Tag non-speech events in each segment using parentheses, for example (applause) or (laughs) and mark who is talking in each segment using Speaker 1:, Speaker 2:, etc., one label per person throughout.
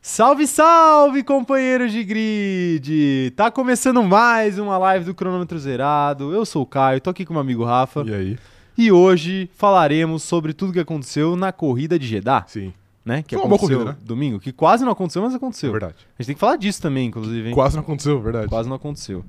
Speaker 1: Salve, salve, companheiros de grid! Tá começando mais uma live do Cronômetro Zerado. Eu sou o Caio, tô aqui com meu amigo Rafa.
Speaker 2: E aí?
Speaker 1: E hoje falaremos sobre tudo que aconteceu na corrida de Jeddah,
Speaker 2: Sim, é
Speaker 1: né? Que
Speaker 2: Foi uma boa
Speaker 1: aconteceu
Speaker 2: corrida, né?
Speaker 1: domingo, que quase não aconteceu, mas aconteceu.
Speaker 2: verdade.
Speaker 1: A gente tem que falar disso também, inclusive, hein?
Speaker 2: Quase não aconteceu, é verdade.
Speaker 1: Quase não aconteceu.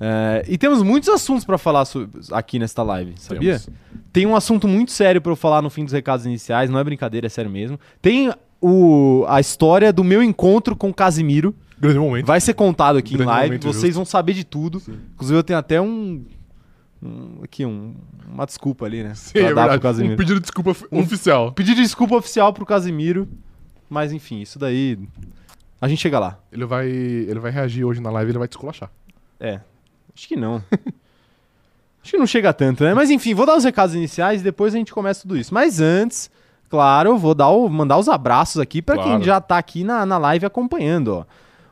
Speaker 1: É, e temos muitos assuntos pra falar so- aqui nesta live, sabia?
Speaker 2: Temos.
Speaker 1: Tem um assunto muito sério pra eu falar no fim dos recados iniciais, não é brincadeira, é sério mesmo. Tem o, a história do meu encontro com Casimiro.
Speaker 2: Grande momento.
Speaker 1: Vai ser contado aqui em
Speaker 2: Um Grande
Speaker 1: live,
Speaker 2: momento,
Speaker 1: vocês
Speaker 2: justo.
Speaker 1: vão saber de tudo.
Speaker 2: Sim.
Speaker 1: Inclusive, eu tenho até um. um- aqui, um- uma desculpa ali, né?
Speaker 2: (laughs) Sim, é
Speaker 1: dar pro
Speaker 2: verdade.
Speaker 1: Casimiro.
Speaker 2: Um pedido de desculpa oficial.
Speaker 1: Pedir desculpa oficial pro Casimiro. Mas enfim, isso daí. A gente chega lá.
Speaker 2: Ele vai, ele vai reagir hoje na live, ele vai te esculachar.
Speaker 1: É, acho que não. (laughs) acho que não chega tanto, né? Mas enfim, vou dar os recados iniciais e depois a gente começa tudo isso. Mas antes, claro, vou dar o- mandar os abraços aqui pra quem
Speaker 2: Claro.
Speaker 1: já tá aqui na, na live acompanhando, ó.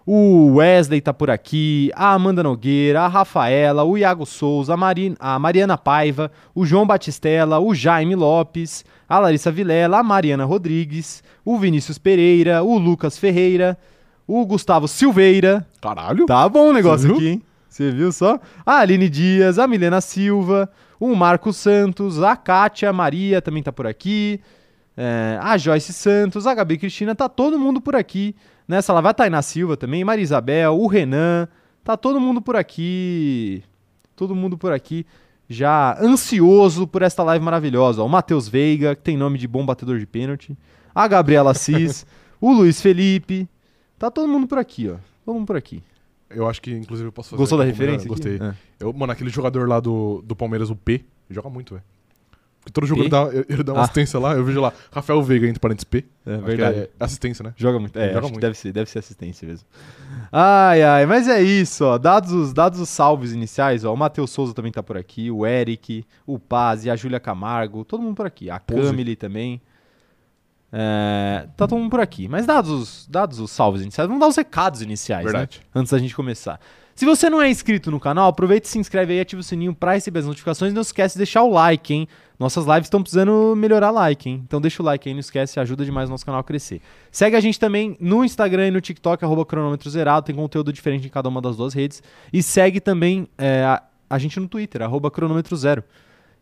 Speaker 1: O Wesley tá por aqui, a Amanda Nogueira, a Rafaela, o Iago Souza, a, Mari- a Mariana Paiva, o João Batistella, o Jaime Lopes, a Larissa Vilela, a Mariana Rodrigues, o Vinícius Pereira, o Lucas Ferreira, o Gustavo Silveira,
Speaker 2: Caralho.
Speaker 1: Tá bom o negócio
Speaker 2: Você viu?
Speaker 1: aqui, hein? Você viu só? A Aline Dias, a Milena Silva, o Marcos Santos, a Kátia Maria também tá por aqui, é, a Joyce Santos, a Gabi Cristina, tá todo mundo por aqui. Nessa lá vai a Tainá Silva também, Maria Isabel, o Renan, tá todo mundo por aqui. Todo mundo por aqui já ansioso por esta live maravilhosa. ó. O Matheus Veiga, que tem nome de bom batedor de pênalti, a Gabriela Assis,
Speaker 2: (laughs)
Speaker 1: o Luiz Felipe, tá todo mundo por aqui, ó. Todo mundo por aqui.
Speaker 2: Eu acho que, inclusive, eu posso fazer.
Speaker 1: Gostou da
Speaker 2: aqui um
Speaker 1: referência?
Speaker 2: comentário. Gostei.
Speaker 1: aqui? É.
Speaker 2: Eu, mano, aquele jogador lá do, do Palmeiras, o P, joga muito, velho. Porque todo jogo
Speaker 1: P?
Speaker 2: ele dá, ele dá uma
Speaker 1: Ah.
Speaker 2: assistência lá, eu vejo lá, Rafael Veiga, entre parênteses, P.
Speaker 1: É
Speaker 2: Acho que
Speaker 1: verdade.
Speaker 2: é assistência, né?
Speaker 1: Joga muito. É,
Speaker 2: Joga
Speaker 1: acho que
Speaker 2: muito.
Speaker 1: deve ser, deve ser assistência mesmo. Ai, ai, mas é isso, ó. Dados os, dados os salves iniciais, ó. O Matheus Souza também tá por aqui, o Eric, o Paz e a Júlia Camargo, todo mundo por aqui. A
Speaker 2: Pose.
Speaker 1: Camille também. É, tá todo mundo por aqui. Mas dados os, dados os salves iniciais, vamos dar os recados iniciais, né?
Speaker 2: Verdade.
Speaker 1: Antes da gente começar. Se você não é inscrito no canal, aproveita e se inscreve aí, ativa o sininho pra receber as notificações. Não esquece de deixar o like, hein? Nossas lives estão precisando melhorar like, hein? Então deixa o like aí, não esquece, ajuda demais o nosso canal a crescer. Segue a gente também no Instagram e no TikTok, arroba cronômetro zerado, tem conteúdo diferente em cada uma das duas redes. E segue também é, a, a gente no Twitter, arroba cronômetro zero.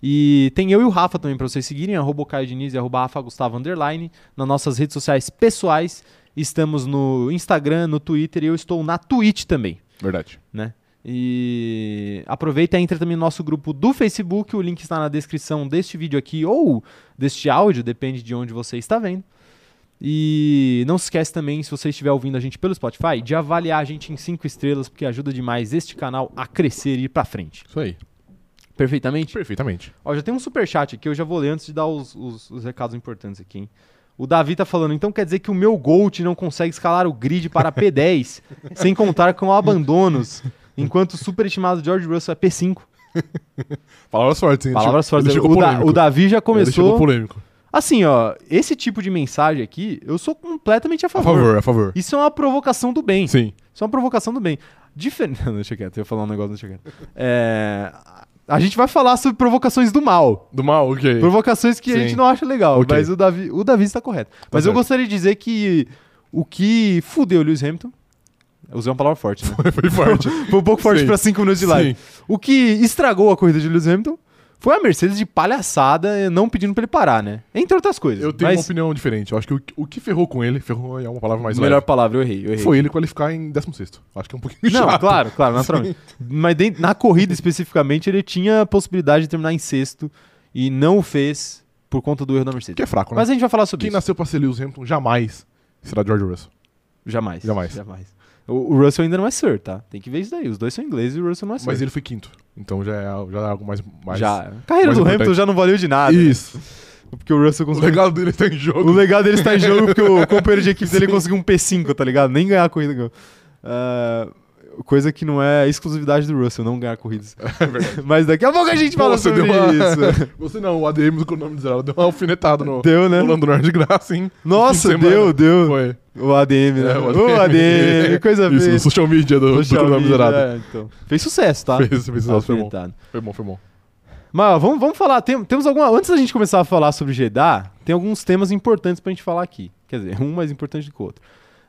Speaker 1: E tem eu e o Rafa também pra vocês seguirem, arroba o Caio Diniz e arroba Rafa Gustavo Underline. Nas nossas redes sociais pessoais, estamos no Instagram, no Twitter e eu estou na Twitch também
Speaker 2: Verdade.
Speaker 1: né? E aproveita e entra também no nosso grupo do Facebook, o link está na descrição deste vídeo aqui ou deste áudio, depende de onde você está vendo. E não se esquece também, se você estiver ouvindo a gente pelo Spotify, de avaliar a gente em 5 estrelas, porque ajuda demais este canal a crescer e ir pra frente.
Speaker 2: Isso aí.
Speaker 1: Perfeitamente?
Speaker 2: Perfeitamente.
Speaker 1: Ó, já tem um superchat aqui, eu já vou ler antes de dar os, os- os recados importantes aqui, hein? O Davi tá falando, então quer dizer que o meu Gold não consegue escalar o grid para
Speaker 2: (laughs)
Speaker 1: P10, sem contar com abandonos, enquanto o superestimado George Russell é P5.
Speaker 2: Palavras fortes, hein? Ele
Speaker 1: Palavras
Speaker 2: chegou- ele
Speaker 1: fortes.
Speaker 2: chegou
Speaker 1: O, Da-
Speaker 2: polêmico.
Speaker 1: o Davi já
Speaker 2: Ele chegou
Speaker 1: começou...
Speaker 2: polêmico.
Speaker 1: Assim, ó, esse tipo de mensagem aqui, eu sou completamente a
Speaker 2: A
Speaker 1: favor.
Speaker 2: favor, a favor.
Speaker 1: Isso é uma provocação do bem.
Speaker 2: Sim.
Speaker 1: Isso é uma provocação do bem. Diferente. (laughs) Não, deixa quieto, eu ia falar um negócio, deixa quieto. É, A gente vai falar sobre provocações do mal.
Speaker 2: Do mal, ok.
Speaker 1: Provocações que a
Speaker 2: Sim.
Speaker 1: gente não acha legal,
Speaker 2: Ok. Tá
Speaker 1: mas o Davi, o Davi está correto. mas eu
Speaker 2: certo.
Speaker 1: gostaria de dizer que o que fudeu o Lewis Hamilton. eu Usei uma palavra forte, né?
Speaker 2: (laughs) Foi forte.
Speaker 1: Foi um pouco forte
Speaker 2: Sim.
Speaker 1: para 5 minutos de live. O que estragou a corrida de Lewis Hamilton foi a Mercedes de palhaçada, eh, não pedindo para ele parar, né? Entre outras coisas.
Speaker 2: Eu tenho uma
Speaker 1: mas
Speaker 2: opinião diferente. Eu acho que o, o que ferrou com ele, ferrou é uma palavra mais
Speaker 1: melhor
Speaker 2: leve,
Speaker 1: palavra, eu errei, eu errei.
Speaker 2: foi ele qualificar em 16º. Acho que é um pouquinho
Speaker 1: Não,
Speaker 2: (laughs) chato.
Speaker 1: claro, claro, naturalmente. Mas dentro- na corrida especificamente, ele tinha a possibilidade de terminar em sexto e não o fez por conta do erro da Mercedes.
Speaker 2: Que é fraco, né?
Speaker 1: Mas a gente vai falar sobre
Speaker 2: Quem
Speaker 1: isso.
Speaker 2: nasceu pra ser Lewis Hamilton jamais será George Russell.
Speaker 1: Jamais.
Speaker 2: Jamais.
Speaker 1: O, o Russell ainda não é Sir, tá? Tem que ver isso daí. Os dois são ingleses e o Russell não é Sir.
Speaker 2: Mas ele foi quinto. Então já é, já é algo mais... mais
Speaker 1: já. A carreira
Speaker 2: mais
Speaker 1: do
Speaker 2: importante.
Speaker 1: Hamilton já não valeu de nada.
Speaker 2: Isso.
Speaker 1: Porque o Russell
Speaker 2: O
Speaker 1: conseguiu.
Speaker 2: legado dele está em jogo.
Speaker 1: O legado dele está em jogo porque o companheiro de equipe dele conseguiu um P5, tá ligado? Nem ganhar a corrida. ganhou. Ah, coisa que não é exclusividade do Russell, não ganhar (laughs) corridas.
Speaker 2: É verdade.
Speaker 1: Mas daqui a pouco a gente fala
Speaker 2: Pô, você
Speaker 1: sobre
Speaker 2: deu uma-
Speaker 1: é (laughs) isso.
Speaker 2: (laughs) Você não, o ADM do nome dela deu uma alfinetada no...
Speaker 1: Deu, né?
Speaker 2: no Lando Norris de graça, hein?
Speaker 1: Nossa,
Speaker 2: fim de
Speaker 1: deu,
Speaker 2: semana.
Speaker 1: deu.
Speaker 2: Foi.
Speaker 1: O ADM, né?
Speaker 2: É,
Speaker 1: o, ADM. coisa
Speaker 2: Isso,
Speaker 1: feia.
Speaker 2: no social media do, do
Speaker 1: Social
Speaker 2: Cronômetro
Speaker 1: media,
Speaker 2: Zerado.
Speaker 1: é, então. Fez sucesso, tá?
Speaker 2: Fez, fez, sucesso, foi bom.
Speaker 1: Alfinetado.
Speaker 2: Foi bom, foi bom.
Speaker 1: Mas ó, vamos, vamos falar. tem- temos alguma. Antes da gente começar (laughs) a falar sobre Jeddah, tem alguns temas importantes pra gente falar aqui. Quer dizer, um mais importante do que o outro.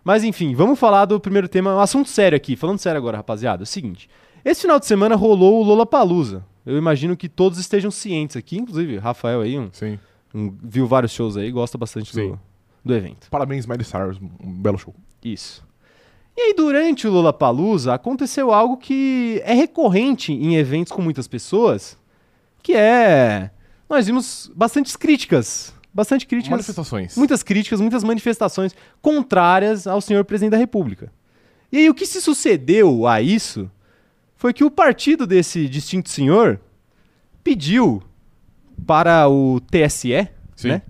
Speaker 1: Mas enfim, vamos falar do primeiro tema, um assunto sério aqui. Falando sério agora, rapaziada, é o seguinte. Esse final de semana rolou o Lollapalooza. Eu imagino que todos estejam cientes aqui, inclusive Rafael aí, um,
Speaker 2: Sim.
Speaker 1: um- viu vários shows aí, gosta bastante do,
Speaker 2: Sim.
Speaker 1: do evento.
Speaker 2: Parabéns, Miley Cyrus. Um belo show.
Speaker 1: Isso. E aí, durante o Lollapalooza, aconteceu algo que é recorrente em eventos com muitas pessoas, que é... Nós vimos bastantes críticas, bastante críticas...
Speaker 2: Manifestações.
Speaker 1: Muitas críticas, muitas manifestações contrárias ao senhor presidente da República. E aí, o que se sucedeu a isso foi que o partido desse distinto senhor pediu para o TSE,
Speaker 2: Sim.
Speaker 1: né?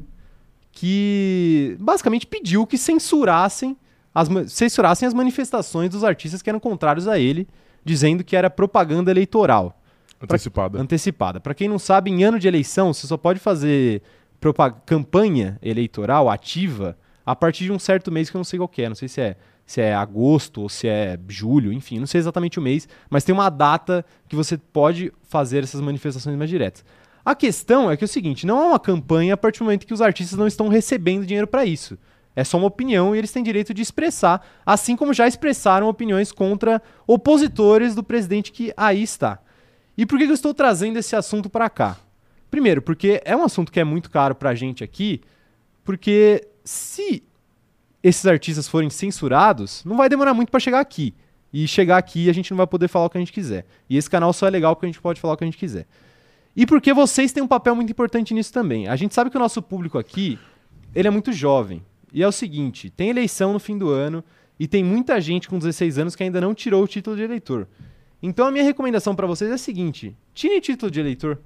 Speaker 1: que basicamente pediu que censurassem as, ma- censurassem as manifestações dos artistas que eram contrários a ele, dizendo que era propaganda eleitoral
Speaker 2: Antecipada.
Speaker 1: antecipada. Pra quem não sabe, em ano de eleição, você só pode fazer propa- campanha eleitoral ativa a partir de um certo mês que eu não sei qual que é, não sei se é se é agosto ou se é julho, enfim, não sei exatamente o mês, mas tem uma data que você pode fazer essas manifestações mais diretas. A questão é que é o seguinte, não é uma campanha a partir do momento que os artistas não estão recebendo dinheiro pra isso. É só uma opinião e eles têm direito de expressar, assim como já expressaram opiniões contra opositores do presidente que aí está. E por que que eu estou trazendo esse assunto para cá? Primeiro, porque é um assunto que é muito caro pra gente aqui, porque se esses artistas forem censurados, não vai demorar muito para chegar aqui. E chegar aqui a gente não vai poder falar o que a gente quiser. E esse canal só é legal porque a gente pode falar o que a gente quiser. E porque vocês têm um papel muito importante nisso também. A gente sabe que o nosso público aqui, ele é muito jovem. E é o seguinte, tem eleição no fim do ano e tem muita gente com 16 anos que ainda não tirou o título de eleitor. Então a minha recomendação pra vocês é a seguinte: tirem título de eleitor.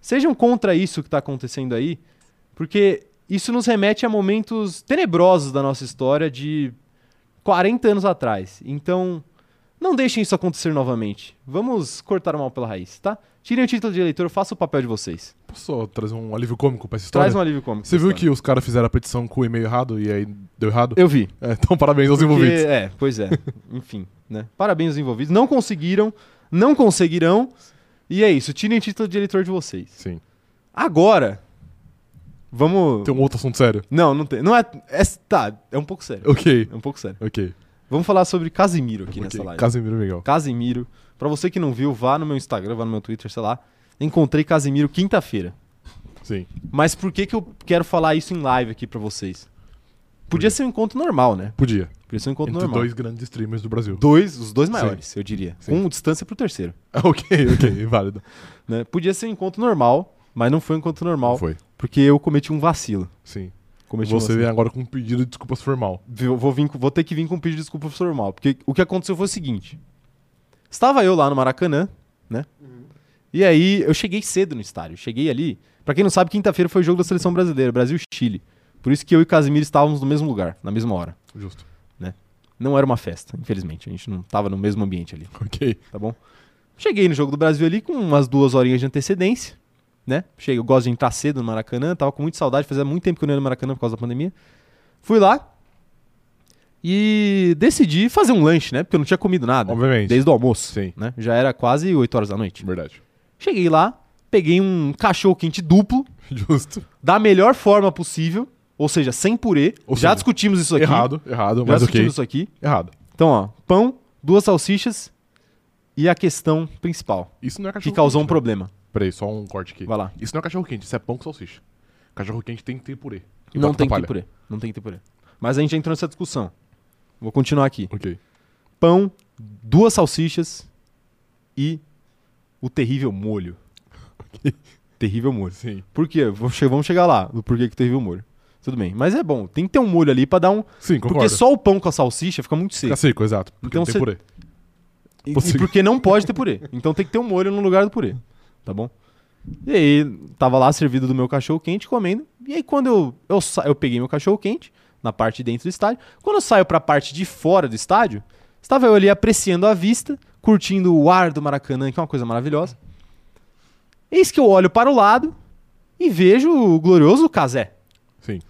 Speaker 1: Sejam contra isso que tá acontecendo aí, porque isso nos remete a momentos tenebrosos da nossa história de 40 anos atrás. Então, não deixem isso acontecer novamente. Vamos cortar o mal pela raiz, tá? Tirem o título de eleitor, faça o papel de vocês.
Speaker 2: Posso só trazer um alívio cômico pra essa história?
Speaker 1: Traz um alívio cômico.
Speaker 2: Você viu
Speaker 1: pessoal.
Speaker 2: que os caras fizeram a petição com o e-mail errado e aí deu errado?
Speaker 1: Eu vi.
Speaker 2: É, então parabéns aos
Speaker 1: Porque-
Speaker 2: envolvidos.
Speaker 1: É, pois é. (laughs) Enfim, né? Parabéns aos envolvidos. Não conseguiram, não conseguirão. E é isso, tirem o título de eleitor de vocês.
Speaker 2: Sim.
Speaker 1: Agora, vamos.
Speaker 2: Tem um outro assunto sério.
Speaker 1: Não, não tem. Não é... é. Tá, é um pouco sério.
Speaker 2: Ok,
Speaker 1: É um pouco sério.
Speaker 2: ok.
Speaker 1: Vamos falar sobre Casimiro aqui nessa
Speaker 2: ok.
Speaker 1: live.
Speaker 2: Casimiro Miguel.
Speaker 1: Casimiro. Pra você que não viu, vá no meu Instagram, vá no meu Twitter, sei lá. Encontrei Casimiro quinta-feira.
Speaker 2: Sim.
Speaker 1: Mas por que, que eu quero falar isso em live aqui pra vocês? Podia ser um encontro normal, né?
Speaker 2: Podia.
Speaker 1: Podia ser um encontro
Speaker 2: Entre
Speaker 1: normal.
Speaker 2: dois grandes streamers do Brasil.
Speaker 1: Dois- os dois maiores, eu diria.
Speaker 2: Sim.
Speaker 1: Um distância pro terceiro.
Speaker 2: (laughs) ok, (laughs) ok, válido.
Speaker 1: né? Podia ser um encontro normal, mas não foi um encontro normal,
Speaker 2: Foi.
Speaker 1: porque eu cometi um vacilo.
Speaker 2: Sim.
Speaker 1: Cometi um
Speaker 2: Você
Speaker 1: vacilo.
Speaker 2: vem agora com um pedido de desculpas formal.
Speaker 1: Vou, vou vir com- vou ter que vir com um pedido de desculpa pro normal. Porque o que aconteceu foi o seguinte: estava eu lá no Maracanã, né? E aí eu cheguei cedo no estádio. Cheguei ali. Pra quem não sabe, quinta-feira foi o jogo da seleção brasileira, Brasil-Chile. Por isso que eu e Casimiro estávamos no mesmo lugar, na mesma hora.
Speaker 2: Justo.
Speaker 1: Não era uma festa, infelizmente. A gente não estava no mesmo ambiente ali
Speaker 2: Ok.
Speaker 1: tá bom? Cheguei no jogo do Brasil ali com umas duas horinhas de antecedência, né? Cheguei, eu gosto de entrar cedo no Maracanã, tava com muita saudade, fazia muito tempo que eu não ia no Maracanã por causa da pandemia. Fui lá e decidi fazer um lanche, né? Porque eu não tinha comido nada,
Speaker 2: Obviamente.
Speaker 1: desde o almoço,
Speaker 2: Sim.
Speaker 1: né? Já era quase 8 horas da noite.
Speaker 2: Verdade.
Speaker 1: Cheguei lá, peguei um cachorro quente duplo,
Speaker 2: (laughs) Justo.
Speaker 1: da melhor forma possível, ou seja, sem purê.
Speaker 2: Ou
Speaker 1: já
Speaker 2: seja,
Speaker 1: discutimos isso aqui.
Speaker 2: Errado, errado,
Speaker 1: já
Speaker 2: mas
Speaker 1: discutimos
Speaker 2: ok.
Speaker 1: isso aqui.
Speaker 2: Errado.
Speaker 1: Então, ó, pão, duas salsichas e a questão principal
Speaker 2: Isso não é
Speaker 1: que
Speaker 2: cachorro
Speaker 1: causou um
Speaker 2: quente, né?
Speaker 1: problema.
Speaker 2: Peraí, só um corte aqui.
Speaker 1: Vai lá.
Speaker 2: Isso não é cachorro quente, isso é pão com salsicha. Cachorro quente tem que ter purê. E
Speaker 1: não tem
Speaker 2: batata
Speaker 1: que ter
Speaker 2: palha.
Speaker 1: purê. Não tem que ter purê. Mas a gente já entrou nessa discussão. Vou continuar aqui.
Speaker 2: Ok.
Speaker 1: Pão, duas salsichas e o terrível molho. (laughs) terrível molho.
Speaker 2: Sim.
Speaker 1: Por quê? Vou che- Vamos chegar lá, do porquê que o terrível molho. Tudo bem. Mas é bom, tem que ter um molho ali pra dar um.
Speaker 2: Sim, concordo.
Speaker 1: Porque só o pão com a salsicha fica muito seco.
Speaker 2: Fica seco, exato. Porque
Speaker 1: Então
Speaker 2: não tem
Speaker 1: você-
Speaker 2: purê.
Speaker 1: E, e
Speaker 2: Possível.
Speaker 1: porque não pode ter purê. Então tem que ter um molho no lugar do purê. Tá bom? E aí, tava lá servido do meu cachorro quente, comendo. E aí, quando eu, eu, sa- eu peguei meu cachorro quente, na parte de dentro do estádio. Quando eu saio pra parte de fora do estádio, estava eu ali apreciando a vista, curtindo o ar do Maracanã, que é uma coisa maravilhosa. Eis que eu olho para o lado e vejo o glorioso Casé.
Speaker 2: Sim.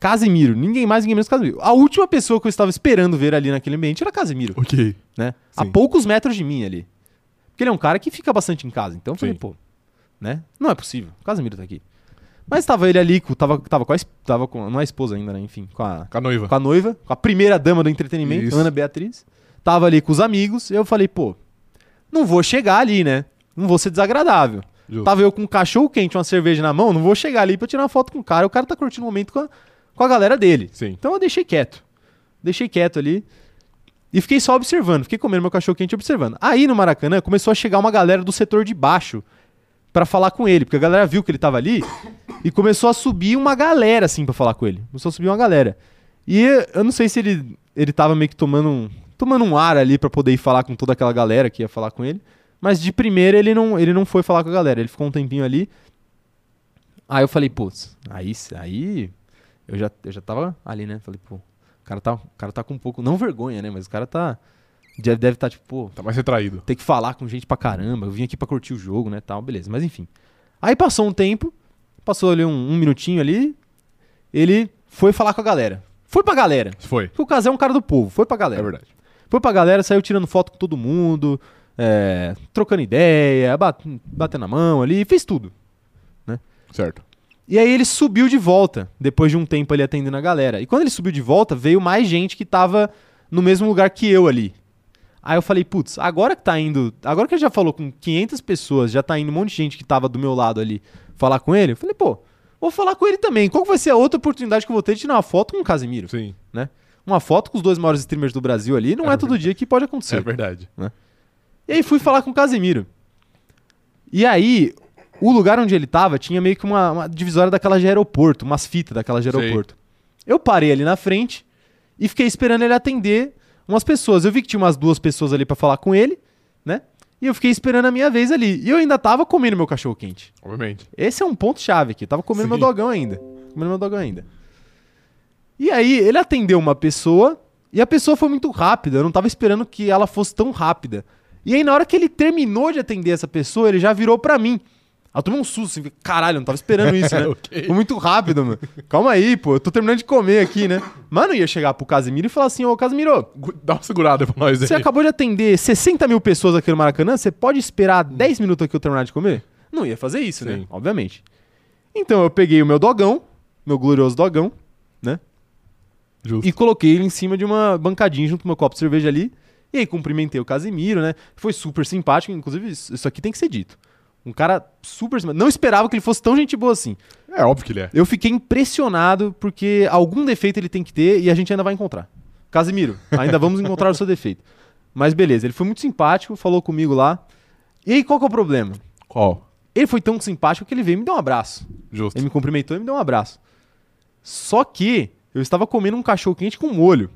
Speaker 1: Casemiro. Ninguém mais, ninguém menos que Casemiro. A última pessoa que eu estava esperando ver ali naquele ambiente era Casemiro
Speaker 2: Ok.
Speaker 1: né? A
Speaker 2: Sim.
Speaker 1: poucos metros de mim ali. Porque ele é um cara que fica bastante em casa. Então eu falei,
Speaker 2: Sim.
Speaker 1: pô, né? Não é possível. O Casemiro tá aqui. Mas tava ele ali, com- tava, tava, com, a, es- tava com. Não é a esposa ainda, né? Enfim, com a,
Speaker 2: Com a noiva.
Speaker 1: com a noiva, com a primeira dama do entretenimento,
Speaker 2: Isso.
Speaker 1: Ana Beatriz. Tava ali com os amigos. Eu falei, pô, não vou chegar ali, né? Não vou ser desagradável.
Speaker 2: Justo.
Speaker 1: Tava eu com um cachorro quente, uma cerveja na mão, não vou chegar ali pra tirar uma foto com o cara. O cara tá curtindo o momento com a, com a galera dele.
Speaker 2: Sim.
Speaker 1: Então eu deixei quieto. Deixei quieto ali. E fiquei só observando, fiquei comendo meu cachorro quente e observando. Aí no Maracanã começou a chegar uma galera do setor de baixo pra falar com ele, porque a galera viu que ele tava ali e começou a subir uma galera assim pra falar com ele. Começou a subir uma galera. E eu não sei se ele ele tava meio que tomando um, tomando um ar ali pra poder ir falar com toda aquela galera que ia falar com ele, mas de primeira ele não ele não foi falar com a galera, ele ficou um tempinho ali. Aí eu falei, putz, aí aí eu já, eu já tava ali, né? Falei, pô, o cara tá, o cara tá com um pouco, não vergonha, né? Mas o cara tá. Deve estar, tá, tipo, pô,
Speaker 2: Tá mais retraído.
Speaker 1: tem que falar com gente pra caramba, eu vim aqui pra curtir o jogo, né, tal, beleza. Mas enfim. Aí passou um tempo, passou ali um, um minutinho ali, ele foi falar com a galera. Foi pra galera.
Speaker 2: Foi.
Speaker 1: Porque o Casé é um cara do povo, foi pra
Speaker 2: É
Speaker 1: galera.
Speaker 2: verdade.
Speaker 1: Foi pra galera, saiu tirando foto com todo mundo, é, trocando ideia, bat- batendo a mão ali, fez tudo.
Speaker 2: Certo.
Speaker 1: E aí ele subiu de volta, depois de um tempo ali atendendo a galera. E quando ele subiu de volta, veio mais gente que tava no mesmo lugar que eu ali. Aí eu falei, putz, agora que tá indo. Agora que ele já falou com 500 pessoas, já tá indo um monte de gente que tava do meu lado ali falar com ele. Eu falei, pô, vou falar com ele também. Qual que vai ser a outra oportunidade que eu vou ter de tirar uma foto com o Casemiro?
Speaker 2: Sim.
Speaker 1: Uma foto com os dois maiores streamers do Brasil ali, não é,
Speaker 2: É
Speaker 1: todo dia que pode
Speaker 2: É
Speaker 1: acontecer.
Speaker 2: verdade.
Speaker 1: E aí fui falar com o Casemiro. E aí, o lugar onde ele tava tinha meio que uma, uma divisória daquela de aeroporto, umas fitas daquela de
Speaker 2: Sei.
Speaker 1: aeroporto. Eu parei ali na frente e fiquei esperando ele atender umas pessoas. Eu vi que tinha umas duas pessoas ali pra falar com ele, né? E eu fiquei esperando a minha vez ali. E eu ainda tava comendo meu cachorro quente.
Speaker 2: Obviamente.
Speaker 1: Esse é um ponto chave aqui. Eu tava comendo
Speaker 2: Sim.
Speaker 1: meu dogão ainda. Comendo meu dogão ainda. E aí, ele atendeu uma pessoa e a pessoa foi muito rápida. Eu não tava esperando que ela fosse tão rápida. E aí, na hora que ele terminou de atender essa pessoa, ele já virou pra mim. Ela tomou um susto, assim, caralho, eu não tava esperando isso, né?
Speaker 2: (laughs) Ok.
Speaker 1: Foi muito rápido, mano. Calma aí, pô, eu tô terminando de comer aqui, né? Mano, eu ia chegar pro Casimiro e falar assim: Ô, Casimiro,
Speaker 2: Gu- Dá uma segurada pra nós aí.
Speaker 1: você acabou de atender 60 mil pessoas aqui no Maracanã, você pode esperar 10 minutos aqui eu terminar de comer? Não ia fazer isso, né?
Speaker 2: Hum. Sim.
Speaker 1: Obviamente. Então eu peguei o meu dogão, meu glorioso dogão, né?
Speaker 2: Justo.
Speaker 1: e coloquei ele em cima de uma bancadinha junto com meu copo de cerveja ali. E aí cumprimentei o Casimiro, né? Foi super simpático, inclusive isso isso aqui tem que ser dito. Um cara super simpático. Não esperava que ele fosse tão gente boa assim.
Speaker 2: É óbvio que ele é.
Speaker 1: Eu fiquei impressionado porque algum defeito ele tem que ter e a gente ainda vai encontrar. Casimiro, ainda
Speaker 2: (laughs)
Speaker 1: vamos encontrar o seu defeito. Mas beleza, ele foi muito simpático, falou comigo lá. E aí, qual que é o problema?
Speaker 2: Qual?
Speaker 1: Ele foi tão simpático que ele veio e me deu um abraço.
Speaker 2: Justo.
Speaker 1: Ele me cumprimentou e me deu um abraço. Só que eu estava comendo um cachorro quente com
Speaker 2: (laughs)
Speaker 1: molho.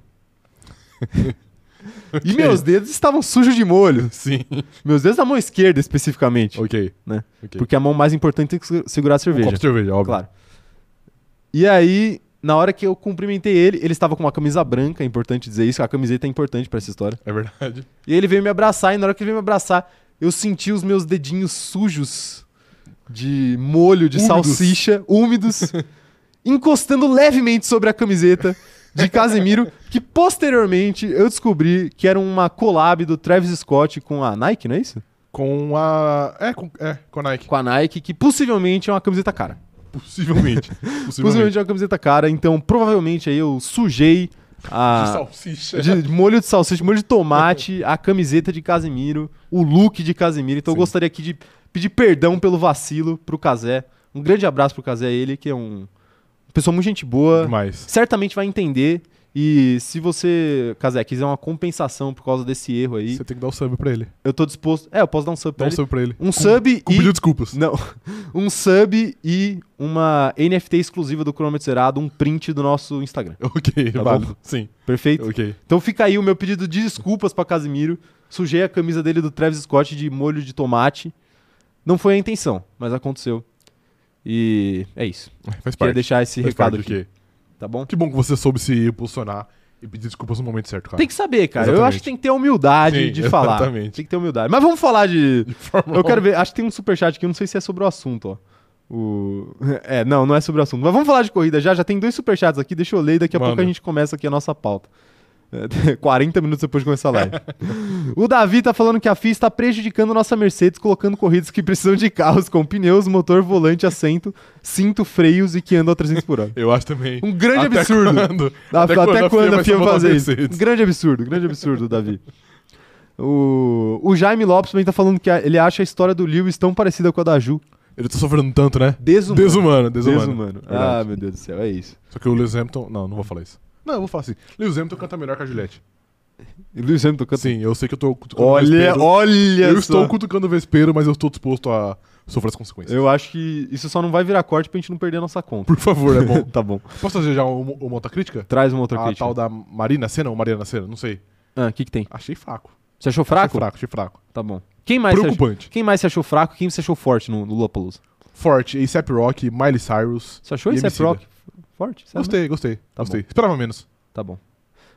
Speaker 1: E meus dedos estavam sujos de molho.
Speaker 2: Sim.
Speaker 1: Meus dedos da mão esquerda, especificamente.
Speaker 2: ok.
Speaker 1: Né?
Speaker 2: Ok.
Speaker 1: Porque a mão mais importante tem que se- segurar a
Speaker 2: Um
Speaker 1: cerveja.
Speaker 2: copo de cerveja, óbvio.
Speaker 1: Claro. E aí, na hora que eu cumprimentei ele, ele estava com uma camisa branca, é importante dizer isso, a camiseta é importante pra essa história.
Speaker 2: É verdade.
Speaker 1: E ele veio me abraçar, e na hora que ele veio me abraçar, eu senti os meus dedinhos sujos de molho de
Speaker 2: Úmidos.
Speaker 1: salsicha, (laughs) úmidos, encostando levemente sobre a camiseta de Casemiro, que posteriormente eu descobri que era uma collab do Travis Scott com a Nike, não é isso?
Speaker 2: Com a. É, com, é, com a Nike.
Speaker 1: Com a Nike, que possivelmente é uma camiseta cara. (laughs)
Speaker 2: Possivelmente. Possivelmente.
Speaker 1: Possivelmente é uma camiseta cara, então provavelmente aí eu sujei
Speaker 2: De
Speaker 1: a.
Speaker 2: salsicha.
Speaker 1: Ah. De de molho de salsicha, molho de
Speaker 2: (laughs)
Speaker 1: tomate, a camiseta de Casemiro, o look de Casemiro. Então eu
Speaker 2: Sim.
Speaker 1: gostaria aqui de pedir perdão pelo vacilo pro Casé. Um grande abraço pro Casé, ele que é um uma pessoa muito gente boa.
Speaker 2: Demais.
Speaker 1: Certamente vai entender. E se você, Casé, quiser uma compensação por causa desse erro aí,
Speaker 2: Você tem que dar um sub pra ele.
Speaker 1: eu tô disposto. É, eu posso dar um sub pra
Speaker 2: Dá um
Speaker 1: ele.
Speaker 2: sub pra ele.
Speaker 1: Um sub
Speaker 2: Com
Speaker 1: e
Speaker 2: pedido desculpas.
Speaker 1: não. (laughs) Um sub e uma NFT exclusiva do cronômetro zerado, um print do nosso Instagram.
Speaker 2: (laughs) Ok,
Speaker 1: Tá
Speaker 2: válido. Sim.
Speaker 1: Perfeito?
Speaker 2: Ok.
Speaker 1: Então fica aí o meu pedido de desculpas pra Casimiro. Sujei a camisa dele do Travis Scott de molho de tomate. Não foi a intenção, mas aconteceu. E é isso.
Speaker 2: Faz
Speaker 1: Queria
Speaker 2: parte.
Speaker 1: deixar esse
Speaker 2: Faz
Speaker 1: recado
Speaker 2: parte,
Speaker 1: aqui,
Speaker 2: ok.
Speaker 1: tá bom?
Speaker 2: Que bom que você soube se posicionar e pedir desculpas no momento certo, cara. (laughs)
Speaker 1: Tem que saber, cara. Eu
Speaker 2: Exatamente.
Speaker 1: acho que tem que ter humildade
Speaker 2: Sim,
Speaker 1: de falar.
Speaker 2: exatamente.
Speaker 1: Tem que ter humildade. Mas vamos falar de.
Speaker 2: De forma
Speaker 1: Eu quero ver, acho que tem um superchat aqui, eu não sei se é sobre o assunto, ó. O... (laughs) É, não, não é sobre o assunto. Mas vamos falar de corrida já, já tem dois superchats aqui, deixa eu ler e daqui a
Speaker 2: Manda.
Speaker 1: pouco a gente começa aqui a nossa pauta. É, (laughs) 40 minutos depois de começar a
Speaker 2: (laughs)
Speaker 1: live. o Davi tá falando que a FIA está prejudicando nossa Mercedes, colocando corridas que precisam de carros com pneus, motor, volante, assento, cinto, freios e que andam a 300 por
Speaker 2: (laughs)
Speaker 1: hora.
Speaker 2: Eu acho também.
Speaker 1: Um grande
Speaker 2: Até
Speaker 1: absurdo.
Speaker 2: quando?
Speaker 1: Da- até, quando a
Speaker 2: vai assim?
Speaker 1: FIA vai
Speaker 2: sabotar
Speaker 1: fazer
Speaker 2: a
Speaker 1: isso?
Speaker 2: Mercedes?
Speaker 1: Grande absurdo, grande absurdo, Davi. O, o Jaime Lopes também tá falando que a- ele acha a história do Lewis tão parecida com a da Ju.
Speaker 2: Ele tá sofrendo tanto, né?
Speaker 1: Desumano.
Speaker 2: Desumano, desumano.
Speaker 1: Desumano. Ah,
Speaker 2: Verdade.
Speaker 1: meu Deus do céu, é isso.
Speaker 2: Só que o Lewis Hamilton. Não, não vou falar isso. Não, eu vou falar assim. Lewis Hamilton canta melhor que a Juliette.
Speaker 1: E Lewis Hamilton canta.
Speaker 2: Sim, eu sei que eu tô cutucando o
Speaker 1: Olha,
Speaker 2: vespeiro.
Speaker 1: olha
Speaker 2: Eu
Speaker 1: só.
Speaker 2: estou cutucando o vespeiro, mas eu estou disposto a sofrer as consequências.
Speaker 1: Eu acho que isso só não vai virar corte pra gente não perder a nossa conta.
Speaker 2: Por favor,
Speaker 1: (laughs)
Speaker 2: é bom.
Speaker 1: tá bom.
Speaker 2: Posso fazer já uma, uma outra crítica?
Speaker 1: Traz uma outra
Speaker 2: a
Speaker 1: crítica.
Speaker 2: tal da Marina Senna ou Mariana Senna, não sei.
Speaker 1: Ah, o que, que tem?
Speaker 2: Achei fraco.
Speaker 1: Você achou
Speaker 2: Achei
Speaker 1: fraco?
Speaker 2: fraco, achei fraco.
Speaker 1: Tá bom. Quem mais, você achou,
Speaker 2: Preocupante.
Speaker 1: quem mais você achou fraco? Quem você achou forte no Lulapalooza?
Speaker 2: Forte, A$AP Rock, Miley Cyrus.
Speaker 1: Você achou
Speaker 2: E
Speaker 1: esse
Speaker 2: Emicida.
Speaker 1: Rock forte? Sério mesmo?
Speaker 2: Gostei, gostei,
Speaker 1: Tá
Speaker 2: gostei. Esperava menos.
Speaker 1: Tá bom.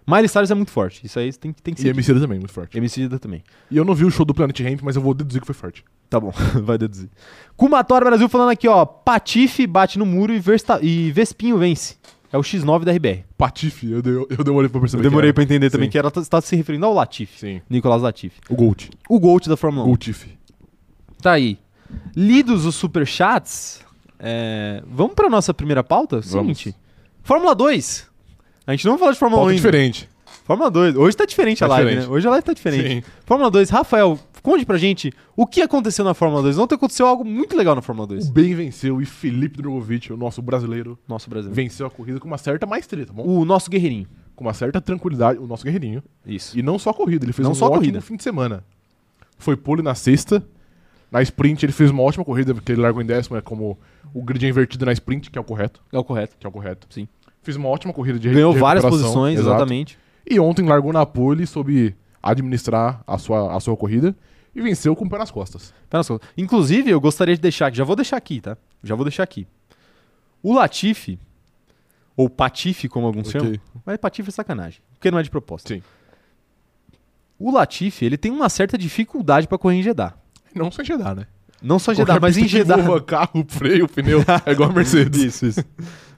Speaker 1: Miley Cyrus é muito forte. Isso aí tem, que- tem que
Speaker 2: E
Speaker 1: ser.
Speaker 2: Emicida também, muito forte.
Speaker 1: Emicida também.
Speaker 2: E eu não vi o show do Planet Ramp, mas eu vou deduzir que foi forte.
Speaker 1: Tá bom, (laughs) vai deduzir. Kumatora Brasil falando aqui, ó. Patife bate no muro e, Versta- e Vespinho vence. É o X9 da RBR.
Speaker 2: Patife, eu, de- eu demorei pra
Speaker 1: Eu
Speaker 2: perceber.
Speaker 1: demorei pra
Speaker 2: que
Speaker 1: entender também
Speaker 2: Sim.
Speaker 1: que ela tá- tá se referindo ao Latifi.
Speaker 2: Sim.
Speaker 1: Nicolas Latifi.
Speaker 2: O Gold.
Speaker 1: O GOAT da Fórmula 1.
Speaker 2: Goldif.
Speaker 1: Tá aí. Lidos os superchats, é... vamos pra nossa primeira pauta? Seguinte. Fórmula 2. A gente não falou de Fórmula 1
Speaker 2: Pauta
Speaker 1: ainda.
Speaker 2: diferente.
Speaker 1: Fórmula 2. Hoje tá diferente a
Speaker 2: Tá
Speaker 1: live,
Speaker 2: diferente.
Speaker 1: né? Hoje a live tá diferente. Fórmula 2. Rafael, conte pra gente o que aconteceu na Fórmula 2. Ontem aconteceu algo muito legal na Fórmula 2.
Speaker 2: O Ben venceu e Felipe Drogovic, o nosso brasileiro,
Speaker 1: Nosso Brasil.
Speaker 2: venceu a corrida com uma certa maestria, tá bom?
Speaker 1: O nosso guerreirinho.
Speaker 2: Com uma certa tranquilidade, o nosso guerreirinho.
Speaker 1: Isso.
Speaker 2: E não só a corrida, ele fez
Speaker 1: Não
Speaker 2: um
Speaker 1: só a
Speaker 2: ótimo
Speaker 1: corrida.
Speaker 2: fim de semana. Foi pole na sexta. Na sprint ele fez uma ótima corrida, porque ele largou em décimo, é como o grid é invertido na sprint, que é o correto.
Speaker 1: É o correto.
Speaker 2: Que é o correto.
Speaker 1: Sim.
Speaker 2: Fez uma ótima corrida de re-
Speaker 1: Ganhou
Speaker 2: de
Speaker 1: várias
Speaker 2: recuperação,
Speaker 1: posições,
Speaker 2: exato.
Speaker 1: exatamente.
Speaker 2: E ontem largou na pole e soube administrar a sua, a sua corrida e venceu com o pé nas costas.
Speaker 1: Pera só. Inclusive, eu gostaria de deixar aqui. Já vou deixar aqui, tá? Já vou deixar aqui. O Latifi, ou Patife, como alguns chamam.
Speaker 2: Ok.
Speaker 1: Mas Patife é sacanagem, porque não é de propósito.
Speaker 2: Sim.
Speaker 1: O Latifi, ele tem uma certa dificuldade pra correr em Jeddah.
Speaker 2: Não só em Jeddah, né?
Speaker 1: Não só em
Speaker 2: Qualquer
Speaker 1: Jeddah, mas em
Speaker 2: pista que
Speaker 1: Jeddah.
Speaker 2: envolva carro, freio, pneu, é igual a
Speaker 1: (laughs)
Speaker 2: Mercedes.
Speaker 1: Isso, isso.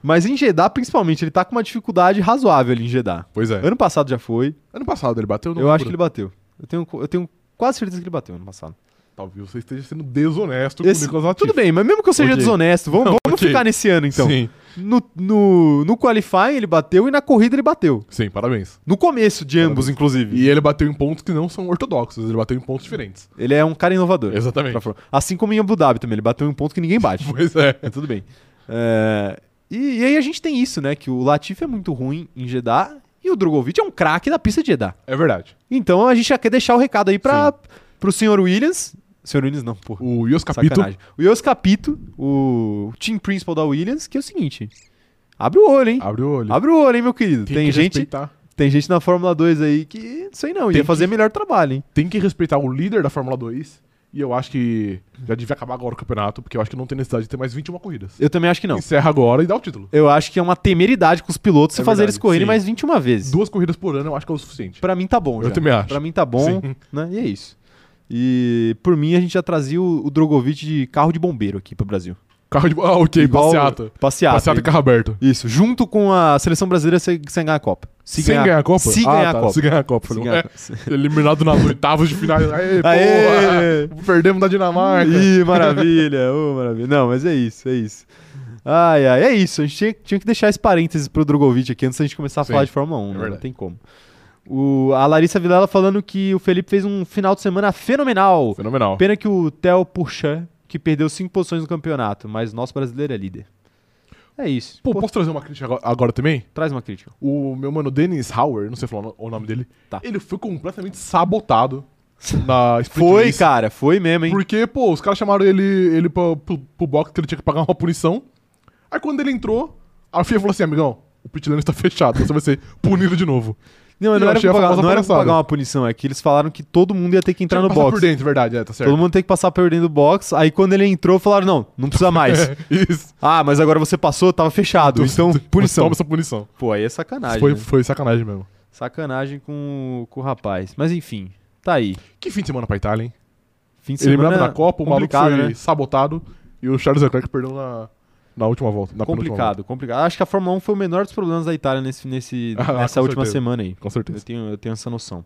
Speaker 1: Mas em Jeddah, principalmente, ele tá com uma dificuldade razoável ali em Jeddah.
Speaker 2: Pois é.
Speaker 1: Ano passado já foi,
Speaker 2: Ano passado ele bateu, não
Speaker 1: eu acho que ele
Speaker 2: lembro.
Speaker 1: bateu. Eu tenho, eu tenho quase certeza que ele bateu ano passado.
Speaker 2: Talvez você esteja sendo desonesto
Speaker 1: Esse-
Speaker 2: com o Nicolas Latifi.
Speaker 1: tudo bem, mas mesmo que eu seja
Speaker 2: Ok.
Speaker 1: desonesto, vamos,
Speaker 2: (laughs) Não,
Speaker 1: vamos
Speaker 2: ok.
Speaker 1: ficar nesse ano então.
Speaker 2: Sim,
Speaker 1: No, no, no qualifying ele bateu e na corrida ele bateu.
Speaker 2: sim, parabéns.
Speaker 1: No começo de ambos, inclusive.
Speaker 2: E ele bateu em pontos que não são ortodoxos, ele bateu em pontos diferentes.
Speaker 1: Ele é um cara inovador.
Speaker 2: Exatamente.
Speaker 1: pra Fórmula. Assim como em Abu Dhabi também, ele bateu em um ponto que ninguém bate.
Speaker 2: (laughs) Pois (laughs) é.
Speaker 1: Mas tudo bem. É, e, e aí a gente tem isso, né? Que o Latifi é muito ruim em Jeddah e o Drogovic é um craque da pista de Jeddah.
Speaker 2: É verdade.
Speaker 1: Então a gente já quer deixar o recado aí para pro senhor Williams. Senhor Williams não, porra.
Speaker 2: O Yos Capito
Speaker 1: Sacanagem. O Yos Capito, o team principal da Williams, que é o seguinte. Abre o olho, hein?
Speaker 2: abre o olho.
Speaker 1: Abre o olho, hein, meu querido. Tem,
Speaker 2: que
Speaker 1: gente,
Speaker 2: respeitar-
Speaker 1: tem gente na Fórmula 2 aí que, não sei não,
Speaker 2: Tem
Speaker 1: ia fazer melhor trabalho, hein?
Speaker 2: Tem que respeitar o líder da Fórmula 2 e eu acho que já devia acabar agora o campeonato, porque eu acho que não tem necessidade de ter mais 21 corridas.
Speaker 1: Eu também acho que não.
Speaker 2: Encerra agora e dá o título.
Speaker 1: Eu acho que é uma temeridade com os pilotos
Speaker 2: É
Speaker 1: fazer
Speaker 2: verdade,
Speaker 1: eles correrem
Speaker 2: sim.
Speaker 1: mais 21 vezes.
Speaker 2: Duas corridas por ano eu acho que é o suficiente.
Speaker 1: Pra mim tá bom,
Speaker 2: Eu
Speaker 1: já.
Speaker 2: também acho.
Speaker 1: Pra mim tá bom,
Speaker 2: Sim. (laughs)
Speaker 1: né? E é isso. E por mim a gente já trazia o, o Drogovic de carro de bombeiro aqui pro Brasil.
Speaker 2: Carro de. Ah, ok,
Speaker 1: Igual-
Speaker 2: passeata.
Speaker 1: Passeata.
Speaker 2: Passeata e carro aberto.
Speaker 1: Isso, junto com a seleção brasileira sem, sem ganhar a Copa. Se
Speaker 2: Sem ganhar a Copa?
Speaker 1: Se
Speaker 2: Ah,
Speaker 1: ganhar
Speaker 2: tá,
Speaker 1: a Copa.
Speaker 2: Se ganhar a Copa.
Speaker 1: Se
Speaker 2: não
Speaker 1: ganhar a
Speaker 2: é?
Speaker 1: Copa.
Speaker 2: Eliminado nas oitavas de final. Aê,
Speaker 1: (laughs) Aê!
Speaker 2: porra! Perdemos da Dinamarca.
Speaker 1: É. Ih, maravilha, ô, maravilha. Não, mas é isso, é isso. Ai, ai, é isso. A gente tinha, tinha que deixar esse parênteses pro Drogovic aqui antes da gente começar a
Speaker 2: Sim, É
Speaker 1: falar de Fórmula 1, né? Não
Speaker 2: verdade.
Speaker 1: tem como. O, a Larissa Vilela falando que o Felipe fez um final de semana fenomenal.
Speaker 2: Fenomenal.
Speaker 1: Pena que o Theo Purchan, que perdeu cinco posições no campeonato, mas nosso brasileiro é líder. É isso.
Speaker 2: Pô,
Speaker 1: Pô,
Speaker 2: posso trazer uma crítica agora, agora também?
Speaker 1: traz uma crítica.
Speaker 2: O meu mano Dennis Hauer, não sei falar o nome dele,
Speaker 1: Tá.
Speaker 2: ele foi completamente sabotado
Speaker 1: (laughs)
Speaker 2: na Sprint
Speaker 1: Foi,
Speaker 2: Race.
Speaker 1: cara, foi mesmo, hein?
Speaker 2: Porque, pô, os caras chamaram ele, ele pra, pro, pro box que ele tinha que pagar uma punição. Aí quando ele entrou, a FIA falou assim, amigão, o pit lane está fechado, você vai ser punido de novo.
Speaker 1: Não,
Speaker 2: eu
Speaker 1: não era,
Speaker 2: achei
Speaker 1: pra
Speaker 2: a
Speaker 1: pagar,
Speaker 2: famosa
Speaker 1: não era pra
Speaker 2: palhaçada.
Speaker 1: pagar uma punição, é que eles falaram que todo mundo ia ter que (laughs) entrar
Speaker 2: Tinha
Speaker 1: no
Speaker 2: que passar
Speaker 1: box.
Speaker 2: por dentro, verdade, é, tá certo.
Speaker 1: Todo mundo tem que passar por dentro do box. Aí quando ele entrou, falaram: não, não precisa mais.
Speaker 2: (laughs) É. Isso.
Speaker 1: ah, mas agora você passou, tava fechado. então, punição.
Speaker 2: Toma essa punição.
Speaker 1: Pô, aí é sacanagem.
Speaker 2: Foi,
Speaker 1: né?
Speaker 2: foi sacanagem mesmo.
Speaker 1: Sacanagem com, o- com o rapaz. Mas enfim, tá aí.
Speaker 2: Que fim de semana pra Itália, hein?
Speaker 1: Fim de
Speaker 2: Eliminado
Speaker 1: semana
Speaker 2: na Copa, o maluco
Speaker 1: né? complicado,
Speaker 2: foi
Speaker 1: né?
Speaker 2: sabotado e o Charles Leclerc perdeu na, Na última volta. Na penúltima
Speaker 1: complicado, complicado. Acho que a Fórmula 1 foi o menor dos problemas da Itália nesse, nesse,
Speaker 2: (laughs) Ah,
Speaker 1: nessa
Speaker 2: com
Speaker 1: última
Speaker 2: certeza.
Speaker 1: semana aí.
Speaker 2: volta. Com
Speaker 1: Eu
Speaker 2: certeza.
Speaker 1: tenho, eu tenho essa noção.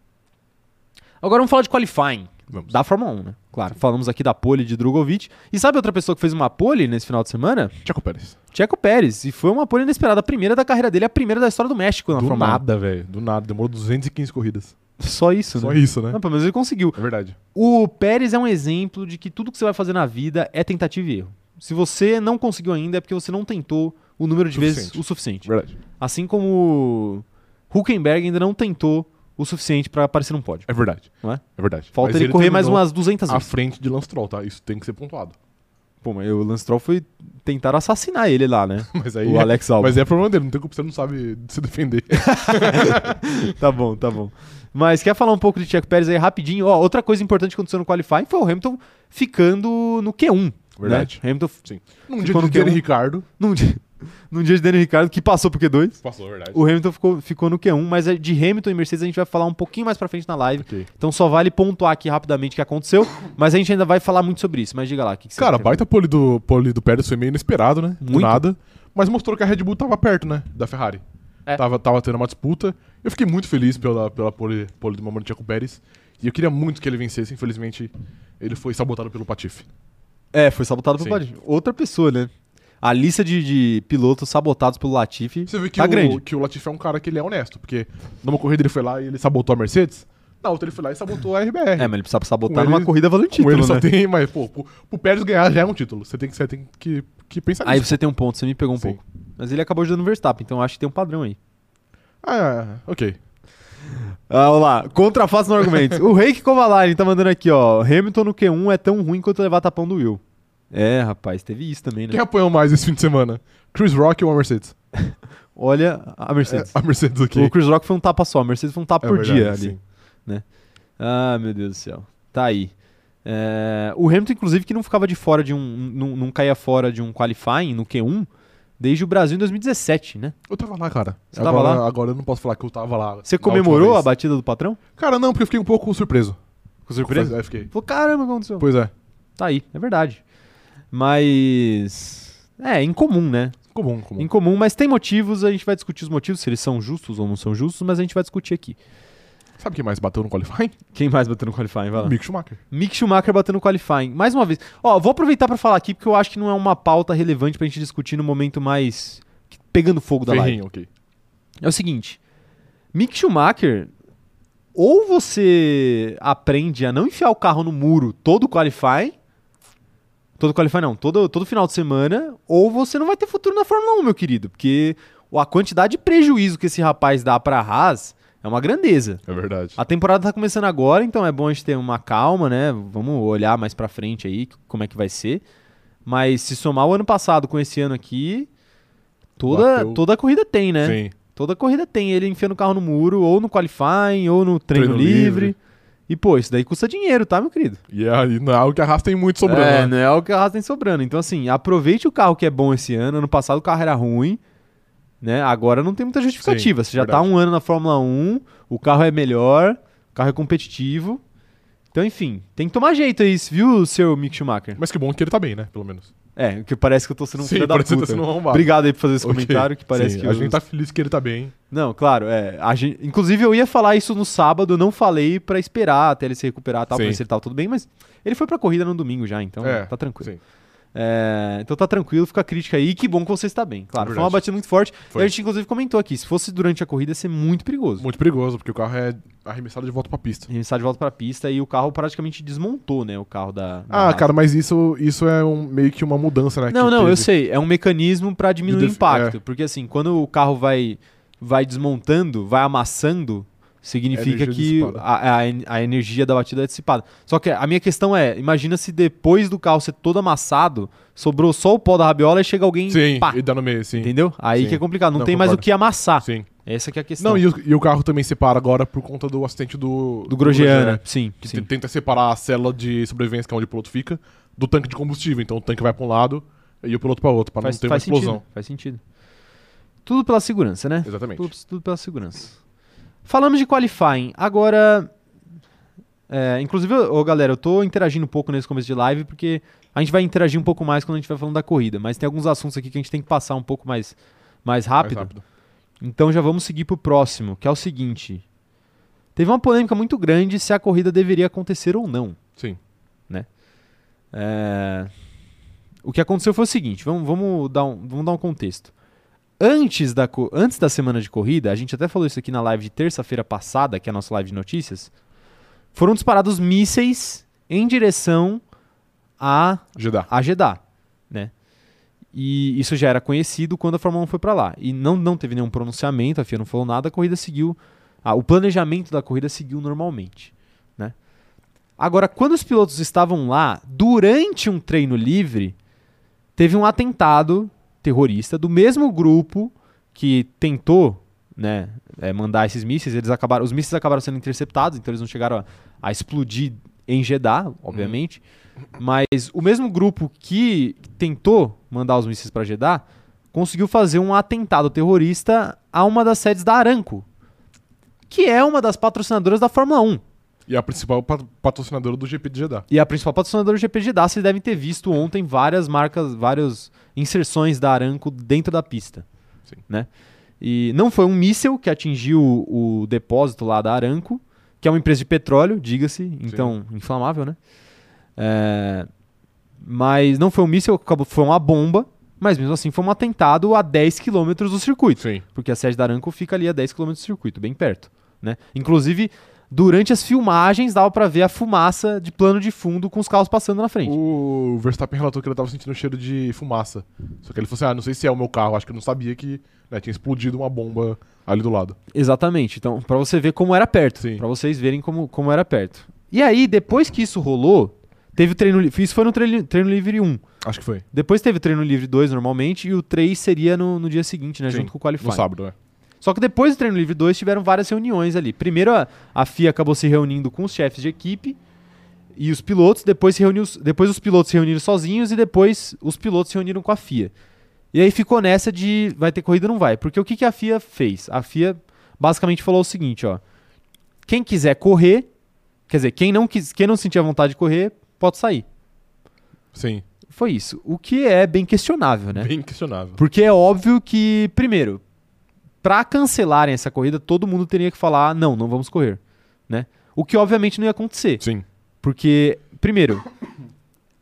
Speaker 1: Agora vamos falar de qualifying
Speaker 2: Vamos.
Speaker 1: da Fórmula 1, né? Claro, falamos aqui da pole de Drogovic. E sabe outra pessoa que fez uma pole nesse final de semana?
Speaker 2: Tcheco Pérez.
Speaker 1: Checo Pérez. E foi uma pole inesperada, a primeira da carreira dele, a primeira da história do México na
Speaker 2: Do
Speaker 1: Fórmula
Speaker 2: nada, velho. Do nada. Demorou 215 corridas.
Speaker 1: 1. Só isso,
Speaker 2: Só
Speaker 1: né?
Speaker 2: isso, né?
Speaker 1: Não, pelo menos ele conseguiu.
Speaker 2: É verdade.
Speaker 1: O Pérez é um exemplo de que tudo que você vai fazer na vida é tentativa e erro. Se você não conseguiu ainda, é porque você não tentou o número de vezes
Speaker 2: Suficiente.
Speaker 1: o suficiente.
Speaker 2: É Verdade.
Speaker 1: Assim como o Huckenberg ainda não tentou o suficiente pra aparecer num pódio.
Speaker 2: É verdade.
Speaker 1: Não é?
Speaker 2: É verdade.
Speaker 1: Falta
Speaker 2: Mas
Speaker 1: ele, correr mais assim.
Speaker 2: terminou
Speaker 1: umas 200
Speaker 2: À
Speaker 1: vezes.
Speaker 2: frente de Lance Troll, tá? Isso tem que ser pontuado. (laughs)
Speaker 1: Ah, Pô, mas o Lance Stroll foi tentar assassinar ele lá, né?
Speaker 2: Mas aí.
Speaker 1: O Alex Albon.
Speaker 2: (laughs) Mas é problema dele, não tem como você não sabe se defender. (laughs)
Speaker 1: Tá bom, tá bom. Mas quer falar um pouco de Checo Pérez aí rapidinho? Ó, outra coisa importante que aconteceu no qualifying foi o Hamilton ficando no Q1.
Speaker 2: Verdade.
Speaker 1: Né? Hamilton
Speaker 2: Num
Speaker 1: Ficou
Speaker 2: dia de
Speaker 1: no Q1.
Speaker 2: Daniel Ricardo.
Speaker 1: (laughs) num dia, num dia de Daniel Ricardo que passou pro Q2.
Speaker 2: Passou, é verdade.
Speaker 1: O Hamilton ficou, ficou no Q1, mas é de Hamilton e Mercedes a gente vai falar um pouquinho mais pra frente na live.
Speaker 2: Ok.
Speaker 1: Então só vale pontuar aqui rapidamente o que aconteceu, mas a gente ainda vai falar muito sobre isso. Mas diga lá, o que, que você
Speaker 2: Cara,
Speaker 1: quer?
Speaker 2: baita pole do, pole do Pérez foi meio inesperado, né? Do
Speaker 1: Muito.
Speaker 2: nada. Mas mostrou que a Red Bull tava perto, né? Da Ferrari.
Speaker 1: É.
Speaker 2: Tava, tava tendo uma disputa. Eu fiquei muito feliz pela, pela pole, pole do Mamoru Tcheco Pérez. E eu queria muito que ele vencesse. Infelizmente, ele foi sabotado pelo Patife.
Speaker 1: É, foi sabotado por
Speaker 2: Sim.
Speaker 1: Padilha. Outra pessoa, né? A lista de, de pilotos sabotados pelo Latifi
Speaker 2: Você viu que,
Speaker 1: tá
Speaker 2: o,
Speaker 1: grande.
Speaker 2: que o Latifi é um cara que ele é honesto. Porque numa corrida ele foi lá e ele sabotou a Mercedes. Na outra ele foi lá e sabotou a RBR.
Speaker 1: É, mas ele precisa sabotar
Speaker 2: Com
Speaker 1: numa
Speaker 2: ele-
Speaker 1: corrida valendo
Speaker 2: Com
Speaker 1: título,
Speaker 2: ele
Speaker 1: né?
Speaker 2: só tem... Mas, pô, pro, pro Pérez ganhar já é um título. Você tem que, você tem que, que pensar
Speaker 1: Aí
Speaker 2: nisso.
Speaker 1: você tem um ponto, você me pegou um
Speaker 2: Sim.
Speaker 1: pouco. Mas ele acabou ajudando o Verstappen, então eu acho que tem um padrão aí.
Speaker 2: Ah, ok.
Speaker 1: Ah, olha lá, contra a face no argumento. o Reiki Kovalainen tá mandando aqui, ó. Hamilton no Q1 é tão ruim quanto levar tapão do Will. É, rapaz, teve isso também, né?
Speaker 2: Quem apanhou mais esse fim de semana? Chris Rock ou a Mercedes?
Speaker 1: Olha a Mercedes.
Speaker 2: É, a Mercedes aqui.
Speaker 1: O Chris Rock foi um tapa só, a Mercedes foi um tapa
Speaker 2: É
Speaker 1: por
Speaker 2: verdade,
Speaker 1: dia ali.
Speaker 2: sim.
Speaker 1: Ah, meu Deus do céu. Tá aí. É, o Hamilton, inclusive, que não ficava de fora de um. Não, não caía fora de um qualifying no Q1 desde o Brasil em 2017, né?
Speaker 2: Eu tava lá, cara.
Speaker 1: Você
Speaker 2: agora,
Speaker 1: tava lá?
Speaker 2: Agora eu não posso falar que eu tava lá.
Speaker 1: Você
Speaker 2: na última
Speaker 1: comemorou a
Speaker 2: vez.
Speaker 1: batida do patrão?
Speaker 2: Cara, não, porque eu fiquei um pouco surpreso.
Speaker 1: Com
Speaker 2: É, fiquei.
Speaker 1: Falou, caramba, o que aconteceu?
Speaker 2: Pois é.
Speaker 1: Tá aí, é verdade. Mas. É, incomum, né?
Speaker 2: Comum, comum.
Speaker 1: Incomum, mas tem motivos, a gente vai discutir os motivos, se eles são justos ou não são justos, mas a gente vai discutir aqui.
Speaker 2: Sabe quem mais bateu no qualifying?
Speaker 1: Quem mais bateu no qualifying? Vai lá.
Speaker 2: Mick Schumacher.
Speaker 1: Mick Schumacher batendo no qualifying. Mais uma vez. Ó, vou aproveitar pra falar aqui, porque eu acho que não é uma pauta relevante pra gente discutir no momento mais. que- pegando fogo da live.
Speaker 2: Ferrinho, ok.
Speaker 1: É o seguinte: Mick Schumacher, ou você aprende a não enfiar o carro no muro todo o qualifying. Todo qualifying não, todo, todo final de semana, ou você não vai ter futuro na Fórmula 1, meu querido, porque a quantidade de prejuízo que esse rapaz dá pra Haas é uma grandeza.
Speaker 2: É verdade.
Speaker 1: A temporada tá começando agora, então é bom a gente ter uma calma, né? Vamos olhar mais pra frente aí c- como é que vai ser. Mas se somar o ano passado com esse ano aqui, toda,
Speaker 2: Bateu.
Speaker 1: toda corrida tem, né?
Speaker 2: Sim.
Speaker 1: Toda corrida tem ele enfiando o carro no muro, ou no qualifying, ou no treino,
Speaker 2: Treino
Speaker 1: livre.
Speaker 2: livre.
Speaker 1: E pô, isso daí custa dinheiro, tá, meu querido?
Speaker 2: E é, e não é algo que arrasta em muito sobrando.
Speaker 1: é,
Speaker 2: né?
Speaker 1: não é o que a Haas tem sobrando. Então assim, aproveite o carro que é bom esse ano. Ano passado o carro era ruim, né? Agora não tem muita justificativa.
Speaker 2: Sim,
Speaker 1: Você já
Speaker 2: verdade.
Speaker 1: tá um ano na Fórmula 1, o carro é melhor, o carro é competitivo. Então, enfim, tem que tomar jeito aí, viu, seu Mick Schumacher?
Speaker 2: Mas que bom que ele tá bem, né? Pelo menos.
Speaker 1: É, que parece que eu tô sendo um
Speaker 2: Sim,
Speaker 1: filho da
Speaker 2: parece que
Speaker 1: puta.
Speaker 2: tá sendo arrombado.
Speaker 1: Obrigado aí por fazer esse
Speaker 2: Ok.
Speaker 1: comentário, que parece
Speaker 2: Sim,
Speaker 1: que
Speaker 2: A
Speaker 1: eu-
Speaker 2: gente tá feliz que ele tá bem.
Speaker 1: Não, claro, é. a gen- Inclusive, eu ia falar isso no sábado, eu não falei pra esperar até ele se recuperar e tal, pra
Speaker 2: Sim.
Speaker 1: ver se ele tava tudo bem, mas ele foi pra corrida no domingo já, então
Speaker 2: É,
Speaker 1: tá tranquilo.
Speaker 2: Sim.
Speaker 1: É, então tá tranquilo, fica a crítica aí, que bom que você está bem. Claro, foi uma
Speaker 2: Verdade.
Speaker 1: batida muito forte.
Speaker 2: Foi.
Speaker 1: E a gente, inclusive, comentou aqui: se fosse durante a corrida, ia ser muito perigoso.
Speaker 2: Muito perigoso, porque o carro é arremessado de volta pra pista.
Speaker 1: A gente está de volta pra pista e o carro praticamente desmontou, né? O carro da. da
Speaker 2: Ah,
Speaker 1: Haas.
Speaker 2: cara, mas isso, isso é um- meio que uma mudança, né?
Speaker 1: Não,
Speaker 2: que
Speaker 1: não, eu
Speaker 2: teve.
Speaker 1: sei. É um mecanismo pra diminuir o
Speaker 2: def- é.
Speaker 1: impacto. Porque assim, quando o carro vai, vai desmontando, vai amassando, significa
Speaker 2: energia
Speaker 1: que
Speaker 2: dissipada.
Speaker 1: a, a en- a energia da batida é dissipada. Só que a minha questão é: imagina se depois do carro ser todo amassado, sobrou só o pó da rabiola e chega alguém
Speaker 2: Sim,
Speaker 1: e pá.
Speaker 2: e dá no meio, sim.
Speaker 1: Entendeu? Aí
Speaker 2: Sim.
Speaker 1: que é complicado, não,
Speaker 2: Não,
Speaker 1: tem mais o
Speaker 2: concordo.
Speaker 1: que amassar.
Speaker 2: Sim.
Speaker 1: Essa que é a questão.
Speaker 2: Não, e o, e o carro também separa agora por conta do acidente do.
Speaker 1: do Grosjeana,
Speaker 2: Grosjean, né?
Speaker 1: sim,
Speaker 2: Que
Speaker 1: sim.
Speaker 2: te- tenta separar a célula de sobrevivência, que é onde o piloto fica, do tanque de combustível. Então o tanque vai pra um lado e o piloto pra outro, pra não ter uma explosão.
Speaker 1: (laughs) Sentido, faz sentido. Tudo pela segurança, né?
Speaker 2: Exatamente.
Speaker 1: Tudo, tudo pela segurança. Falamos de qualifying. Agora, É, inclusive, ô, galera, eu tô interagindo um pouco nesse começo de live, porque a gente vai interagir um pouco mais quando a gente vai falando da corrida, mas tem alguns assuntos aqui que a gente tem que passar um pouco mais, mais
Speaker 2: Mais
Speaker 1: rápido. Então já vamos seguir pro próximo, que é o seguinte. Teve uma polêmica muito grande se a corrida deveria acontecer ou não.
Speaker 2: Sim.
Speaker 1: É, O que aconteceu foi o seguinte, vamos, vamos, dar, um, vamos dar um contexto. Antes da, co- antes da semana de corrida, a gente até falou isso aqui na live de terça-feira passada, que é a nossa live de notícias, foram disparados mísseis em direção a
Speaker 2: Jeddah.
Speaker 1: a Jeddah, né? E isso já era conhecido quando a Fórmula 1 foi para lá. E não, não teve nenhum pronunciamento, a FIA não falou nada, a corrida seguiu. ah, o planejamento da corrida seguiu normalmente, né? Agora, quando os pilotos estavam lá, durante um treino livre, teve um atentado terrorista do mesmo grupo que tentou, né, eh, mandar esses mísseis. Eles acabaram, os mísseis acabaram sendo interceptados, então eles não chegaram a, a explodir em Jeddah, obviamente. Mas o mesmo grupo que tentou mandar os mísseis para Jeddah conseguiu fazer um atentado terrorista a uma das sedes da Aranco, que é uma das patrocinadoras da Fórmula 1.
Speaker 2: E a principal pat- patrocinadora do GP de Jeddah.
Speaker 1: E a principal patrocinadora do GP de Jeddah, vocês devem ter visto ontem várias marcas, várias inserções da Aranco dentro da pista.
Speaker 2: Sim.
Speaker 1: Né? E não foi um míssil que atingiu o depósito lá da Aranco, que é uma empresa de petróleo, diga-se, então inflamável, né? É, mas não foi um míssil, acabou- foi uma bomba, mas mesmo assim foi um atentado a 10 quilômetros do circuito
Speaker 2: Sim.
Speaker 1: porque a sede da Aranco fica ali a 10 km do circuito, bem perto, né? Inclusive, durante as filmagens dava pra ver a fumaça de plano de fundo com os carros passando na frente.
Speaker 2: O Verstappen relatou que ele tava sentindo um cheiro de fumaça. Só que ele falou assim: ah, não sei se é o meu carro, acho que eu não sabia que né, tinha explodido uma bomba ali do lado.
Speaker 1: Exatamente. Então, pra você ver como era perto,
Speaker 2: Sim.
Speaker 1: pra vocês verem como, como era perto. E aí, depois que isso rolou, teve o treino, li- isso foi no treino, treino livre 1.
Speaker 2: Acho que foi.
Speaker 1: Depois teve o treino livre 2 normalmente e o 3 seria no, no dia seguinte, né,
Speaker 2: Sim,
Speaker 1: junto com o
Speaker 2: No
Speaker 1: qualifying.
Speaker 2: sábado, né?
Speaker 1: Só que depois do treino livre 2 tiveram várias reuniões ali. Primeiro a, a FIA acabou se reunindo com os chefes de equipe e os pilotos, depois, se reuniu, depois os pilotos se reuniram sozinhos e depois os pilotos se reuniram com a FIA. E aí ficou nessa de vai ter corrida ou não vai. Porque o que, que a FIA fez? A FIA basicamente falou o seguinte, ó. Quem quiser correr, quer dizer, quem não, quis, quem não sentir a vontade de correr, pode sair.
Speaker 2: Sim.
Speaker 1: Foi isso. O que é bem questionável, né?
Speaker 2: Bem questionável.
Speaker 1: Porque é óbvio que, primeiro, pra cancelarem essa corrida, todo mundo teria que falar: não, não vamos correr. Né? O que obviamente não ia acontecer.
Speaker 2: Sim.
Speaker 1: Porque, primeiro,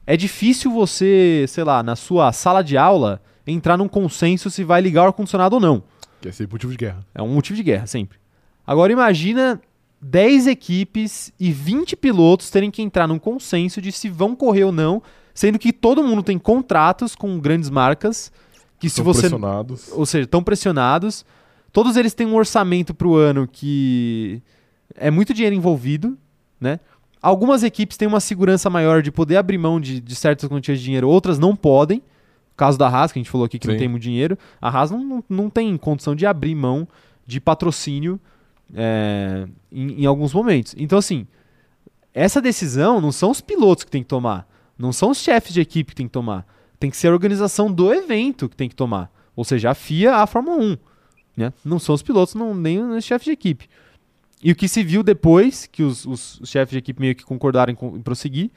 Speaker 1: é difícil você, sei lá, na sua sala de aula, entrar num consenso se vai ligar o ar-condicionado ou não.
Speaker 2: Que é ser motivo de guerra.
Speaker 1: É um motivo de guerra, sempre. Agora imagina 10 equipes e 20 pilotos terem que entrar num consenso de se vão correr ou não, sendo que todo mundo tem contratos com grandes marcas que se
Speaker 2: São
Speaker 1: você
Speaker 2: pressionados.
Speaker 1: ou seja, estão pressionados. Todos eles têm um orçamento para o ano que é muito dinheiro envolvido, né? Algumas equipes têm uma segurança maior de poder abrir mão de, de certas quantias de dinheiro, outras não podem. O caso da Haas, que a gente falou aqui que não
Speaker 2: Sim.
Speaker 1: tem muito dinheiro, a Haas não, não, não tem condição de abrir mão de patrocínio é, em, em alguns momentos. Então, assim, essa decisão não são os pilotos que têm que tomar, não são os chefes de equipe que têm que tomar. Tem que ser a organização do evento que tem que tomar. Ou seja, a FIA, a Fórmula 1. Né? Não são os pilotos, não, nem os chefes de equipe. E o que se viu depois, que os, os chefes de equipe meio que concordaram em, con- em prosseguir,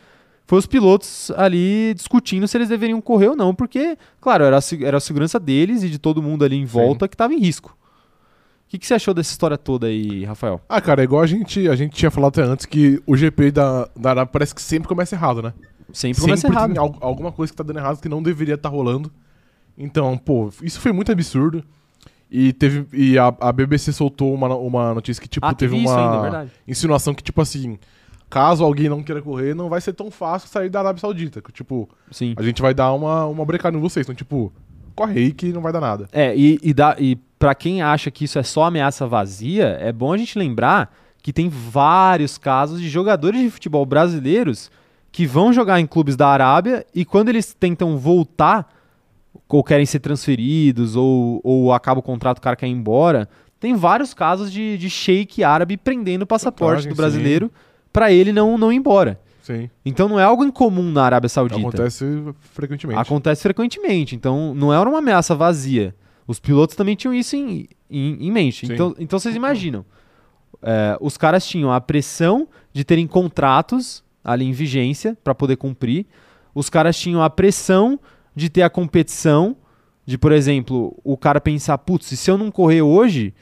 Speaker 1: foi os pilotos ali discutindo se eles deveriam correr ou não, porque, claro, era a, se- era a segurança deles e de todo mundo ali em volta que estava em risco. O que, que você achou dessa história toda aí, Rafael?
Speaker 2: Ah, cara, é igual a gente, a gente tinha falado até antes que o GP da, da Arábia parece que sempre começa errado, né?
Speaker 1: Sempre começa
Speaker 2: sempre
Speaker 1: errado.
Speaker 2: tem al- alguma coisa que tá dando errado que não deveria estar rolando. Então, pô, isso foi muito absurdo. E teve e a, a BBC soltou uma, no- uma notícia que tipo
Speaker 1: Ah,
Speaker 2: teve
Speaker 1: teve isso
Speaker 2: uma
Speaker 1: ainda, é verdade.
Speaker 2: insinuação que tipo assim, caso alguém não queira correr, não vai ser tão fácil sair da Arábia Saudita, que tipo,
Speaker 1: Sim.
Speaker 2: a gente vai dar uma uma brecada em vocês, então tipo, corre aí que não vai dar nada.
Speaker 1: É, e, e, dá, e pra quem acha que isso é só ameaça vazia, é bom a gente lembrar que tem vários casos de jogadores de futebol brasileiros que vão jogar em clubes da Arábia e quando eles tentam voltar, ou querem ser transferidos, ou, ou acaba o contrato, o cara quer ir embora. Tem vários casos de, de sheik árabe prendendo o passaporte
Speaker 2: Tatuagem,
Speaker 1: do
Speaker 2: sim.
Speaker 1: brasileiro pra ele não, não ir embora.
Speaker 2: Sim.
Speaker 1: Então não é algo incomum na Arábia Saudita.
Speaker 2: Acontece frequentemente.
Speaker 1: Acontece frequentemente, então não era uma ameaça vazia. Os pilotos também tinham isso em, em, em mente.
Speaker 2: Sim.
Speaker 1: Então, então vocês imaginam. é, os caras tinham a pressão de terem contratos ali em vigência para poder cumprir. Os caras tinham a pressão de ter a competição, de, por exemplo, o cara pensar, putz, se eu não correr hoje,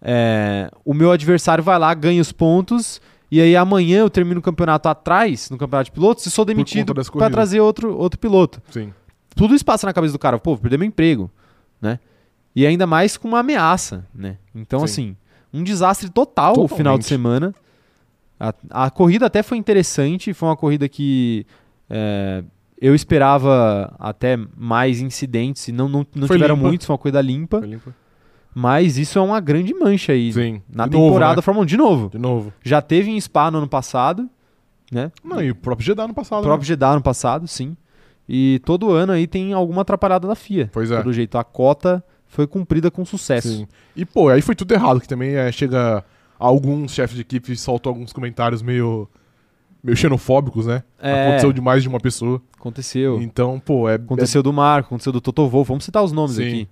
Speaker 1: é, o meu adversário vai lá, ganha os pontos, e aí amanhã eu termino o campeonato atrás, no campeonato de pilotos, e sou demitido
Speaker 2: conta das
Speaker 1: para
Speaker 2: corridas.
Speaker 1: trazer outro, outro piloto
Speaker 2: Sim.
Speaker 1: tudo isso passa na cabeça do cara, pô, vou perder meu emprego, né? E ainda mais com uma ameaça, né? Então,
Speaker 2: Sim.
Speaker 1: assim, um desastre total o
Speaker 2: Totalmente.
Speaker 1: final de semana. A, a corrida até foi interessante, foi uma corrida que é, eu esperava até mais incidentes e não, não, não
Speaker 2: Foi
Speaker 1: tiveram
Speaker 2: limpa.
Speaker 1: muitos, foi uma corrida limpa, mas isso é uma grande mancha aí
Speaker 2: Sim.
Speaker 1: na
Speaker 2: De novo,
Speaker 1: temporada
Speaker 2: né?
Speaker 1: da Fórmula 1, de novo.
Speaker 2: De novo.
Speaker 1: Já teve em Spa no ano passado, né?
Speaker 2: Não, e o próprio Jeddah no passado.
Speaker 1: O próprio Jeddah no passado, sim. E todo ano aí tem alguma atrapalhada da FIA.
Speaker 2: Pois é.
Speaker 1: Pelo jeito, a cota foi cumprida com
Speaker 2: né?
Speaker 1: sucesso.
Speaker 2: Sim. E, pô, aí foi tudo errado, que também é, chega alguns chefes de equipe e soltam alguns comentários meio, meio xenofóbicos, né?
Speaker 1: É.
Speaker 2: Aconteceu demais de uma pessoa.
Speaker 1: Aconteceu.
Speaker 2: Então, pô, é.
Speaker 1: Aconteceu do Marco, aconteceu do Toto Wolff. Vamos citar os nomes
Speaker 2: Sim.
Speaker 1: aqui.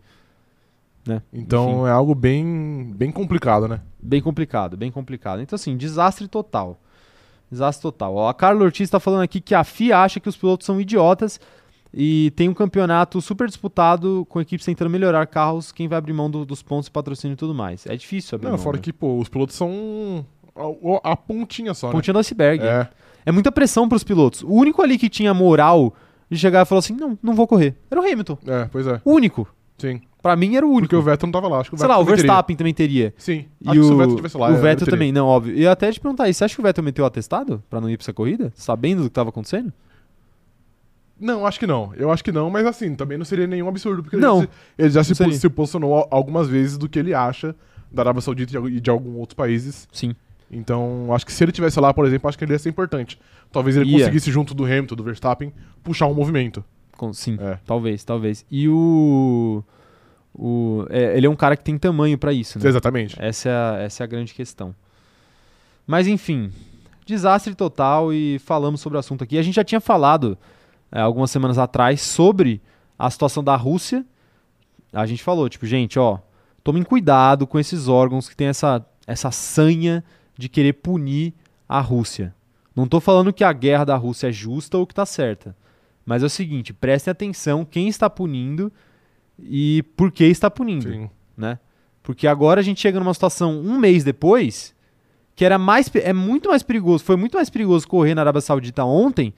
Speaker 1: Né?
Speaker 2: é- então
Speaker 1: Enfim,
Speaker 2: é algo bem, bem complicado, né?
Speaker 1: bem complicado, bem complicado. Então, assim, desastre total. Desastre total. Ó, a Carla Ortiz está falando aqui que a FIA acha que os pilotos são idiotas e tem um campeonato super disputado com equipes tentando melhorar carros, quem vai abrir mão do- dos pontos, patrocínio e tudo mais. É difícil abrir
Speaker 2: Não,
Speaker 1: mão,
Speaker 2: fora
Speaker 1: né?
Speaker 2: que, pô, os pilotos são a, a- a pontinha só, né?
Speaker 1: Pontinha do iceberg.
Speaker 2: É.
Speaker 1: É muita pressão pros pilotos. O único ali que tinha moral de chegar e falar assim: não, não vou correr. Era o Hamilton.
Speaker 2: É, pois é.
Speaker 1: O único.
Speaker 2: Sim.
Speaker 1: Pra mim era o
Speaker 2: Porque
Speaker 1: único.
Speaker 2: o Vettel não tava lá. Acho que o
Speaker 1: Sei
Speaker 2: Vettel
Speaker 1: lá, o
Speaker 2: também teria.
Speaker 1: Verstappen também teria.
Speaker 2: Sim.
Speaker 1: E
Speaker 2: acho que se
Speaker 1: o,
Speaker 2: o Vettel tivesse lá.
Speaker 1: o
Speaker 2: ele
Speaker 1: Vettel
Speaker 2: teria.
Speaker 1: também, não, óbvio. E eu até ia te perguntar aí: você acha que o Vettel meteu o atestado pra não ir pra essa corrida? Sabendo do que tava acontecendo?
Speaker 2: Não, acho que não. Eu acho que não, mas assim, também não seria nenhum absurdo, porque
Speaker 1: Não.
Speaker 2: ele já, se, ele já se,
Speaker 1: Não seria.
Speaker 2: pos- se posicionou al- algumas vezes do que ele acha da Arábia Saudita e de al- e de alguns outros países.
Speaker 1: Sim.
Speaker 2: Então, acho que se ele tivesse lá, por exemplo, acho que ele ia ser importante. Talvez ele
Speaker 1: Ia.
Speaker 2: conseguisse, junto do Hamilton, do Verstappen, puxar um movimento.
Speaker 1: Com- sim,
Speaker 2: É.
Speaker 1: talvez, talvez. E o. o é, ele é um cara que tem tamanho pra isso, né?
Speaker 2: Exatamente.
Speaker 1: Essa é, a, essa é a grande questão. Mas enfim, desastre total e falamos sobre o assunto aqui. A gente já tinha falado é, algumas semanas atrás sobre a situação da Rússia. A gente falou, tipo, gente, ó, tomem cuidado com esses órgãos que têm essa, essa sanha de querer punir a Rússia. Não tô falando que a guerra da Rússia é justa ou que tá certa. Mas é o seguinte, prestem atenção quem está punindo e por que está punindo
Speaker 2: Sim.
Speaker 1: né? Porque agora a gente chega numa situação um mês depois que era mais pe- é muito mais perigoso, foi muito mais perigoso correr na Arábia Saudita ontem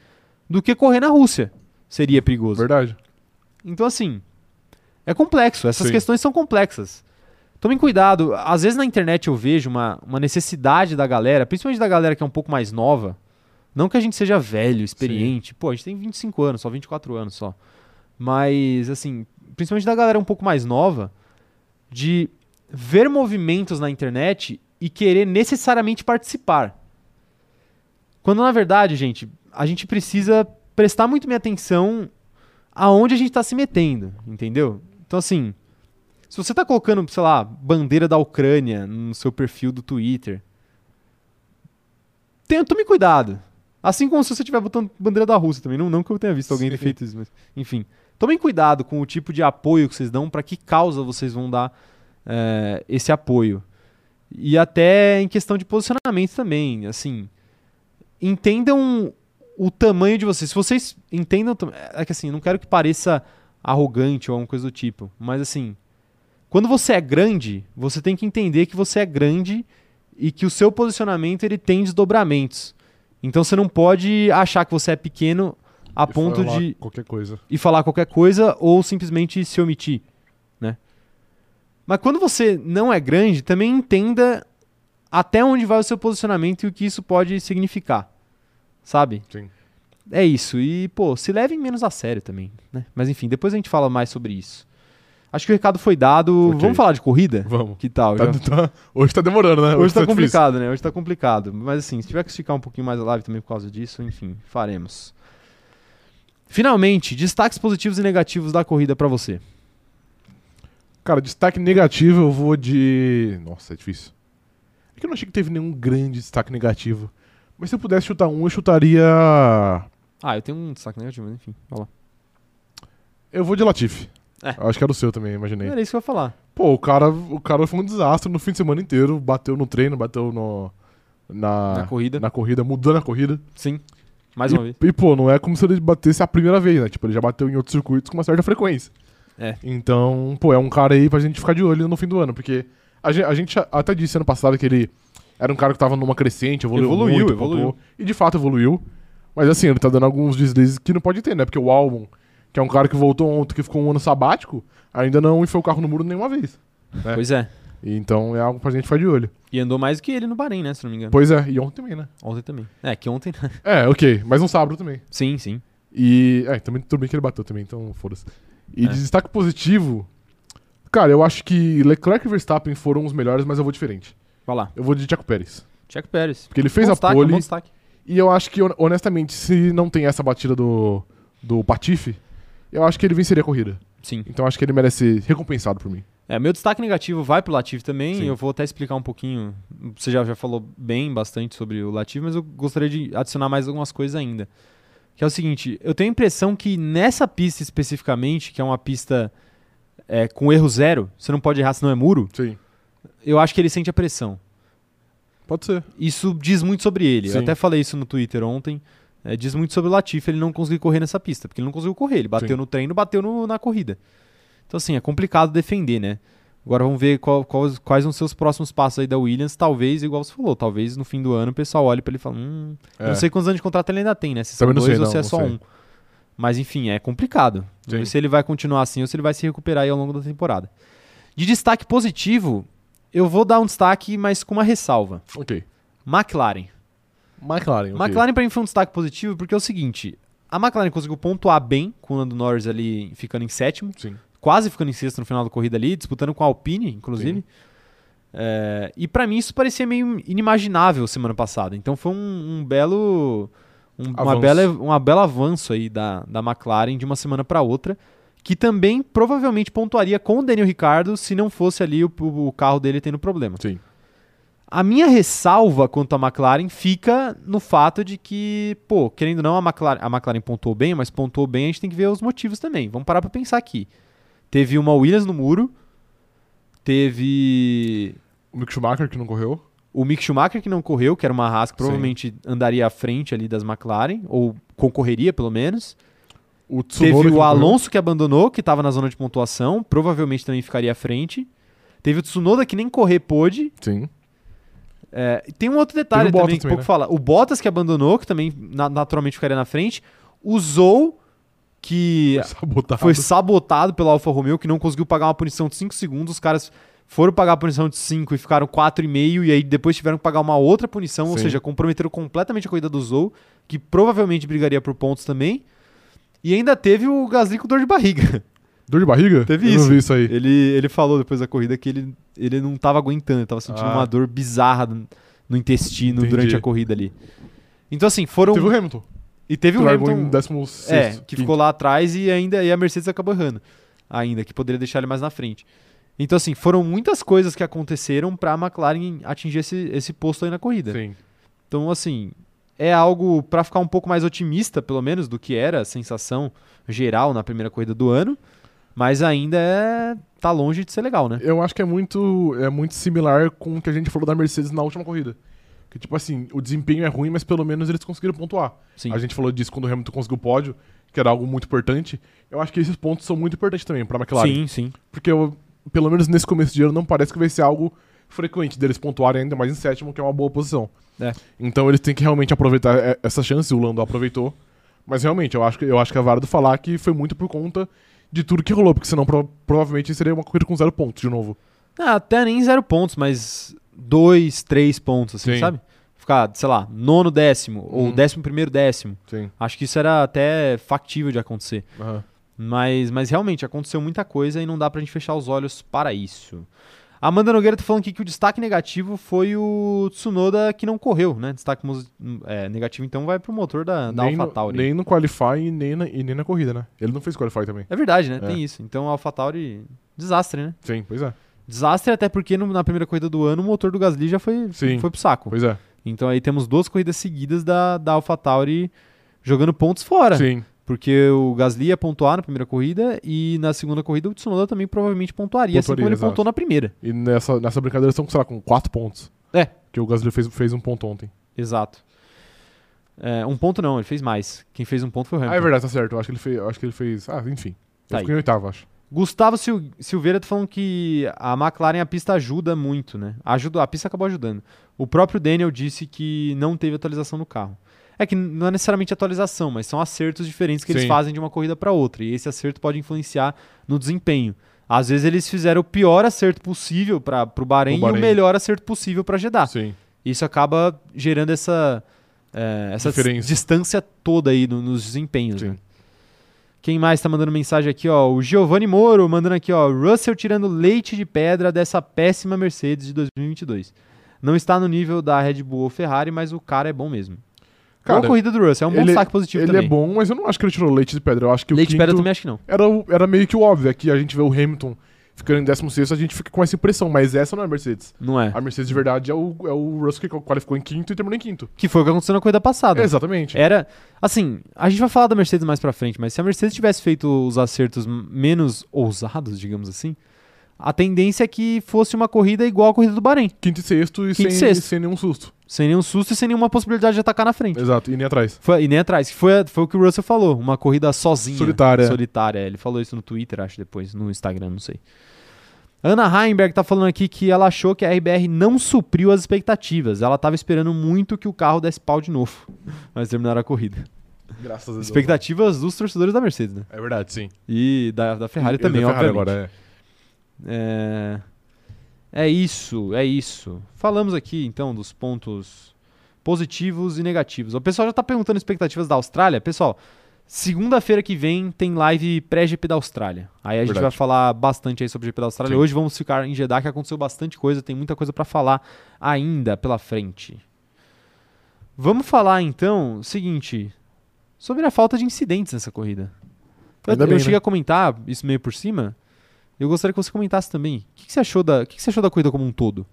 Speaker 1: do que correr na Rússia. Seria perigoso.
Speaker 2: Verdade.
Speaker 1: Então assim, é complexo, essas
Speaker 2: Sim.
Speaker 1: questões são complexas. Tomem cuidado, às vezes na internet eu vejo uma, uma necessidade da galera, principalmente da galera que é um pouco mais nova, não que a gente seja velho, experiente, pô, a gente tem 25 anos, só 24 anos só. Mas, assim, principalmente da galera um pouco mais nova, de ver movimentos na internet e querer necessariamente participar. Quando na verdade, gente, a gente precisa prestar muito minha atenção aonde a gente está se metendo, entendeu? Então, assim, se você tá colocando, sei lá, bandeira da Ucrânia no seu perfil do Twitter, tenha, tome cuidado. Assim como se você estiver botando bandeira da Rússia também. Não, não que eu tenha visto alguém ter
Speaker 2: Sim.
Speaker 1: feito isso, mas. Enfim. Tomem cuidado com o tipo de apoio que vocês dão, para que causa vocês vão dar eh, esse apoio. E até em questão de posicionamento também. Assim. Entendam o tamanho de vocês. Se vocês entendam. o tam- É que assim, eu não quero que pareça arrogante ou alguma coisa do tipo. Mas assim, quando você é grande, você tem que entender que você é grande e que o seu posicionamento ele tem desdobramentos. Então você não pode achar que você é pequeno a
Speaker 2: E
Speaker 1: ponto
Speaker 2: falar
Speaker 1: de
Speaker 2: é Qualquer coisa.
Speaker 1: e falar qualquer coisa ou simplesmente se omitir, né? Mas quando você não é grande, também entenda até onde vai o seu posicionamento e o que isso pode significar, sabe?
Speaker 2: Sim.
Speaker 1: É isso. E, pô, se levem menos a sério também, né? Mas enfim, depois a gente fala mais sobre isso. Acho que o recado foi dado.
Speaker 2: Ok.
Speaker 1: Vamos falar de corrida?
Speaker 2: Vamos.
Speaker 1: Que tal?
Speaker 2: Tá-
Speaker 1: Já-
Speaker 2: tá- hoje tá demorando, né?
Speaker 1: Hoje tá
Speaker 2: difícil.
Speaker 1: complicado, né? Hoje tá complicado. Mas assim, se tiver que esticar um pouquinho mais a live também por causa disso, enfim, faremos. Finalmente, destaques positivos e negativos da corrida pra você.
Speaker 2: Cara, destaque negativo eu vou de. Nossa, é difícil. É que eu não achei que teve nenhum grande destaque negativo. Mas se eu pudesse chutar um, eu chutaria.
Speaker 1: Ah, eu tenho um destaque negativo, mas enfim, vai lá.
Speaker 2: Eu vou de Latifi.
Speaker 1: É.
Speaker 2: Eu Acho que era o seu também, imaginei.
Speaker 1: Era isso que eu ia falar.
Speaker 2: Pô, o cara, o cara foi um desastre no fim de semana inteiro. Bateu no treino, bateu no, na,
Speaker 1: Na corrida.
Speaker 2: na corrida, mudou na corrida.
Speaker 1: Sim. Mais
Speaker 2: Ah. e,
Speaker 1: uma vez.
Speaker 2: E, pô, não é como se ele batesse a primeira vez, né? Tipo, ele já bateu em outros circuitos com uma certa frequência.
Speaker 1: É.
Speaker 2: Então, pô, é um cara aí pra gente ficar de olho no fim do ano, porque a gen- a gente, até disse ano passado que ele era um cara que tava numa crescente, evoluiu,
Speaker 1: Evoluiu,
Speaker 2: muito,
Speaker 1: evoluiu.
Speaker 2: pontuou, e de fato evoluiu. Mas assim, ele tá dando alguns deslizes que não pode ter, né? Porque o álbum, que é um cara que voltou ontem, que ficou um ano sabático, ainda não enfiou o carro no muro nenhuma vez. É.
Speaker 1: Pois é.
Speaker 2: Então é algo pra gente ficar de olho.
Speaker 1: E andou mais do que ele no Bahrein, né? Se não me engano.
Speaker 2: Pois é, e ontem também, né?
Speaker 1: Ontem também. É, que ontem.
Speaker 2: É, ok, mas um sábado também.
Speaker 1: sim, sim.
Speaker 2: E. É, também tudo bem que ele bateu também, então foda-se. E
Speaker 1: É.
Speaker 2: de destaque positivo. Cara, eu acho que Leclerc e Verstappen foram os melhores, mas eu vou diferente.
Speaker 1: Vai lá.
Speaker 2: Eu vou de Checo Pérez.
Speaker 1: Checo Pérez.
Speaker 2: Porque ele fez
Speaker 1: Bom
Speaker 2: a
Speaker 1: destaque, é um
Speaker 2: pole.
Speaker 1: bom destaque.
Speaker 2: E eu acho que, hon- honestamente, se não tem essa batida do, do Patife, eu acho que ele venceria a corrida.
Speaker 1: Sim.
Speaker 2: Então eu acho que ele merece ser recompensado por mim.
Speaker 1: É, meu destaque negativo vai pro Latifi também.
Speaker 2: Sim.
Speaker 1: Eu vou até explicar um pouquinho. Você já, já falou bem bastante sobre o Latifi, mas eu gostaria de adicionar mais algumas coisas ainda. Que é o seguinte, eu tenho a impressão que nessa pista especificamente, que é uma pista é, com erro zero, você não pode errar senão é muro,
Speaker 2: Sim.
Speaker 1: eu acho que ele sente a pressão.
Speaker 2: Pode ser.
Speaker 1: Isso diz muito sobre ele.
Speaker 2: Sim.
Speaker 1: Eu até falei isso no Twitter ontem. É, diz muito sobre o Latifi ele não conseguir correr nessa pista, porque ele não conseguiu correr. Ele bateu
Speaker 2: Sim.
Speaker 1: no treino, bateu no- na corrida. Então, assim, é complicado defender, né? Agora vamos ver qual- qual- quais vão ser os próximos passos aí da Williams. Talvez, igual você falou, talvez no fim do ano o pessoal olhe pra ele e fale: Hum,
Speaker 2: É,
Speaker 1: eu não sei quantos anos de contrato ele ainda tem, né? Se são
Speaker 2: Também não
Speaker 1: dois
Speaker 2: sei,
Speaker 1: ou
Speaker 2: não,
Speaker 1: se é
Speaker 2: não
Speaker 1: só
Speaker 2: sei.
Speaker 1: um. Mas enfim, é complicado. Vamos
Speaker 2: Sim.
Speaker 1: ver se ele vai continuar assim ou se ele vai se recuperar aí ao longo da temporada. De destaque positivo, eu vou dar um destaque, mas com uma ressalva.
Speaker 2: Ok.
Speaker 1: McLaren.
Speaker 2: McLaren. ok.
Speaker 1: McLaren pra mim foi um destaque positivo porque é o seguinte, a McLaren conseguiu pontuar bem com o Lando Norris ali ficando em sétimo,
Speaker 2: Sim.
Speaker 1: quase ficando em sexto no final da corrida ali, disputando com a Alpine, inclusive. É, e pra mim isso parecia meio inimaginável semana passada. Então foi um, um belo um, uma
Speaker 2: Avanço.
Speaker 1: bela uma bela avanço aí da, da McLaren de uma semana pra outra, que também provavelmente pontuaria com o Daniel Ricciardo se não fosse ali o, o carro dele tendo problema.
Speaker 2: Sim.
Speaker 1: A minha ressalva quanto à McLaren fica no fato de que, pô, querendo ou não, a McLaren, a McLaren pontuou bem, mas pontuou bem, a gente tem que ver os motivos também. Vamos parar pra pensar aqui. Teve uma Williams no muro, teve
Speaker 2: O Mick Schumacher que não correu.
Speaker 1: o Mick Schumacher que não correu, que era uma Haas que
Speaker 2: Sim.
Speaker 1: provavelmente andaria à frente ali das McLaren, ou concorreria pelo menos.
Speaker 2: O Tsunoda
Speaker 1: Teve
Speaker 2: que não
Speaker 1: o
Speaker 2: correu.
Speaker 1: Alonso que abandonou, que estava na zona de pontuação, provavelmente também ficaria à frente. Teve o Tsunoda que nem correr pôde,
Speaker 2: Sim.
Speaker 1: É, e tem um outro detalhe
Speaker 2: Teve o
Speaker 1: também
Speaker 2: Bottas
Speaker 1: que
Speaker 2: também, né?
Speaker 1: pouco fala. O Bottas que abandonou, que também na- naturalmente ficaria na frente, usou que
Speaker 2: Foi (laughs) sabotado.
Speaker 1: foi sabotado pela Alfa Romeo, que não conseguiu pagar uma punição de 5 segundos. Os caras foram pagar a punição de 5 e ficaram 4,5, e aí depois tiveram que pagar uma outra punição, ou
Speaker 2: Sim.
Speaker 1: seja, comprometeram completamente a corrida do Zou, que provavelmente brigaria por pontos também. E ainda teve o Gasly com dor de
Speaker 2: (laughs)
Speaker 1: barriga.
Speaker 2: Dor de barriga?
Speaker 1: Teve
Speaker 2: eu
Speaker 1: isso.
Speaker 2: não vi isso aí.
Speaker 1: Ele, ele falou depois da corrida que ele, ele não tava aguentando, ele tava sentindo
Speaker 2: Ah.
Speaker 1: uma dor bizarra no, no intestino
Speaker 2: Entendi.
Speaker 1: durante a corrida ali. Então, assim, foram.
Speaker 2: Teve o Hamilton.
Speaker 1: e teve
Speaker 2: que
Speaker 1: o
Speaker 2: largou
Speaker 1: Hamilton.
Speaker 2: em 16
Speaker 1: É, que ficou lá atrás e ainda e a Mercedes acabou errando. Ainda, que poderia deixar ele mais na frente. Então, assim, foram muitas coisas que aconteceram pra McLaren atingir esse, esse posto aí na corrida.
Speaker 2: Sim.
Speaker 1: Então, assim, é algo pra ficar um pouco mais otimista, pelo menos, do que era a sensação geral na primeira corrida do ano. Mas ainda é. tá longe de ser legal, né?
Speaker 2: Eu acho que é muito, é muito similar com o que a gente falou da Mercedes na última corrida. Que, tipo assim, o desempenho é ruim, mas pelo menos eles conseguiram pontuar.
Speaker 1: Sim.
Speaker 2: A gente falou disso quando o Hamilton conseguiu o pódio, que era algo muito importante. Eu acho que esses pontos são muito importantes também pra McLaren.
Speaker 1: Sim, sim.
Speaker 2: Porque, eu- pelo menos nesse começo de ano, não parece que vai ser algo frequente deles pontuarem ainda mais em sétimo, que é uma boa posição.
Speaker 1: É.
Speaker 2: Então eles têm que realmente aproveitar é, essa chance, o Lando aproveitou. Mas realmente, eu acho que, eu acho que é válido falar que foi muito por conta de tudo que rolou, porque senão pro- provavelmente seria uma corrida com zero pontos de novo.
Speaker 1: Ah, até nem zero pontos, mas dois, três pontos, assim,
Speaker 2: Sim.
Speaker 1: sabe? Ficar, sei lá, nono décimo, ou
Speaker 2: Hum.
Speaker 1: décimo primeiro décimo.
Speaker 2: Sim.
Speaker 1: Acho que isso era até factível de acontecer. Mas, mas realmente, aconteceu muita coisa e não dá pra gente fechar os olhos para isso. A Amanda Nogueira tá falando aqui que o destaque negativo foi o Tsunoda que não correu, né? Destaque mus- é, negativo, então, vai pro motor da, da
Speaker 2: nem, no,
Speaker 1: AlphaTauri.
Speaker 2: nem no qualify e nem, na, e nem na corrida, né? Ele não fez qualify também.
Speaker 1: É verdade, né?
Speaker 2: É.
Speaker 1: Tem isso. Então, a AlphaTauri, desastre, né?
Speaker 2: Sim, pois é.
Speaker 1: Desastre até porque no- na primeira corrida do ano o motor do Gasly já foi,
Speaker 2: Sim.
Speaker 1: foi pro saco.
Speaker 2: Pois é.
Speaker 1: Então aí temos duas corridas seguidas da, da AlphaTauri jogando pontos fora.
Speaker 2: Sim.
Speaker 1: Porque o Gasly ia pontuar na primeira corrida e na segunda corrida o Tsunoda também provavelmente pontuaria, assim
Speaker 2: Pontuaria,
Speaker 1: como ele
Speaker 2: exato.
Speaker 1: pontuou na primeira.
Speaker 2: E nessa, nessa brincadeira estão, sei lá, com 4 pontos.
Speaker 1: É.
Speaker 2: Que o Gasly fez, fez um ponto ontem.
Speaker 1: Exato. É, um ponto não, ele fez mais. Quem fez um ponto foi o
Speaker 2: Ah, é
Speaker 1: Hamilton.
Speaker 2: verdade, tá certo. Eu acho que ele fez. eu acho que ele fez ah, enfim.
Speaker 1: Tá
Speaker 2: Ele
Speaker 1: aí.
Speaker 2: ficou em oitavo, acho.
Speaker 1: Gustavo Sil- Silveira tá falando que a McLaren a pista ajuda muito, né? Ajuda, a pista acabou ajudando. O próprio Daniel disse que não teve atualização no carro. É que não é necessariamente atualização, mas são acertos diferentes que eles
Speaker 2: Sim.
Speaker 1: fazem de uma corrida para outra. E esse acerto pode influenciar no desempenho. Às vezes eles fizeram o pior acerto possível para o Bahrein,
Speaker 2: Bahrein.
Speaker 1: e o melhor acerto possível para Jeddah.
Speaker 2: Sim.
Speaker 1: Isso acaba gerando essa, é, essa
Speaker 2: Diferença.
Speaker 1: dis- distância toda aí no- nos desempenhos.
Speaker 2: Sim.
Speaker 1: né? Quem mais tá mandando mensagem aqui, ó? O Giovanni Moro mandando aqui, ó. Russell tirando leite de pedra dessa péssima Mercedes de 2022. Não está no nível da Red Bull ou Ferrari, mas o cara é bom mesmo. Boa
Speaker 2: Cara,
Speaker 1: corrida do Russell, é um bom
Speaker 2: ele-
Speaker 1: saque positivo
Speaker 2: ele
Speaker 1: também.
Speaker 2: é bom, mas eu não acho que ele tirou leite de pedra. Eu acho que
Speaker 1: leite
Speaker 2: o
Speaker 1: de
Speaker 2: quinto
Speaker 1: pedra eu também é acho que não.
Speaker 2: era, o- era meio que o óbvio. Aqui a gente vê o Hamilton ficando em 16, a gente fica com essa impressão, mas essa não é a Mercedes.
Speaker 1: Não é.
Speaker 2: A Mercedes de verdade é o, é o Russell que qualificou em quinto e terminou em quinto.
Speaker 1: Que foi o que aconteceu na corrida passada.
Speaker 2: Exatamente.
Speaker 1: Era. Assim, a gente vai falar da Mercedes mais pra frente, mas se a Mercedes tivesse feito os acertos m- menos ousados, digamos assim, a tendência é que fosse uma corrida igual a corrida do Bahrein.
Speaker 2: Quinto e sexto e,
Speaker 1: Quinto e
Speaker 2: sem,
Speaker 1: sexto.
Speaker 2: sem nenhum susto.
Speaker 1: Sem nenhum susto e sem nenhuma possibilidade de atacar na frente.
Speaker 2: Exato, e nem atrás.
Speaker 1: Foi- e nem atrás, que foi, a- foi o que o Russell falou, uma corrida sozinha.
Speaker 2: Solitária.
Speaker 1: Solitária, é, Ele falou isso no Twitter, acho, depois, no Instagram, não sei. Ana Heimberg tá falando aqui que ela achou que a RBR não supriu as expectativas. Ela tava esperando muito que o carro desse pau de novo. (laughs) Mas terminaram a corrida.
Speaker 2: Graças a Deus.
Speaker 1: Expectativas dos torcedores da Mercedes, né?
Speaker 2: É verdade, sim.
Speaker 1: E da, da Ferrari também,
Speaker 2: da Ferrari
Speaker 1: obviamente.
Speaker 2: agora, é.
Speaker 1: É... é isso, é isso. Falamos aqui, então, dos pontos positivos e negativos. O pessoal já tá perguntando expectativas da Austrália. Pessoal, segunda-feira que vem tem live pré-GP da Austrália. Aí a gente vai
Speaker 2: Verdade.
Speaker 1: falar bastante aí sobre o GP da Austrália.
Speaker 2: Sim.
Speaker 1: Hoje vamos ficar em Jeddah, que aconteceu bastante coisa. Tem muita coisa pra falar ainda pela frente. Vamos falar, então, o seguinte... Sobre a falta de incidentes nessa corrida. Eu,
Speaker 2: Ainda
Speaker 1: eu
Speaker 2: bem,
Speaker 1: cheguei
Speaker 2: né?
Speaker 1: a comentar isso meio por cima. Eu gostaria que você comentasse também. O que, que você achou da, o que, que você achou da corrida como um todo?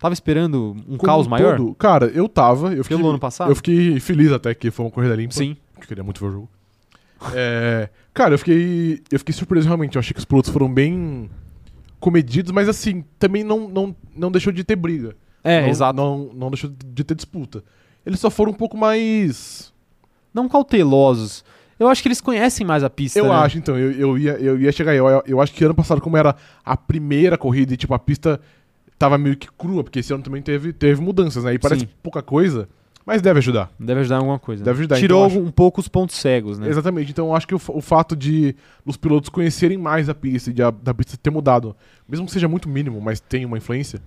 Speaker 1: Tava esperando um
Speaker 2: Como
Speaker 1: caos
Speaker 2: um
Speaker 1: maior
Speaker 2: todo, Cara, eu tava. Eu fiquei,
Speaker 1: pelo ano passado?
Speaker 2: eu fiquei feliz até que foi uma corrida limpa.
Speaker 1: Sim.
Speaker 2: Eu queria muito ver o jogo. É, cara, eu fiquei, eu fiquei surpreso realmente. Eu achei que os pilotos foram bem comedidos, mas assim, também não, não, não deixou de ter briga.
Speaker 1: É,
Speaker 2: não,
Speaker 1: exato.
Speaker 2: Não, não deixou de ter disputa. Eles só foram um pouco mais.
Speaker 1: Não cautelosos. Eu acho que eles conhecem mais a pista.
Speaker 2: eu
Speaker 1: né?
Speaker 2: acho, então, eu, eu, ia, eu ia chegar aí. Eu, eu acho que ano passado, como era a primeira corrida e tipo, a pista tava meio que crua, porque esse ano também teve, teve mudanças, né? E parece
Speaker 1: Sim.
Speaker 2: pouca coisa, mas deve ajudar.
Speaker 1: Deve ajudar em alguma coisa. né?
Speaker 2: Deve ajudar,
Speaker 1: Tirou
Speaker 2: então, eu
Speaker 1: um pouco os pontos cegos, né?
Speaker 2: Exatamente. Então, eu acho que o, fa- o fato de os pilotos conhecerem mais a pista e de a- da pista ter mudado, mesmo que seja muito mínimo, mas tem uma influência,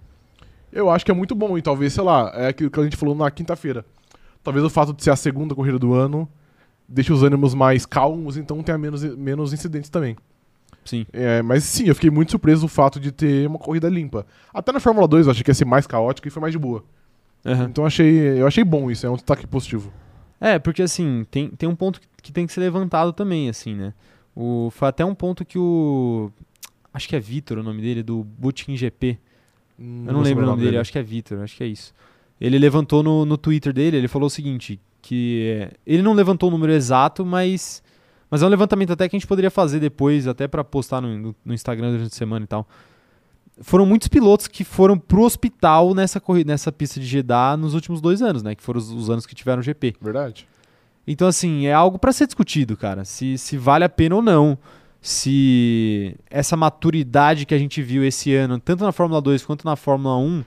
Speaker 2: eu acho que é muito bom. E talvez, sei lá, é aquilo que a gente falou na quinta-feira. Talvez o fato de ser a segunda corrida do ano deixe os ânimos mais calmos, então tenha menos, menos incidentes também.
Speaker 1: Sim.
Speaker 2: É, mas sim, eu fiquei muito surpreso do fato de ter uma corrida limpa. Até na Fórmula 2 eu achei que ia ser mais caótica e foi mais de boa.
Speaker 1: Aham.
Speaker 2: Então eu achei, eu achei bom isso, é um destaque positivo.
Speaker 1: É, porque assim, tem, tem um ponto que, que tem que ser levantado também, assim, né? O, foi até um ponto que o. Acho que é Vitor o nome dele, do Booting GP. Eu não lembro o nome dele, acho que é Vitor, acho que é isso. Ele levantou no, no Twitter dele, ele falou o seguinte, que é, ele não levantou o número exato, mas mas é um levantamento até que a gente poderia fazer depois, até pra postar no, no- no Instagram durante a semana e tal. Foram muitos pilotos que foram pro hospital nessa corri- nessa pista de Jeddah nos últimos dois anos, né? Que foram os, os anos que tiveram GP.
Speaker 2: Verdade.
Speaker 1: Então, assim, é algo pra ser discutido, cara. Se, se vale a pena ou não. Se essa maturidade que a gente viu esse ano, tanto na Fórmula 2 quanto na Fórmula 1,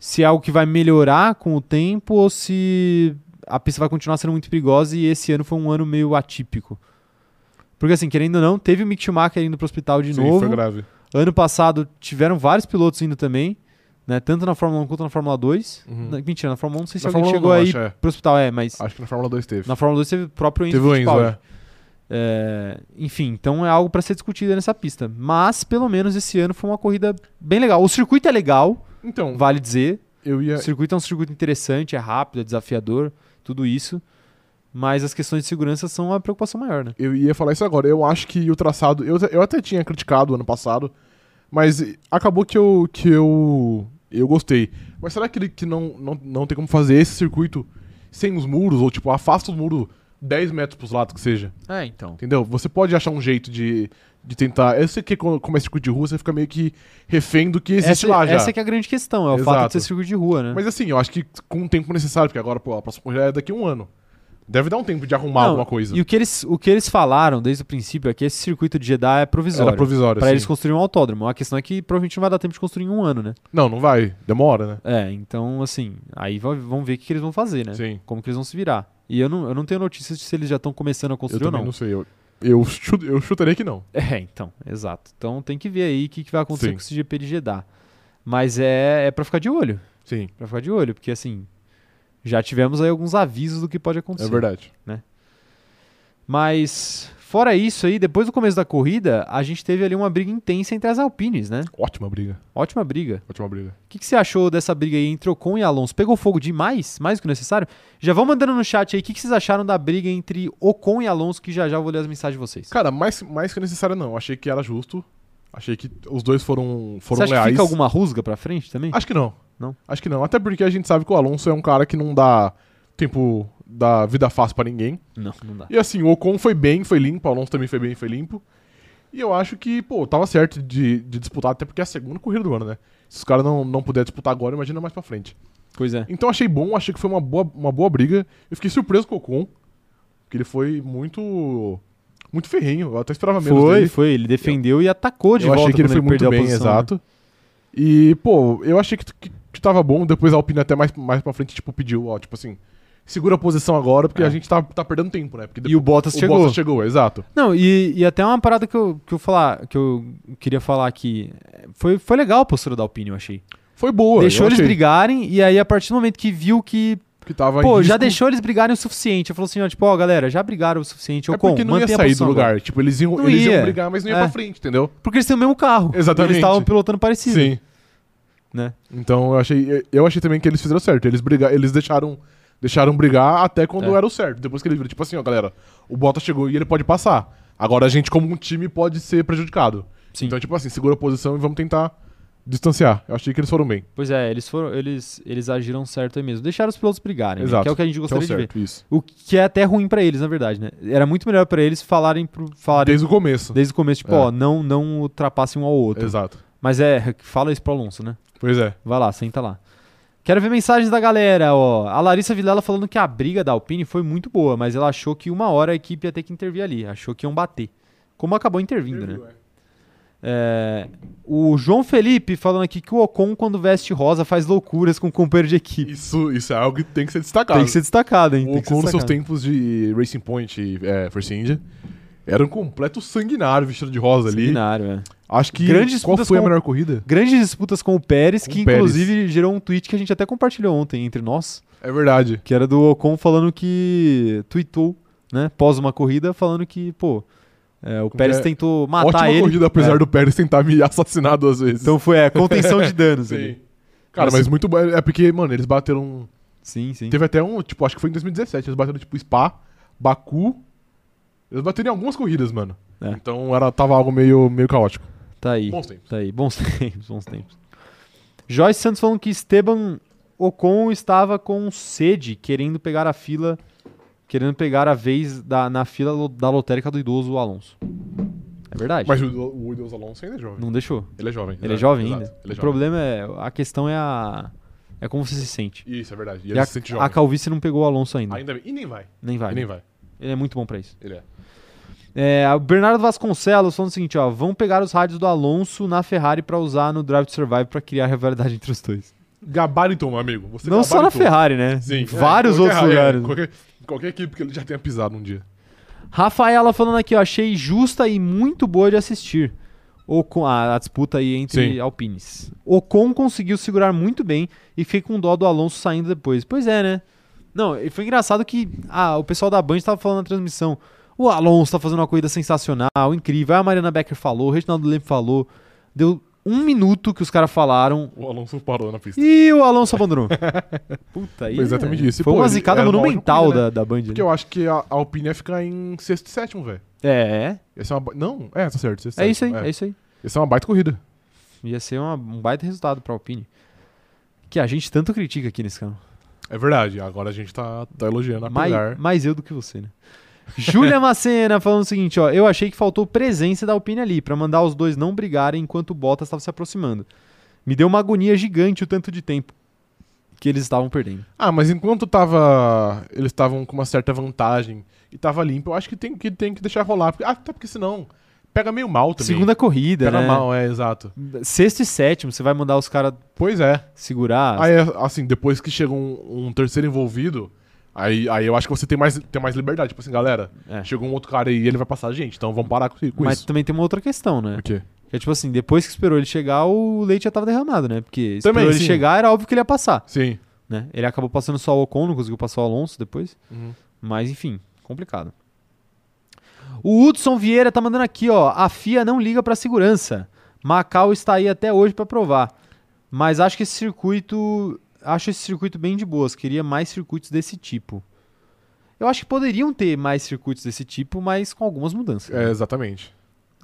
Speaker 1: se é algo que vai melhorar com o tempo ou se a pista vai continuar sendo muito perigosa e esse ano foi um ano meio atípico. Porque, assim, querendo ou não, teve o Mick Schumacher indo pro hospital de
Speaker 2: sim,
Speaker 1: novo.
Speaker 2: foi grave.
Speaker 1: Ano passado tiveram vários pilotos indo também, né? Tanto na Fórmula 1 quanto na Fórmula 2.
Speaker 2: Uhum.
Speaker 1: Na- mentira, na Fórmula 1 não sei se
Speaker 2: Na
Speaker 1: alguém
Speaker 2: Fórmula
Speaker 1: chegou
Speaker 2: 1 não,
Speaker 1: aí
Speaker 2: acho, é.
Speaker 1: pro hospital, é, mas
Speaker 2: Acho que na Fórmula 2 teve.
Speaker 1: na Fórmula 2 teve o próprio Enzo
Speaker 2: teve o Enzo,
Speaker 1: Fittipaldi.
Speaker 2: é.
Speaker 1: É, enfim, então é algo pra ser discutido nessa pista. Mas, pelo menos, esse ano foi uma corrida bem legal. O circuito é legal,
Speaker 2: Então,
Speaker 1: vale dizer.
Speaker 2: eu ia.
Speaker 1: O circuito é um circuito interessante, é rápido, é desafiador, tudo isso. Mas as questões de segurança são a preocupação maior, né?
Speaker 2: Eu ia falar isso agora. Eu acho que o traçado. Eu, eu até tinha criticado ano passado, mas acabou que eu. que eu. eu gostei. Mas será que, ele- que não, não, não tem como fazer esse circuito sem os muros? Ou tipo, afasta os muros 10 metros pros lados que seja.
Speaker 3: É, então.
Speaker 2: Entendeu? Você pode achar um jeito de, de tentar. Eu sei que quando começa circuito de rua, você fica meio que refém do que existe
Speaker 1: essa,
Speaker 2: lá já.
Speaker 1: essa que é a grande questão, é o fato
Speaker 2: Exato.
Speaker 1: de ser circuito de rua, né?
Speaker 2: Mas assim, eu acho que com o tempo necessário, porque agora, pô, a próxima corrida é daqui a um ano. Deve dar um tempo de arrumar
Speaker 1: Não,
Speaker 2: alguma coisa.
Speaker 1: E o que, eles, o que eles falaram desde o princípio é que esse circuito de Jeddah é provisório.
Speaker 2: Era provisório,
Speaker 1: Pra
Speaker 2: assim.
Speaker 1: eles construírem um autódromo. A questão é que provavelmente não vai dar tempo de construir em um ano, né?
Speaker 2: Não, não vai. Demora, né?
Speaker 1: É, então, assim, aí va- vão ver o que, que eles vão fazer, né?
Speaker 2: Sim.
Speaker 1: Como que eles vão se virar. E eu não, eu não tenho notícias de se eles já estão começando a
Speaker 2: Eu
Speaker 1: construir ou
Speaker 2: também
Speaker 1: não.
Speaker 2: não, sei. Eu, eu, chu- eu chutaria que não.
Speaker 1: É, então, exato. Então tem que ver aí o que, que vai acontecer
Speaker 2: Sim.
Speaker 1: com esse GP de Jeddah. Mas é, é pra ficar de olho.
Speaker 2: Sim,
Speaker 1: Pra ficar de olho, porque assim, já tivemos aí alguns avisos do que pode acontecer.
Speaker 2: é verdade.
Speaker 1: Mas, fora isso aí, depois do começo da corrida, a gente teve ali uma briga intensa entre as Alpines, né?
Speaker 2: Ótima briga.
Speaker 1: Ótima briga.
Speaker 2: Ótima briga.
Speaker 1: O que, que você achou dessa briga aí entre Ocon e Alonso? Pegou fogo demais? Mais do que necessário? Já vão mandando no chat aí o que, que vocês acharam da briga entre Ocon e Alonso, que já já eu vou ler as mensagens de vocês.
Speaker 2: Cara, mais, mais que necessário não. Achei que era justo. Achei que os dois foram, foram
Speaker 1: Você acha
Speaker 2: leais. Ah.
Speaker 1: que fica alguma rusga pra frente também?
Speaker 2: Acho que não.
Speaker 1: Não?
Speaker 2: Acho que não. Até porque a gente sabe que o Alonso é um cara que não dá tempo da vida fácil pra ninguém.
Speaker 1: Não, não dá.
Speaker 2: E assim, o Ocon foi bem, foi limpo, o Alonso também foi bem, foi limpo. E eu acho que, pô, tava certo de, de disputar, até porque é a segunda corrida do ano, né? Se os caras não, não puder disputar agora, imagina mais pra frente.
Speaker 1: Pois é.
Speaker 2: Então achei bom, achei que foi uma boa, uma boa briga. Eu fiquei surpreso com o Ocon, porque ele foi muito muito ferrenho, eu até esperava menos
Speaker 1: Foi,
Speaker 2: dele.
Speaker 1: foi. Ele defendeu e atacou de
Speaker 2: eu
Speaker 1: volta
Speaker 2: achei que ele
Speaker 1: quando
Speaker 2: foi muito
Speaker 1: perdeu a
Speaker 2: bem,
Speaker 1: posição, né?
Speaker 2: exato. E, pô, eu achei que, que, que tava bom, depois a Alpine até mais, mais pra frente, tipo, pediu, ó, tipo assim, segura a posição agora, porque
Speaker 1: É.
Speaker 2: a gente tá, tá perdendo tempo, né? Porque
Speaker 1: E o Bottas chegou.
Speaker 2: Bottas chegou, exato.
Speaker 1: Não, e, e até uma parada que eu, que, eu falar, que eu queria falar aqui. É, Foi, foi legal a postura da Alpine, eu achei.
Speaker 2: Foi boa.
Speaker 1: deixou
Speaker 2: eu
Speaker 1: eles
Speaker 2: achei
Speaker 1: brigarem, e aí a partir do momento que viu que.
Speaker 2: Que tava em
Speaker 1: pô, já
Speaker 2: risco.
Speaker 1: deixou eles brigarem o suficiente. Falou assim, ó, tipo, ó, galera, já brigaram o suficiente. Eu
Speaker 2: É porque não ia sair do lugar. Tipo, eles iam,
Speaker 1: Não
Speaker 2: eles
Speaker 1: ia.
Speaker 2: iam brigar, mas não ia
Speaker 1: É.
Speaker 2: pra frente, entendeu?
Speaker 1: Porque eles têm o mesmo carro.
Speaker 2: Exatamente.
Speaker 1: Eles estavam pilotando parecido. Né?
Speaker 2: Então eu achei, eu achei também que eles fizeram certo. Eles, briga, eles deixaram, deixaram brigar até quando
Speaker 1: É.
Speaker 2: era o certo. Depois que eles viram, tipo assim, ó, galera, o Bottas chegou e ele pode passar. Agora a gente, como um time, pode ser prejudicado.
Speaker 1: Sim.
Speaker 2: Então, tipo assim, segura a posição e vamos tentar distanciar. Eu achei que eles foram bem.
Speaker 1: Pois é, eles foram. Eles, eles agiram certo aí mesmo. Deixaram os pilotos brigarem. né?
Speaker 2: Exato.
Speaker 1: Que é o que a gente
Speaker 2: Que é o
Speaker 1: gostaria de ver.
Speaker 2: certo, isso.
Speaker 1: O que é até ruim pra eles, na verdade, né? Era muito melhor pra eles falarem pro, falarem
Speaker 2: Desde o começo.
Speaker 1: desde o começo, tipo,
Speaker 2: É.
Speaker 1: ó, não, não ultrapasse um ao outro.
Speaker 2: Exato.
Speaker 1: Mas é, fala isso pro Alonso, né?
Speaker 2: Pois é.
Speaker 1: Vai lá, senta lá. Quero ver mensagens da galera, ó. A Larissa Vilela falando que a briga da Alpine foi muito boa, mas ela achou que uma hora a equipe ia ter que intervir ali. Achou que iam bater. Como acabou intervindo, né? É, o João Felipe falando aqui que o Ocon, quando veste rosa, faz loucuras com o companheiro de equipe.
Speaker 2: Isso, isso é algo que tem que ser destacado.
Speaker 1: Tem que ser destacado, hein?
Speaker 2: O
Speaker 1: Tem que ser
Speaker 2: Ocon, nos seus
Speaker 1: destacado.
Speaker 2: tempos de Racing Point e é, Force India, era um completo sanguinário vestido de rosa ali.
Speaker 1: Sanguinário, é.
Speaker 2: Acho que.
Speaker 1: Grandes
Speaker 2: qual
Speaker 1: disputas
Speaker 2: foi a
Speaker 1: com-
Speaker 2: melhor corrida?
Speaker 1: Grandes disputas com o Pérez,
Speaker 2: Com
Speaker 1: que
Speaker 2: o Pérez.
Speaker 1: inclusive gerou um tweet que a gente até compartilhou ontem entre nós.
Speaker 2: É verdade.
Speaker 1: Que era do Ocon falando que. tweetou, né? Pós uma corrida, falando que, pô, é, o
Speaker 2: Como
Speaker 1: Pérez
Speaker 2: é?
Speaker 1: tentou matar
Speaker 2: Ótima
Speaker 1: ele.
Speaker 2: corrida, apesar
Speaker 1: É,
Speaker 2: do Pérez tentar me assassinar duas vezes.
Speaker 1: Então foi, é, contenção
Speaker 2: (laughs)
Speaker 1: de danos
Speaker 2: Sim.
Speaker 1: ali.
Speaker 2: Cara,
Speaker 1: Mas-
Speaker 2: mas muito bom. É porque, mano, eles bateram.
Speaker 1: Sim, sim.
Speaker 2: Teve até um, tipo, acho que foi em 2017. Eles bateram, tipo, Spa, Baku. Eles bateram em algumas corridas, mano.
Speaker 1: É.
Speaker 2: Então era, tava algo meio, meio caótico.
Speaker 1: Tá aí.
Speaker 2: Bons tempos.
Speaker 1: Tá aí. Bons (laughs) tempos, bons tempos. Joyce Santos falando que Esteban Ocon estava com sede, querendo pegar a fila. Querendo pegar a vez da, na fila lo- da lotérica do idoso Alonso. É verdade.
Speaker 2: Mas o, o Idoso Alonso ainda é jovem.
Speaker 1: Não deixou.
Speaker 2: Ele é jovem.
Speaker 1: Ele é
Speaker 2: exato,
Speaker 1: jovem
Speaker 2: exato.
Speaker 1: ainda.
Speaker 2: Ele é
Speaker 1: o
Speaker 2: jovem.
Speaker 1: problema é. A questão é a. É como você se sente.
Speaker 2: Isso, é verdade. E
Speaker 1: E
Speaker 2: ele
Speaker 1: a,
Speaker 2: se sente
Speaker 1: a
Speaker 2: jovem.
Speaker 1: calvície não pegou o Alonso ainda.
Speaker 2: Ainda bem. E nem vai.
Speaker 1: Nem vai.
Speaker 2: E nem vai.
Speaker 1: Ele é muito bom pra isso.
Speaker 2: Ele é.
Speaker 1: É, o Bernardo Vasconcelos falando o seguinte, ó. Vão pegar os rádios do Alonso na Ferrari pra usar no Drive to Survive pra criar rivalidade entre os dois.
Speaker 2: Gabaritou, meu amigo. Você
Speaker 1: não só na
Speaker 2: gabaritou.
Speaker 1: Ferrari, né?
Speaker 2: Sim.
Speaker 1: Em vários
Speaker 2: É,
Speaker 1: outros
Speaker 2: qualquer- é,
Speaker 1: lugares.
Speaker 2: qualquer, qualquer equipe que ele já tenha pisado um dia.
Speaker 1: Rafaela falando aqui, ó. Achei justa e muito boa de assistir. Ocon, a, a disputa aí entre
Speaker 2: Sim.
Speaker 1: Alpines. Ocon conseguiu segurar muito bem e fiquei com dó do Alonso saindo depois. Pois é, né? Não, e foi engraçado que ah, o pessoal da Band tava falando na transmissão. O Alonso tá fazendo uma corrida sensacional, incrível. Aí A Mariana Becker falou, o Reginaldo Leme falou. Deu um minuto que os caras falaram.
Speaker 2: O Alonso parou na pista.
Speaker 1: E o Alonso
Speaker 2: (laughs)
Speaker 1: abandonou. Puta aí.
Speaker 2: Foi exatamente
Speaker 1: né?
Speaker 2: isso. E,
Speaker 1: Foi
Speaker 2: pô,
Speaker 1: uma
Speaker 2: ele-
Speaker 1: zicada
Speaker 2: era uma ótima
Speaker 1: monumental
Speaker 2: corrida,
Speaker 1: da, da Band.
Speaker 2: Porque
Speaker 1: né?
Speaker 2: eu acho que a, a Alpine ia ficar em sexto e sétimo, velho.
Speaker 1: É,
Speaker 2: Ia ser uma. ba- Não, é, tá certo. Sexto,
Speaker 1: é
Speaker 2: e
Speaker 1: isso aí,
Speaker 2: sétimo,
Speaker 1: é isso aí.
Speaker 2: Ia ser uma baita corrida.
Speaker 1: Ia ser uma- um baita resultado pra Alpine. Que a gente tanto critica aqui nesse canal.
Speaker 2: É verdade, agora a gente tá, tá elogiando
Speaker 1: Mai-
Speaker 2: apesar.
Speaker 1: mais eu do que você, né?
Speaker 2: (laughs)
Speaker 1: Júlia Macena falando o seguinte, ó. Eu achei que faltou presença da Alpine ali pra mandar os dois não brigarem enquanto o Bottas estava se aproximando. Me deu uma agonia gigante o tanto de tempo que eles estavam perdendo.
Speaker 2: Ah, mas enquanto tava. Eles estavam com uma certa vantagem e tava limpo, eu acho que tem que, tem que deixar rolar. Porque, ah, até porque senão pega meio mal também.
Speaker 1: Segunda corrida,
Speaker 2: pega
Speaker 1: né?
Speaker 2: mal, é, exato.
Speaker 1: Sexto e sétimo, você vai mandar os caras
Speaker 2: Pois é.
Speaker 1: segurar?
Speaker 2: Aí, assim, depois que chega um, um terceiro envolvido, aí, aí eu acho que você tem mais, tem mais liberdade. Tipo assim, galera,
Speaker 1: É.
Speaker 2: chegou um outro cara e ele vai passar a gente, então vamos parar com, com
Speaker 1: Mas
Speaker 2: isso.
Speaker 1: também tem uma outra questão, né?
Speaker 2: O quê?
Speaker 1: Que é tipo assim, depois que esperou ele chegar, o leite já tava derramado, né? Porque esperou
Speaker 2: Também,
Speaker 1: ele
Speaker 2: sim.
Speaker 1: chegar, era óbvio que ele ia passar,
Speaker 2: Sim.
Speaker 1: né? Ele acabou passando só o Ocon, não conseguiu passar o Alonso depois.
Speaker 2: Uhum.
Speaker 1: Mas enfim, complicado. O Hudson Vieira tá mandando aqui, ó. A FIA não liga pra segurança. Macau está aí até hoje pra provar. Mas acho que esse circuito. Acho esse circuito bem de boas. Queria mais circuitos desse tipo. Eu acho que poderiam ter mais circuitos desse tipo, mas com algumas mudanças.
Speaker 2: É,
Speaker 1: né?
Speaker 2: exatamente.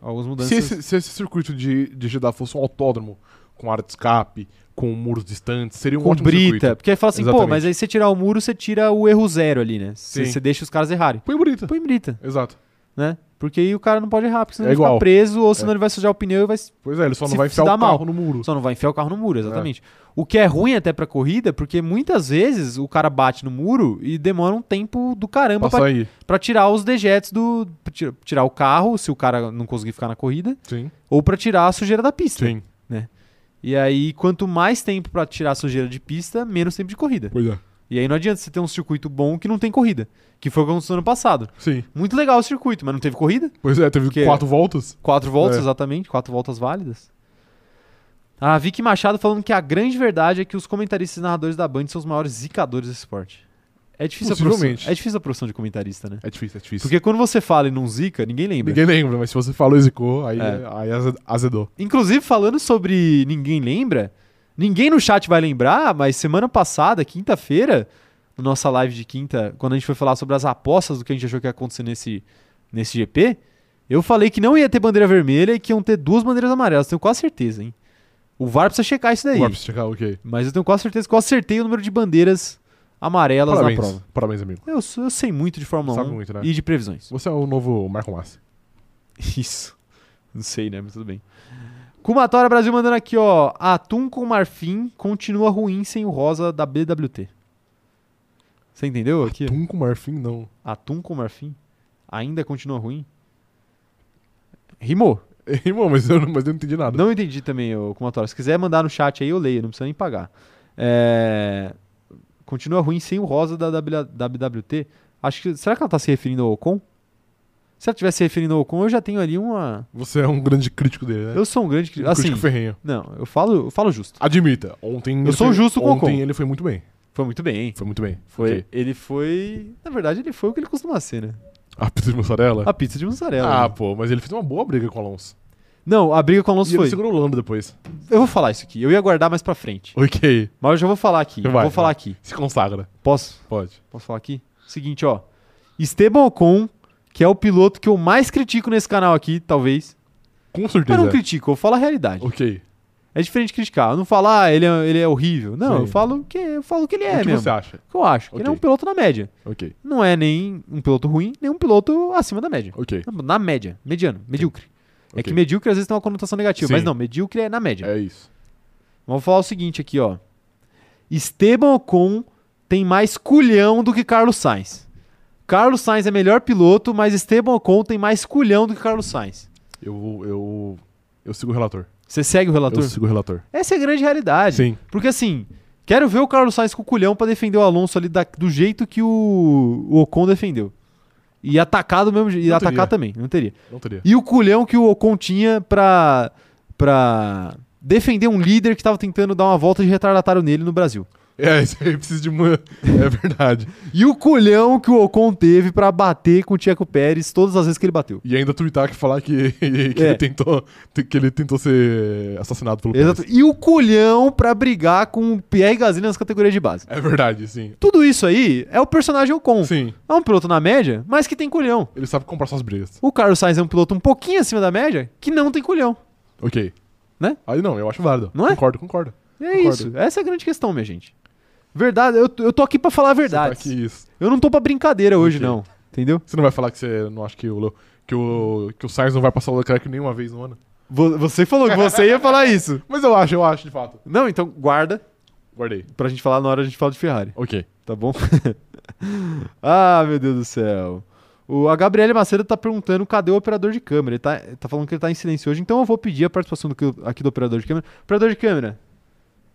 Speaker 1: Algumas mudanças.
Speaker 2: Se esse, se esse circuito de, de Jeddah fosse um autódromo com área de escape, com muros distantes, seria um
Speaker 1: com
Speaker 2: ótimo
Speaker 1: brita.
Speaker 2: circuito.
Speaker 1: Porque aí fala assim, pô,
Speaker 2: Exatamente.
Speaker 1: mas aí você tirar o muro, você tira o erro zero ali, né? Você
Speaker 2: Sim.
Speaker 1: você deixa os caras errarem.
Speaker 2: Põe brita.
Speaker 1: Põe brita,
Speaker 2: Exato.
Speaker 1: né? Porque aí o cara não pode errar, porque senão
Speaker 2: É
Speaker 1: ele fica
Speaker 2: igual.
Speaker 1: preso, ou senão ele vai sujar o pneu e vai.
Speaker 2: Pois é, ele só
Speaker 1: Se-
Speaker 2: não vai
Speaker 1: se
Speaker 2: enfiar o
Speaker 1: dá mal.
Speaker 2: carro no muro.
Speaker 1: Só não vai enfiar o carro no muro, exatamente. O que é ruim até pra corrida, porque muitas vezes o cara bate no muro e demora um tempo do caramba
Speaker 2: Passa
Speaker 1: pra,
Speaker 2: aí.
Speaker 1: pra tirar os dejetos do. pra tira- tirar o carro, se o cara não conseguir ficar na corrida,
Speaker 2: Sim.
Speaker 1: ou pra tirar a sujeira da pista.
Speaker 2: Sim.
Speaker 1: E aí, quanto mais tempo pra tirar a sujeira de pista, menos tempo de corrida.
Speaker 2: Pois é.
Speaker 1: E aí não adianta você ter um circuito bom que não tem corrida. Que foi o que aconteceu ano passado.
Speaker 2: Sim.
Speaker 1: Muito legal o circuito, mas não teve corrida.
Speaker 2: Pois é, teve
Speaker 1: Porque-
Speaker 2: quatro voltas.
Speaker 1: Quatro voltas,
Speaker 2: É.
Speaker 1: exatamente. Quatro voltas válidas. A Vicky Machado falando que a grande verdade é que os comentaristas e narradores da Band são os maiores zicadores desse esporte. É difícil, a profissão,
Speaker 2: Possivelmente.
Speaker 1: é difícil a profissão de comentarista, né?
Speaker 2: É difícil, é difícil.
Speaker 1: Porque quando você fala e não zica, ninguém lembra.
Speaker 2: Ninguém lembra, mas se você falou e zicou, aí,
Speaker 1: É.
Speaker 2: aí azed- azedou.
Speaker 1: Inclusive, falando sobre ninguém lembra, ninguém no chat vai lembrar, mas semana passada, quinta-feira, na nossa live de quinta, quando a gente foi falar sobre as apostas do que a gente achou que ia acontecer nesse, nesse GP, eu falei que não ia ter bandeira vermelha e que iam ter duas bandeiras amarelas. Tenho quase certeza, hein? O VAR precisa checar É isso daí.
Speaker 2: O árbitro checar, ok.
Speaker 1: Mas eu tenho quase certeza que eu acertei o número de bandeiras amarelas
Speaker 2: Parabéns.
Speaker 1: na prova.
Speaker 2: Parabéns, amigo.
Speaker 1: Eu, sou- eu sei muito de Fórmula
Speaker 2: Sabe
Speaker 1: 1
Speaker 2: muito, né?
Speaker 1: e de previsões.
Speaker 2: Você é o novo Marco Massi.
Speaker 1: (laughs) Isso. Não sei, né? Mas tudo bem. Kumatora Brasil mandando aqui, ó. Atum com marfim continua ruim sem o rosa da BWT. Você entendeu aqui? Atum,
Speaker 2: Tum com Marfim, não. (laughs)
Speaker 1: com marfim ainda continua ruim? Rimou.
Speaker 2: Irmão, mas eu, não- mas eu não entendi nada.
Speaker 1: Não entendi também, ô Kumatora. Se quiser mandar no chat aí, eu leio, não precisa nem pagar. É, Continua ruim sem o rosa da W- WWT. Acho que. Será que ela tá se referindo ao Ocon? Se ela estiver se referindo ao Ocon, eu já tenho ali uma.
Speaker 2: Você é um grande crítico dele, né?
Speaker 1: Eu sou um grande. cri-
Speaker 2: Um
Speaker 1: Assim,
Speaker 2: crítico ferrenho.
Speaker 1: Não, eu falo, eu falo justo.
Speaker 2: Admita, ontem. ele
Speaker 1: sou
Speaker 2: foi-
Speaker 1: justo com o
Speaker 2: Ontem
Speaker 1: Ocon.
Speaker 2: ele foi muito bem.
Speaker 1: Foi muito bem.
Speaker 2: Foi muito bem. Ok.
Speaker 1: Ele foi. Na verdade, ele foi o que ele costuma ser, né?
Speaker 2: A pizza de Ah, mussarela?
Speaker 1: A pizza de mussarela. né?
Speaker 2: Ah, pô, mas ele fez uma boa briga com o Alonso.
Speaker 1: Não, a briga com o Alonso
Speaker 2: e
Speaker 1: foi.
Speaker 2: ele segurou o Lando depois.
Speaker 1: Eu vou falar isso aqui. Eu ia guardar mais pra frente.
Speaker 2: Ok.
Speaker 1: Mas eu já vou falar aqui.
Speaker 2: Vai,
Speaker 1: vou falar
Speaker 2: vai.
Speaker 1: aqui.
Speaker 2: Se consagra.
Speaker 1: Posso?
Speaker 2: Pode.
Speaker 1: Posso falar aqui? Seguinte, ó. Esteban Ocon, que é o piloto que eu mais critico nesse canal aqui, talvez.
Speaker 2: Com
Speaker 1: Eu
Speaker 2: certeza.
Speaker 1: não critico, eu falo a realidade.
Speaker 2: Ok.
Speaker 1: É diferente de criticar. Eu não falo, ah, ele é, ele é horrível. Não,
Speaker 2: Sim.
Speaker 1: eu falo que eu falo que ele é
Speaker 2: o que
Speaker 1: mesmo.
Speaker 2: você acha?
Speaker 1: O que eu acho. Que ele é
Speaker 2: Ok.
Speaker 1: um piloto na média.
Speaker 2: Ok.
Speaker 1: Não é nem um piloto ruim, nem um piloto acima da média.
Speaker 2: Ok.
Speaker 1: Na- Na média, mediano, medíocre. É
Speaker 2: Ok.
Speaker 1: que medíocre às vezes tem uma conotação negativa,
Speaker 2: Sim.
Speaker 1: mas não, medíocre é na média.
Speaker 2: É isso.
Speaker 1: Vamos falar o seguinte aqui, ó. Esteban Ocon tem mais culhão do que Carlos Sainz. Carlos Sainz é melhor piloto, mas Esteban Ocon tem mais culhão do que Carlos Sainz.
Speaker 2: Eu vou. Eu. Eu sigo o relator.
Speaker 1: Você segue o relator?
Speaker 2: Eu sigo o relator.
Speaker 1: Essa é a grande realidade.
Speaker 2: Sim.
Speaker 1: Porque assim, quero ver o Carlos Sainz com o culhão pra defender o Alonso ali da- do jeito que o, o Ocon defendeu. E atacar do mesmo jeito. E
Speaker 2: Não
Speaker 1: atacar
Speaker 2: teria.
Speaker 1: também, não teria.
Speaker 2: Não teria.
Speaker 1: E o culhão que o Ocon tinha pra, pra defender um líder que tava tentando dar uma volta de retardatário nele no Brasil.
Speaker 2: É, (laughs) isso aí precisa de uma. É verdade.
Speaker 1: E o culhão que o Ocon teve pra bater com o Tcheco Pérez todas as vezes que ele bateu.
Speaker 2: E ainda tuitar que falar que, (laughs) que
Speaker 1: É.
Speaker 2: ele tentou. Que ele tentou ser assassinado pelo
Speaker 1: Exato. E o culhão pra brigar com o Pierre Gasly nas categorias de base.
Speaker 2: É verdade, sim.
Speaker 1: Tudo isso aí é o personagem Ocon.
Speaker 2: Sim.
Speaker 1: É um piloto na média, mas que tem culhão.
Speaker 2: Ele sabe comprar suas brigas.
Speaker 1: O Carlos Sainz é um piloto um pouquinho acima da média que não tem culhão.
Speaker 2: Ok.
Speaker 1: Né?
Speaker 2: Aí não, eu acho válido.
Speaker 1: Não é?
Speaker 2: Concordo, concordo.
Speaker 1: É
Speaker 2: Concordo.
Speaker 1: isso. Essa é a grande questão, minha gente. Verdade, eu, eu tô aqui pra falar a
Speaker 2: Você tá
Speaker 1: verdade.
Speaker 2: aqui, isso.
Speaker 1: Eu não tô pra brincadeira hoje,
Speaker 2: Ok.
Speaker 1: não. Entendeu?
Speaker 2: Você não vai falar que você não acha que o, Le- que o, que o Sainz não vai passar o Leclerc nenhuma vez no ano?
Speaker 1: Vo- Você falou que você ia falar isso.
Speaker 2: Mas eu acho, eu acho, de fato.
Speaker 1: (laughs) Não, então guarda
Speaker 2: Guardei.
Speaker 1: pra gente falar na hora a gente fala de Ferrari,
Speaker 2: Ok. (laughs)
Speaker 1: tá bom? (laughs) ah, meu Deus do céu. O, a Gabriele Macedo tá perguntando cadê o operador de câmera. Ele tá, tá falando que ele tá em silêncio hoje, então eu vou pedir a participação do que- aqui do operador de câmera. Operador de câmera,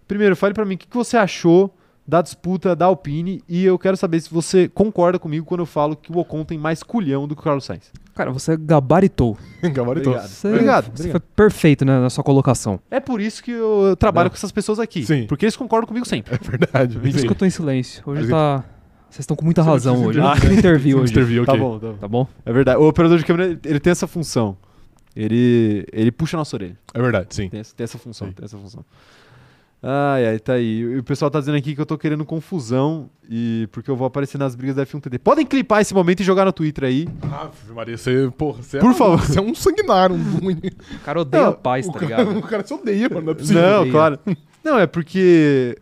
Speaker 1: primeiro, fale pra mim o que, que você achou da disputa da Alpine e eu quero saber se você concorda comigo quando eu falo que o Ocon tem mais culhão do que o Carlos Sainz.
Speaker 3: Cara, você gabaritou.
Speaker 2: Gabaritou.
Speaker 1: Obrigado.
Speaker 3: Você,
Speaker 1: Obrigado,
Speaker 3: Você
Speaker 1: obrigado.
Speaker 3: foi perfeito né, na sua colocação.
Speaker 1: É por isso que eu trabalho
Speaker 2: Não.
Speaker 1: com essas pessoas aqui.
Speaker 2: Sim.
Speaker 1: Porque eles concordam comigo sempre.
Speaker 2: É verdade.
Speaker 3: Por isso que eu tô em silêncio. Hoje
Speaker 2: Mas
Speaker 3: tá. Vocês estão com muita
Speaker 2: Você não
Speaker 3: razão
Speaker 2: precisa intervir.
Speaker 3: hoje. Ah, interview
Speaker 1: (laughs)
Speaker 3: hoje.
Speaker 2: Interview, ok.
Speaker 1: Tá bom, tá bom.
Speaker 3: Tá bom?
Speaker 1: É verdade. O operador de câmera, ele- ele tem essa função. Ele, ele puxa a nossa orelha.
Speaker 2: É verdade, sim.
Speaker 1: Tem essa, tem essa função,
Speaker 2: Sim.
Speaker 1: tem essa função. Ai, ai, tá aí. E o pessoal tá dizendo aqui que eu tô querendo confusão e porque eu vou aparecer nas brigas da F1 TD. Podem clipar esse momento e jogar no Twitter aí.
Speaker 2: Ave Maria, você, porra, você
Speaker 1: Por
Speaker 2: é, um-
Speaker 1: favor.
Speaker 2: Você é um sanguinário, um
Speaker 1: (laughs)
Speaker 2: ruim.
Speaker 3: O cara odeia
Speaker 1: Não,
Speaker 3: a paz,
Speaker 2: o,
Speaker 3: tá
Speaker 2: cara, (laughs)
Speaker 3: ligado?
Speaker 2: o cara se odeia, mano. Não é possível.
Speaker 1: Não,
Speaker 3: odeia.
Speaker 1: claro. Não, é porque...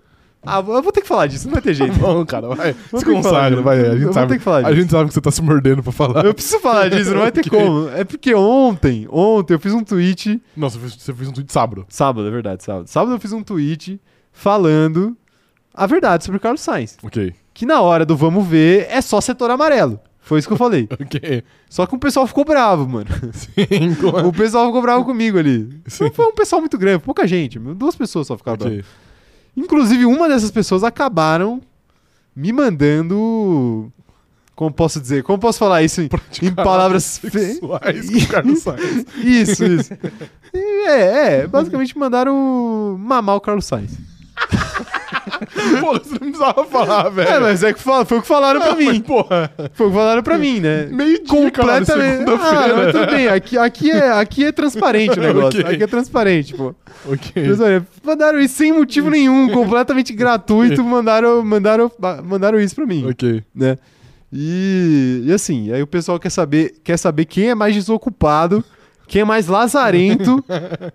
Speaker 1: Ah, eu vou ter que falar disso, não vai ter jeito.
Speaker 2: Bom, cara, (laughs) vai.
Speaker 1: Vamos
Speaker 2: Se
Speaker 1: ter que falar
Speaker 2: consagra,
Speaker 1: disso.
Speaker 2: vai. A
Speaker 1: Vamos
Speaker 2: gente,
Speaker 1: ter
Speaker 2: sabe,
Speaker 1: que falar
Speaker 2: a gente sabe que você tá se mordendo pra falar.
Speaker 1: Eu preciso falar disso, não vai (laughs) ter
Speaker 2: Ok.
Speaker 1: como. É porque ontem, ontem eu fiz um tweet...
Speaker 2: Nossa, você fez, você fez um tweet sábado.
Speaker 1: Sábado, é verdade, sábado. Sábado eu fiz um tweet falando a verdade sobre o Carlos Sainz.
Speaker 2: Ok.
Speaker 1: que na hora do vamos ver é só setor amarelo. Foi isso que eu falei.
Speaker 2: (laughs) Ok.
Speaker 1: Só que o pessoal ficou bravo,
Speaker 2: (laughs)
Speaker 1: mano.
Speaker 2: Sim, claro.
Speaker 1: O pessoal ficou bravo comigo ali.
Speaker 2: Sim.
Speaker 1: Não foi um pessoal muito grande, pouca gente. Duas pessoas só ficaram bravas.
Speaker 2: Ok.
Speaker 1: Inclusive, uma dessas pessoas acabaram me mandando. Como posso dizer? Como posso falar isso em, em palavras. fe-
Speaker 2: Sexuais (laughs) com o Carlos Sainz.
Speaker 1: Isso, isso. E É, é. Basicamente mandaram mamar o Carlos Sainz.
Speaker 2: Porra, você não precisava falar, velho.
Speaker 1: É, mas é que fala- foi o que falaram pra
Speaker 2: Mas,
Speaker 1: mim.
Speaker 2: Porra,
Speaker 1: Foi o que falaram pra mim, né?
Speaker 2: assim, meio dia, cara,
Speaker 1: completamente. Ah, mas
Speaker 2: segunda-feira.
Speaker 1: tudo bem. Aqui, aqui, é, aqui é transparente o negócio.
Speaker 2: (laughs) Ok.
Speaker 1: Aqui é transparente, pô.
Speaker 2: ok.
Speaker 1: Mas olha, mandaram isso sem motivo nenhum, completamente gratuito, mandaram, mandaram, mandaram isso pra mim,
Speaker 2: Ok.
Speaker 1: né? E, e assim, aí o pessoal quer saber, quer saber quem é mais desocupado, quem é mais
Speaker 2: (laughs)
Speaker 1: lazarento,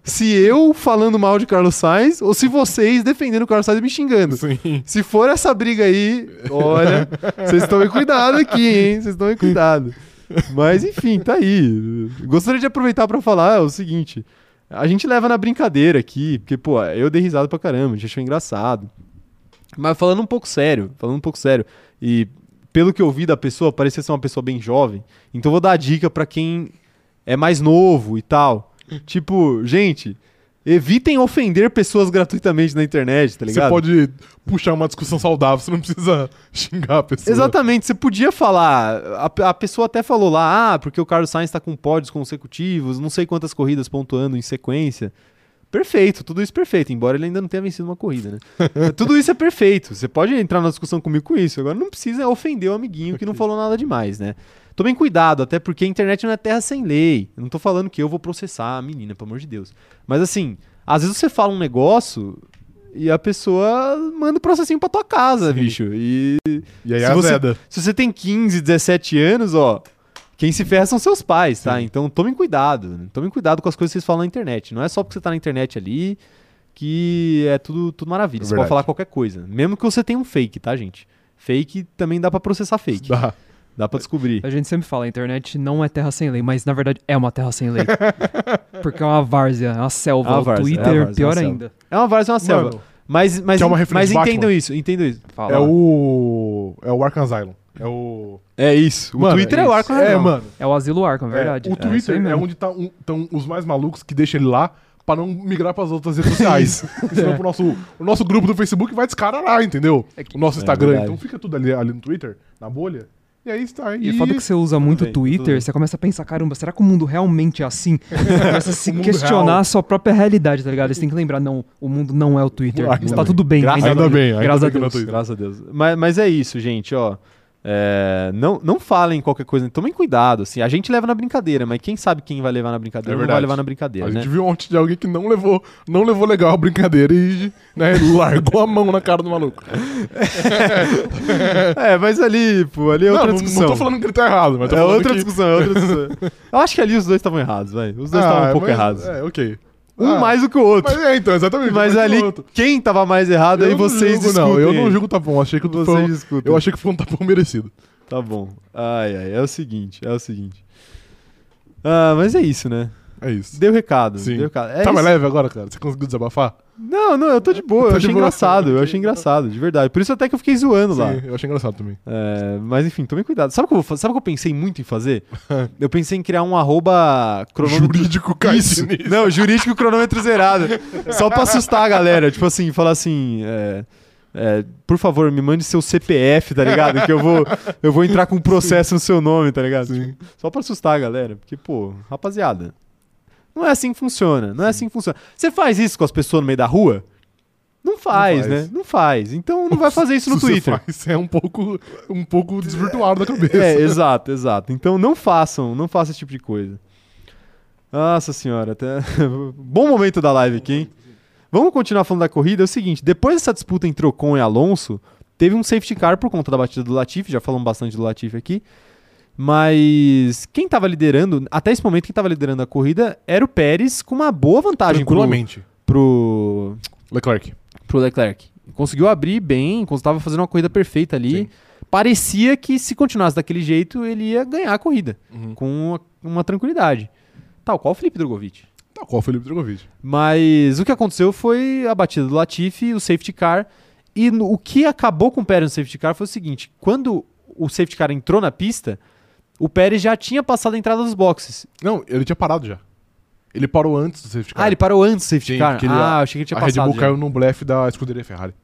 Speaker 1: se eu falando mal de Carlos Sainz ou se vocês defendendo o Carlos Sainz e me xingando.
Speaker 2: Sim.
Speaker 1: Se for essa briga aí, olha, vocês tomem cuidado aqui, hein? Vocês tomem cuidado. Mas enfim, tá aí. Gostaria de aproveitar pra falar o seguinte: a gente leva na brincadeira aqui, porque, pô, eu dei risada pra caramba, a gente achou engraçado. Mas falando um pouco sério, falando um pouco sério, e pelo que eu vi da pessoa, parecia ser uma pessoa bem jovem, então eu vou dar a dica pra quem é mais novo e
Speaker 2: (laughs)
Speaker 1: tal. Tipo, gente, evitem ofender pessoas gratuitamente na internet, tá ligado?
Speaker 2: Você pode puxar uma discussão saudável, você não precisa xingar a pessoa.
Speaker 1: Exatamente, você podia falar. A, a pessoa até falou lá, ah, porque o Carlos Sainz tá com pódios consecutivos, não sei quantas corridas pontuando em sequência. Perfeito, tudo isso perfeito, embora ele ainda não tenha vencido uma corrida, né? Mas tudo isso é perfeito. Você pode entrar na discussão comigo com isso. Agora não precisa ofender o amiguinho que não falou nada demais, né? Tomem cuidado, até porque a internet não é terra sem lei. Eu não tô falando que eu vou processar a menina, pelo amor de Deus. Mas assim, às vezes você fala um negócio e a pessoa manda o processinho pra tua casa, bicho. E
Speaker 2: E aí
Speaker 1: Se
Speaker 2: a
Speaker 1: você-
Speaker 2: azeda.
Speaker 1: se você tem 15, 17 anos, ó, quem se ferra são seus pais, tá? Então tomem cuidado. né? Tomem cuidado com as coisas que vocês falam na internet. Não é só porque você tá na internet ali que é tudo, tudo maravilha.
Speaker 2: É
Speaker 1: você pode
Speaker 2: verdade.
Speaker 1: falar qualquer coisa. Mesmo que você tenha um fake, tá, gente? Fake também dá pra processar fake. Dá,
Speaker 2: Dá.
Speaker 1: pra descobrir.
Speaker 3: A gente sempre fala, a internet não é terra sem lei, mas na verdade é uma
Speaker 1: (laughs)
Speaker 3: terra sem lei. Porque é uma várzea, é uma selva.
Speaker 1: É uma
Speaker 3: o
Speaker 1: várzea,
Speaker 3: Twitter,
Speaker 1: é uma várzea, é uma
Speaker 3: pior
Speaker 1: selva.
Speaker 3: ainda.
Speaker 1: É uma várzea, é uma selva.
Speaker 2: Mano,
Speaker 1: mas mas,
Speaker 2: que é uma
Speaker 1: mas
Speaker 2: referência de
Speaker 1: entendam
Speaker 2: Batman.
Speaker 1: isso, entendam isso.
Speaker 3: Fala.
Speaker 2: é o. É o Arkham Asylum. É o.
Speaker 1: É isso. O
Speaker 2: Mano,
Speaker 1: Twitter
Speaker 3: é
Speaker 1: é, o
Speaker 3: isso.
Speaker 1: arco
Speaker 2: É,
Speaker 1: real.
Speaker 2: mano.
Speaker 3: É o Asilo Arkham, é verdade.
Speaker 2: É, o
Speaker 3: isso aí
Speaker 2: Twitter é,
Speaker 3: mesmo.
Speaker 2: onde tá um- estão os mais malucos que deixam ele lá pra não migrar pras outras redes
Speaker 1: (laughs)
Speaker 2: sociais. Senão pro nosso, o nosso grupo do Facebook vai descararar, entendeu?
Speaker 3: É que-
Speaker 2: O nosso
Speaker 1: É
Speaker 2: Instagram.
Speaker 1: verdade.
Speaker 2: então fica tudo ali, ali no Twitter, na bolha. E aí está
Speaker 1: é
Speaker 2: aí.
Speaker 3: E é foda que você usa muito
Speaker 1: bem, tudo bem.
Speaker 3: Twitter, você começa a pensar, caramba, será que o mundo realmente
Speaker 2: (laughs)
Speaker 3: é assim? Começa a se
Speaker 2: O mundo
Speaker 3: questionar
Speaker 2: real.
Speaker 3: a sua própria realidade, tá ligado? Você tem que lembrar, não, o mundo não é o Twitter.
Speaker 2: Ainda
Speaker 3: Está
Speaker 2: bem.
Speaker 3: tudo bem.
Speaker 1: Graças
Speaker 2: Ainda bem, ainda
Speaker 3: graças
Speaker 2: bem
Speaker 3: a
Speaker 2: que não é
Speaker 3: Deus.
Speaker 2: Twitter.
Speaker 1: Graças a Deus. Mas, mas é isso, gente, ó. É, não, não falem qualquer coisa, tomem cuidado. Assim, a gente leva na brincadeira, mas quem sabe quem vai levar na brincadeira
Speaker 2: É
Speaker 1: não vai
Speaker 2: verdade.
Speaker 1: levar na brincadeira,
Speaker 2: A
Speaker 1: né?
Speaker 2: gente viu ontem de alguém que não levou, não levou legal a brincadeira e né, largou a mão na cara do maluco.
Speaker 1: (laughs) É, mas ali, pô, ali é
Speaker 2: não,
Speaker 1: outra
Speaker 2: não,
Speaker 1: discussão.
Speaker 2: não tô falando que ele tá errado, mas tô
Speaker 1: é
Speaker 2: falando
Speaker 1: outra
Speaker 2: que... (laughs)
Speaker 1: discussão, é outra discussão. Eu acho que ali os dois estavam errados, vai. Os dois
Speaker 2: Ah,
Speaker 1: estavam um pouco
Speaker 2: mas-
Speaker 1: errados.
Speaker 2: É, ok.
Speaker 1: Um
Speaker 2: Ah,
Speaker 1: mais do que o outro. (laughs)
Speaker 2: Mas
Speaker 1: Mas,
Speaker 2: é, então, exatamente. Mas
Speaker 1: ali, quem tava mais errado, aí vocês
Speaker 2: julgo,
Speaker 1: discutem.
Speaker 2: Não, eu não
Speaker 1: aí.
Speaker 2: julgo o tapão. Achei que o
Speaker 1: Vocês
Speaker 2: tapão.
Speaker 1: discutem.
Speaker 2: Eu achei que foi um tapão merecido.
Speaker 1: Tá bom. Ai, ai, é o seguinte, é o seguinte. Ah, mas é isso, né?
Speaker 2: É isso.
Speaker 1: Deu recado,
Speaker 2: Sim.
Speaker 1: deu recado. É
Speaker 2: tá mais
Speaker 1: isso.
Speaker 2: leve agora, cara? Você conseguiu desabafar?
Speaker 1: Não, não, eu tô de boa, eu
Speaker 2: Tá de
Speaker 1: achei
Speaker 2: boa.
Speaker 1: engraçado, eu achei engraçado, de verdade. Por isso até que eu fiquei zoando lá.
Speaker 2: Sim, eu achei engraçado também.
Speaker 1: É, mas enfim, tome cuidado. Sabe o que eu vou fa- Sabe o que eu pensei muito em (laughs) fazer? Eu pensei em criar um arroba cronômetro.
Speaker 2: Jurídico cai
Speaker 1: Isso.
Speaker 2: nisso.
Speaker 1: Não, jurídico cronômetro zerado. Só pra assustar a galera. Tipo assim, falar assim. é, é, por favor, me mande seu CPF, tá ligado? Que eu vou, eu vou entrar com um processo no seu nome, tá ligado? Tipo, Só pra assustar a galera. Porque, pô, rapaziada. Não é assim que funciona. Não é assim que funciona. Você faz isso com as pessoas no meio da rua? Não faz,
Speaker 2: faz.
Speaker 1: né? Não faz. Então não vai fazer isso no
Speaker 2: (laughs) Se você
Speaker 1: Twitter.
Speaker 2: faz, é um pouco, um pouco desvirtuado da cabeça.
Speaker 1: É,
Speaker 2: (laughs)
Speaker 1: exato, exato. Então não façam, não façam esse tipo de coisa. Nossa senhora, até... (laughs) bom momento da live aqui, hein? Vamos continuar falando da corrida. É o seguinte, depois dessa disputa entre Ocon e Alonso, teve um safety car por conta da batida do Latifi, já falamos bastante do Latifi aqui. Mas quem estava liderando, até esse momento, quem estava liderando a corrida era o Pérez com uma boa vantagem pro,
Speaker 2: Tranquilamente.
Speaker 1: pro,
Speaker 2: Leclerc.
Speaker 1: pro Leclerc. Conseguiu abrir bem, estava fazendo uma corrida perfeita ali.
Speaker 2: Sim.
Speaker 1: Parecia que se continuasse daquele jeito, ele ia ganhar a corrida
Speaker 2: Uhum.
Speaker 1: com uma, uma tranquilidade. Tal qual o Felipe Drogovic.
Speaker 2: Tá, qual o Felipe Drogovic?
Speaker 1: Mas o que aconteceu foi a batida do Latifi, o safety car. E no- o que acabou com o Pérez no safety car foi o seguinte: quando o safety car entrou na pista, o Pérez já tinha passado a entrada dos boxes.
Speaker 2: Não, ele tinha parado já. Ele parou antes do safety car.
Speaker 1: Ah, ele parou antes do safety
Speaker 2: Sim,
Speaker 1: car.
Speaker 2: porque ele-
Speaker 1: ah, eu achei que ele tinha
Speaker 2: a Red
Speaker 1: passado.
Speaker 2: Bull
Speaker 1: já.
Speaker 2: caiu num blefe da escuderia Ferrari.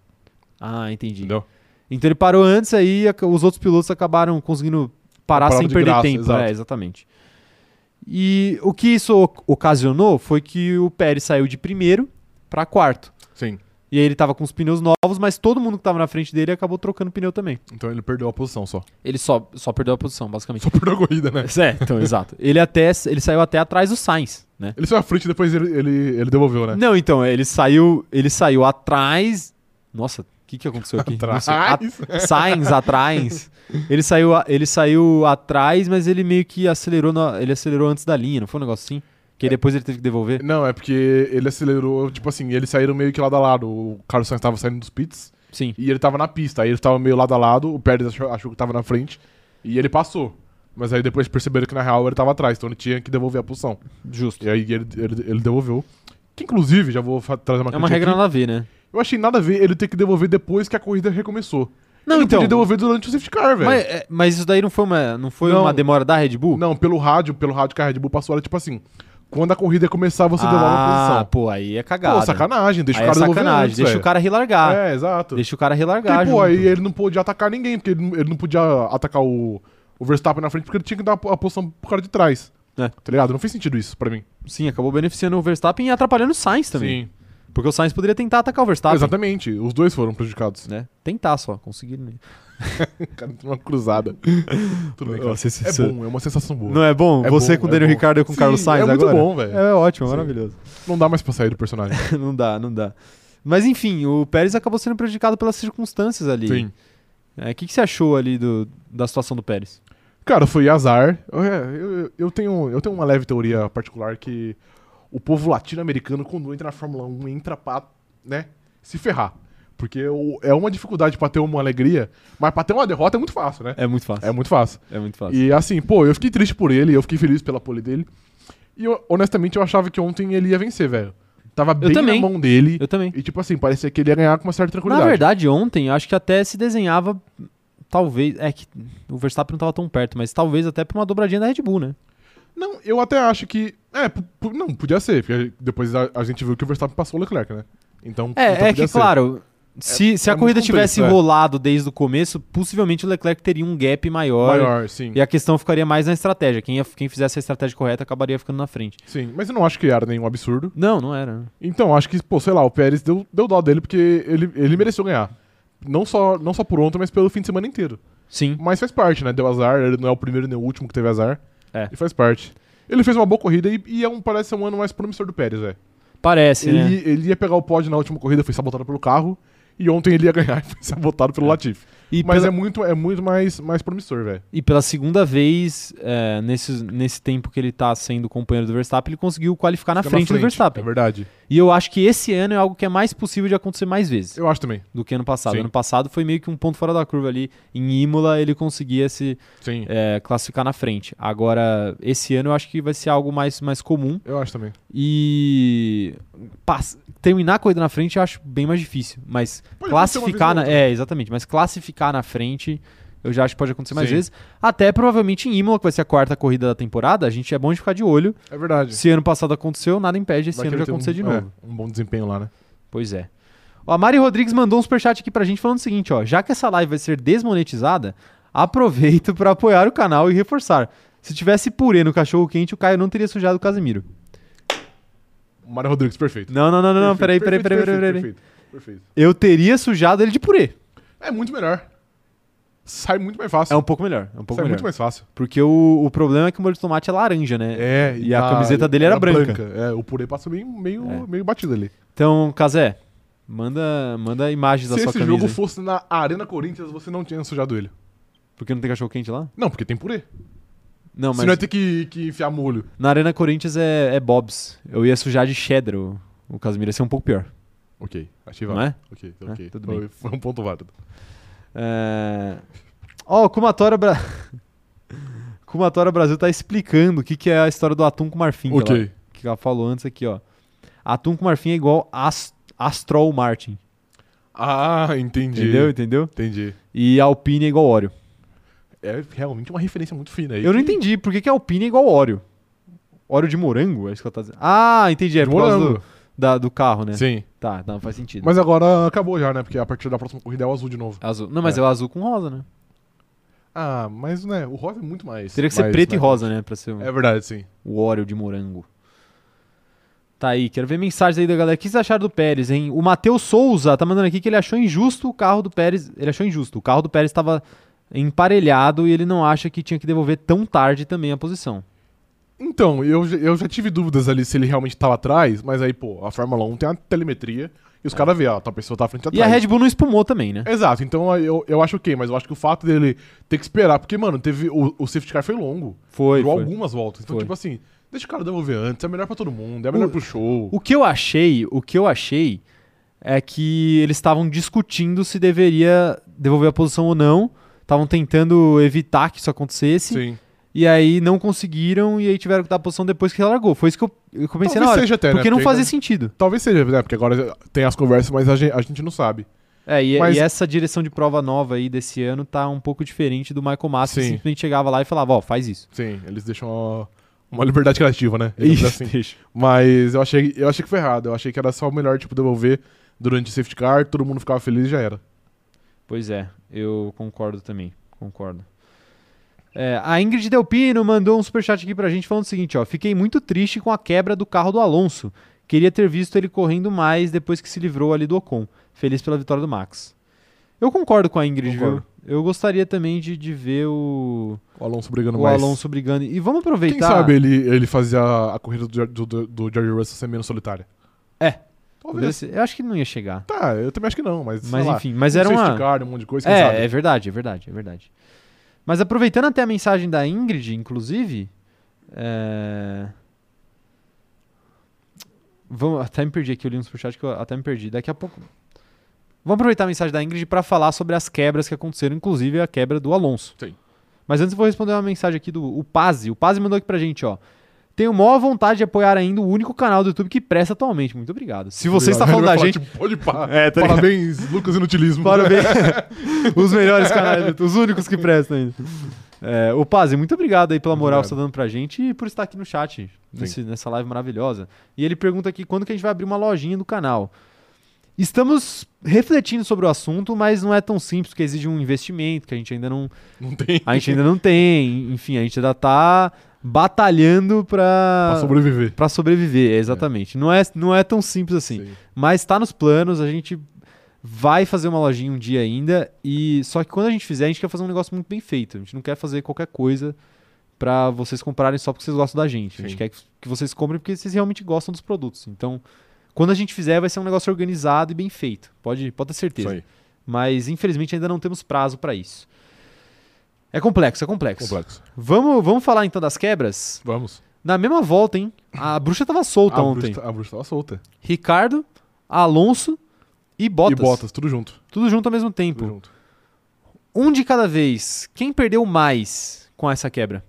Speaker 1: Ah, entendi.
Speaker 2: Entendeu?
Speaker 1: Então ele parou antes, aí ac- os outros pilotos acabaram conseguindo parar
Speaker 2: Pararam
Speaker 1: sem
Speaker 2: de
Speaker 1: perder
Speaker 2: graça,
Speaker 1: tempo.
Speaker 2: exato.
Speaker 1: É, exatamente. E o que isso oc- ocasionou foi que o Pérez saiu de primeiro para quarto.
Speaker 2: Sim.
Speaker 1: E aí ele tava com os pneus novos, mas todo mundo que tava na frente dele acabou trocando pneu também.
Speaker 2: Então ele perdeu a posição só.
Speaker 1: Ele só, só perdeu a posição, basicamente.
Speaker 2: Só perdeu a corrida, né?
Speaker 1: (laughs) É, então, exato. Ele até ele saiu até atrás do Sainz, né?
Speaker 2: Ele saiu à frente e depois ele, ele, ele devolveu, né?
Speaker 1: Não, então, ele saiu, ele saiu atrás. Nossa, o que, que aconteceu aqui? Não sei. A- Sainz atrás. Ele saiu, a- ele saiu atrás, mas ele meio que acelerou. na- ele acelerou antes da linha, não foi um negócio assim? Que aí depois ele teve que devolver.
Speaker 2: (laughs) Não, é porque ele acelerou, tipo assim, eles saíram meio que lado a lado. O Carlos Sainz tava saindo dos pits
Speaker 1: Sim.
Speaker 2: e ele tava na pista. Aí ele tava meio lado a lado, o Pérez achou, achou que tava na frente e ele passou. Mas aí depois perceberam que na real ele tava atrás, então ele tinha que devolver a posição.
Speaker 1: Justo.
Speaker 2: E aí ele, ele, ele devolveu. Que inclusive, já vou fa- trazer uma
Speaker 1: É uma
Speaker 2: crítica
Speaker 1: regra
Speaker 2: aqui.
Speaker 1: nada a ver, né?
Speaker 2: Eu achei nada a ver ele ter que devolver depois que a corrida recomeçou.
Speaker 1: Não,
Speaker 2: ele
Speaker 1: então.
Speaker 2: podia devolver durante o safety car, velho.
Speaker 1: Mas, é, mas isso daí não foi uma, não foi
Speaker 2: Não.
Speaker 1: uma demora da Red Bull?
Speaker 2: Tipo, Não, pelo rádio, pelo rádio que a Red Bull passou, era tipo assim, quando a corrida começar, você devolve a
Speaker 1: ah,
Speaker 2: posição.
Speaker 1: pô, aí é cagada.
Speaker 2: Pô, sacanagem, deixa
Speaker 1: Aí
Speaker 2: o cara
Speaker 1: é
Speaker 2: devolver
Speaker 1: sacanagem,
Speaker 2: antes,
Speaker 1: deixa
Speaker 2: velho.
Speaker 1: o cara relargar.
Speaker 2: É, exato.
Speaker 1: Deixa o cara relargar.
Speaker 2: Porque, pô,
Speaker 1: junto.
Speaker 2: aí ele não podia atacar ninguém, porque ele não, ele não podia atacar o, o Verstappen na frente, porque ele tinha que dar a posição pro cara de trás.
Speaker 1: É.
Speaker 2: Tá ligado? Não fez sentido isso pra mim.
Speaker 1: Sim, acabou beneficiando o Verstappen e atrapalhando o Sainz também.
Speaker 2: Sim.
Speaker 1: Porque o Sainz poderia tentar atacar o Verstappen.
Speaker 2: Exatamente. Os dois foram prejudicados. (laughs)
Speaker 1: Né? Tentar só, né? conseguiram.
Speaker 2: O cara entrou numa
Speaker 1: (laughs)
Speaker 2: cruzada. Tudo bem, cara.
Speaker 1: Nossa, esse-
Speaker 2: É
Speaker 1: esse-
Speaker 2: bom, é uma sensação boa.
Speaker 1: Não é bom?
Speaker 2: É
Speaker 1: Você
Speaker 2: bom,
Speaker 1: com o
Speaker 2: é
Speaker 1: Daniel
Speaker 2: bom.
Speaker 1: Ricardo e eu com o
Speaker 2: Sim,
Speaker 1: Carlos Sainz
Speaker 2: é muito
Speaker 1: agora?
Speaker 2: bom, velho.
Speaker 1: É ótimo,
Speaker 2: Sim.
Speaker 1: maravilhoso.
Speaker 2: Não dá mais pra sair do personagem.
Speaker 1: (laughs) não dá, não dá. Mas enfim, o Pérez acabou sendo prejudicado pelas circunstâncias ali.
Speaker 2: Sim.
Speaker 1: É, O que, que você achou ali do, da situação do Pérez?
Speaker 2: Cara, foi azar. Eu, é, eu, eu tenho, eu tenho uma leve teoria particular que o povo latino-americano, quando entra na Fórmula 1, entra pra né, se ferrar. Porque o- é uma dificuldade pra ter uma alegria, mas pra ter uma derrota é muito fácil, né?
Speaker 1: É muito fácil.
Speaker 2: É muito fácil.
Speaker 1: É muito fácil.
Speaker 2: E assim, pô, eu fiquei triste por ele, eu fiquei feliz pela pole dele. E eu- honestamente, eu achava que ontem ele ia vencer, velho. Tava bem
Speaker 1: também.
Speaker 2: na mão dele.
Speaker 1: Eu também.
Speaker 2: E tipo assim, parecia que ele ia ganhar com uma certa
Speaker 1: Na
Speaker 2: tranquilidade.
Speaker 1: verdade, ontem, acho que até se desenhava, talvez, é que o Verstappen não tava tão perto, mas talvez até pra uma dobradinha da Red Bull, né?
Speaker 2: Não, eu até acho que. É, pu- pu- não, podia ser, porque depois a, a gente viu que o Verstappen passou o Leclerc, né? Então.
Speaker 1: É,
Speaker 2: então
Speaker 1: é
Speaker 2: podia
Speaker 1: que,
Speaker 2: ser.
Speaker 1: claro, se, se a
Speaker 2: é muito
Speaker 1: corrida
Speaker 2: contexto,
Speaker 1: tivesse
Speaker 2: é.
Speaker 1: rolado desde o começo, possivelmente o Leclerc teria um gap maior,
Speaker 2: Maior, sim.
Speaker 1: e a questão ficaria mais na estratégia. Quem, ia- quem fizesse a estratégia correta acabaria ficando na frente.
Speaker 2: Sim, mas eu não acho que era nenhum absurdo.
Speaker 1: Não, não era. né?
Speaker 2: Então, acho que, pô, sei lá, o Pérez deu, deu dó dele porque ele, ele mereceu ganhar. Não só, não só por ontem, mas pelo fim de semana inteiro.
Speaker 1: Sim.
Speaker 2: Mas faz parte, né? Deu azar, ele não é o primeiro nem o último que teve azar.
Speaker 1: É.
Speaker 2: E faz parte. Ele fez uma boa corrida e, e é um, parece ser um ano mais promissor do Pérez, é.
Speaker 1: Parece, né?
Speaker 2: (laughs)
Speaker 1: É.
Speaker 2: Ele, ele ia pegar o pódio na última corrida, foi sabotado pelo carro. E ontem ele ia ganhar e foi sabotado pelo Latifi.
Speaker 1: E,
Speaker 2: Mas
Speaker 1: pela,
Speaker 2: é muito, é muito mais, mais promissor, velho.
Speaker 1: e pela segunda vez, é, nesse, nesse tempo que ele tá sendo companheiro do Verstappen, ele conseguiu qualificar na,
Speaker 2: Fica
Speaker 1: frente, do Verstappen.
Speaker 2: É verdade.
Speaker 1: E eu acho que esse ano é algo que é mais possível de acontecer mais vezes
Speaker 2: Eu acho também.
Speaker 1: do que ano passado.
Speaker 2: Sim.
Speaker 1: Ano passado foi meio que um ponto fora da curva ali. Em Imola ele conseguia se
Speaker 2: Sim.
Speaker 1: é, classificar na frente. Agora, esse ano eu acho que vai ser algo mais, mais comum.
Speaker 2: Eu acho também.
Speaker 1: E pass- terminar a corrida na frente eu acho bem mais difícil. Mas
Speaker 2: Pode acontecer uma
Speaker 1: classificar
Speaker 2: vez ou
Speaker 1: na... É, exatamente. Mas classificar na frente eu já acho que pode acontecer mais
Speaker 2: Sim.
Speaker 1: vezes. Até provavelmente em Imola, que vai ser a quarta corrida da temporada, a gente é bom de ficar de olho.
Speaker 2: É verdade.
Speaker 1: Se ano passado aconteceu, nada impede esse
Speaker 2: Vai que
Speaker 1: ano de
Speaker 2: ele tem
Speaker 1: acontecer de
Speaker 2: um,
Speaker 1: novo.
Speaker 2: é, um bom desempenho lá, né?
Speaker 1: Pois é. Ó, a Mari Rodrigues mandou um superchat aqui pra gente falando o seguinte, ó. Já que essa live vai ser desmonetizada, aproveito pra apoiar o canal e reforçar. Se tivesse purê no cachorro quente, o Caio não teria sujado o Casemiro.
Speaker 2: Mário Rodrigues, perfeito.
Speaker 1: Não, não, não, não, não. Peraí,
Speaker 2: Perfeito,
Speaker 1: peraí, peraí, peraí,
Speaker 2: perfeito,
Speaker 1: peraí.
Speaker 2: Perfeito, perfeito.
Speaker 1: Eu teria sujado ele de purê.
Speaker 2: É muito melhor. Sai muito mais fácil.
Speaker 1: É um pouco melhor. É um pouco
Speaker 2: Sai
Speaker 1: melhor.
Speaker 2: muito mais fácil.
Speaker 1: Porque o, o problema é que o molho de tomate é laranja, né?
Speaker 2: É,
Speaker 1: e a camiseta dele era branca.
Speaker 2: É, o purê passa meio, meio,
Speaker 1: É.
Speaker 2: meio batido ali.
Speaker 1: Então, Kazé, manda, manda imagens da
Speaker 2: Se
Speaker 1: sua
Speaker 2: esse
Speaker 1: camisa.
Speaker 2: jogo
Speaker 1: hein?
Speaker 2: fosse na Arena Corinthians, você não tinha sujado ele.
Speaker 1: Porque não tem cachorro quente lá?
Speaker 2: Não, porque tem purê.
Speaker 1: Não,
Speaker 2: Você
Speaker 1: mas
Speaker 2: não é ia ter que, que enfiar molho.
Speaker 1: na Arena Corinthians é, é Bob's. Eu ia sujar de cheddar o, o Casemiro. Ia ser um pouco pior,
Speaker 2: Ok, ativa.
Speaker 1: não é?
Speaker 2: Ok,
Speaker 1: Ah,
Speaker 2: ok.
Speaker 1: tudo
Speaker 2: foi,
Speaker 1: bem.
Speaker 2: foi um ponto válido.
Speaker 1: É... Ó, o Kumatora, Bra... (laughs) Kumatora Brasil tá explicando o que, que é a história do atum com marfim. que ela-
Speaker 2: ok.
Speaker 1: que ela falou antes aqui, ó. Atum com marfim é igual as... Astrol Martin.
Speaker 2: Ah, entendi.
Speaker 1: Entendeu? Entendeu?
Speaker 2: Entendi.
Speaker 1: E Alpine é igual óleo.
Speaker 2: É realmente uma referência muito fina aí.
Speaker 1: Eu não entendi por que, que Alpine é igual óleo. Óleo de morango? É isso que ela tá dizendo. Ah, entendi. É por causa do,
Speaker 2: Morango.
Speaker 1: da- do carro, né?
Speaker 2: Sim.
Speaker 1: Tá, não faz sentido.
Speaker 2: Mas agora acabou já, né? Porque a partir da próxima corrida é o azul de novo.
Speaker 1: Azul. Não, mas é.
Speaker 2: É.
Speaker 1: o azul com rosa, né?
Speaker 2: Ah, mas né, o rosa é muito mais.
Speaker 1: Teria que ser
Speaker 2: mais,
Speaker 1: preto
Speaker 2: né?
Speaker 1: e rosa, né? Pra ser um...
Speaker 2: É verdade, sim.
Speaker 1: O óleo de morango. Tá aí, quero ver mensagens aí da galera. O que vocês acharam do Pérez, hein? O Matheus Souza tá mandando aqui que ele achou injusto o carro do Pérez. Ele achou injusto. O carro do Pérez estava emparelhado e ele não acha que tinha que devolver tão tarde também a posição.
Speaker 2: Então, eu, já- eu já tive dúvidas ali se ele realmente tava atrás, mas aí, pô, a Fórmula 1 tem uma telemetria e os caras vê, ó, a pessoa tá à frente e
Speaker 1: E a
Speaker 2: atrás.
Speaker 1: Red Bull não espumou também, né?
Speaker 2: Exato, então aí eu, eu acho ok, mas eu acho que o fato dele ter que esperar, porque, mano, teve o, o safety car foi longo,
Speaker 1: Foi,
Speaker 2: durou
Speaker 1: foi.
Speaker 2: algumas voltas. Então,
Speaker 1: Foi.
Speaker 2: tipo assim, deixa o cara devolver antes, é melhor pra todo mundo, é melhor
Speaker 1: O-
Speaker 2: pro show.
Speaker 1: O que eu achei, o que eu achei é que eles estavam discutindo se deveria devolver a posição ou não. Estavam tentando evitar que isso acontecesse.
Speaker 2: Sim.
Speaker 1: E aí não conseguiram e aí tiveram que dar a posição depois que ele largou. Foi isso que eu, eu pensei na
Speaker 2: Talvez
Speaker 1: hora.
Speaker 2: seja até, né?
Speaker 1: porque não
Speaker 2: Porque
Speaker 1: fazia
Speaker 2: ainda-
Speaker 1: sentido.
Speaker 2: Talvez seja, né? Porque agora tem as conversas, mas a gen- a gente não sabe.
Speaker 1: É, e,
Speaker 2: Mas-
Speaker 1: e essa direção de prova nova aí desse ano tá um pouco diferente do Michael Massa, que
Speaker 2: Sim.
Speaker 1: simplesmente chegava lá e falava, ó, faz isso.
Speaker 2: Sim, eles deixam uma, uma liberdade criativa, né? Digamos assim.
Speaker 1: deixa.
Speaker 2: Mas eu achei, eu achei que foi errado. Eu achei que era só o melhor, tipo, devolver durante o safety car, todo mundo ficava feliz e já era.
Speaker 1: Pois é, eu concordo também, concordo. É, a Ingrid Delpino mandou um superchat aqui pra gente falando o seguinte, ó, fiquei muito triste com a quebra do carro do Alonso. Queria ter visto ele correndo mais depois que se livrou ali do Ocon. Feliz pela vitória do Max. Eu concordo com a Ingrid, viu?
Speaker 2: Concordo.
Speaker 1: Eu gostaria também de, de ver o,
Speaker 2: O Alonso brigando
Speaker 1: o
Speaker 2: mais.
Speaker 1: Alonso brigando. E vamos
Speaker 2: Quem
Speaker 1: aproveitar.
Speaker 2: sabe ele, ele fazia a corrida do, do, do- do George Russell ser menos solitária.
Speaker 1: É. Poderia
Speaker 2: Talvez.
Speaker 1: ser- Eu acho que não ia chegar.
Speaker 2: Tá, eu também acho que não, mas. sei
Speaker 1: Mas
Speaker 2: lá,
Speaker 1: enfim, mas
Speaker 2: um
Speaker 1: era
Speaker 2: safety
Speaker 1: uma.
Speaker 2: car, um monte de coisa, quem sabe?
Speaker 1: É, é verdade, é verdade, é verdade. Mas aproveitando até a mensagem da Ingrid, inclusive. É... Vamos, até me perdi aqui, eu li no superchat que eu até me perdi. Daqui a pouco. Vamos aproveitar a mensagem da Ingrid para falar sobre as quebras que aconteceram, inclusive a quebra do Alonso.
Speaker 2: Sim.
Speaker 1: Mas antes eu vou responder uma mensagem aqui do o Pazzi. O Pazzi mandou aqui pra gente, ó. Tenho maior vontade de apoiar ainda o único canal do YouTube que presta atualmente. Muito obrigado. Se você está
Speaker 2: Ele (laughs)
Speaker 1: falando
Speaker 2: vai
Speaker 1: da
Speaker 2: falar,
Speaker 1: gente,
Speaker 2: tipo, pode pá.
Speaker 1: (laughs) É, tá ligado.
Speaker 2: Parabéns, Lucas Inutilismo.
Speaker 1: Parabéns. os melhores canais, os únicos que prestam ainda. É, o Pazzi, muito obrigado aí pela moral que você tá dando pra gente e por estar aqui no chat, nesse- nessa live maravilhosa. E ele pergunta aqui quando que a gente vai abrir uma lojinha do canal. Estamos refletindo sobre o assunto, mas não é tão simples, porque exige um investimento que a gente ainda não,
Speaker 2: Não tem.
Speaker 1: a gente ainda não tem. Enfim, a gente ainda tá batalhando pra,
Speaker 2: Pra sobreviver.
Speaker 1: pra sobreviver, exatamente. Não, é, não é tão simples assim.
Speaker 2: Sim.
Speaker 1: Mas tá nos planos, a gente vai fazer uma lojinha um dia ainda. E só que quando a gente fizer, a gente quer fazer um negócio muito bem feito. A gente não quer fazer qualquer coisa pra vocês comprarem só porque vocês gostam da gente. A gente
Speaker 2: Sim.
Speaker 1: quer que- que vocês comprem porque vocês realmente gostam dos produtos. Então, quando a gente fizer, vai ser um negócio organizado e bem feito. Pode, pode ter
Speaker 2: Isso
Speaker 1: certeza.
Speaker 2: aí.
Speaker 1: Mas infelizmente ainda não temos prazo para isso. É complexo, é complexo.
Speaker 2: Complexo.
Speaker 1: Vamos, vamos falar então das quebras?
Speaker 2: Vamos.
Speaker 1: Na mesma volta, hein? A bruxa tava solta
Speaker 2: a,
Speaker 1: ontem.
Speaker 2: Bruxa, tá- a bruxa tava solta.
Speaker 1: Ricardo, Alonso e Bottas.
Speaker 2: E botas, tudo junto.
Speaker 1: Tudo junto ao mesmo tempo.
Speaker 2: Tudo junto.
Speaker 1: Um de cada vez. Quem perdeu mais com essa quebra?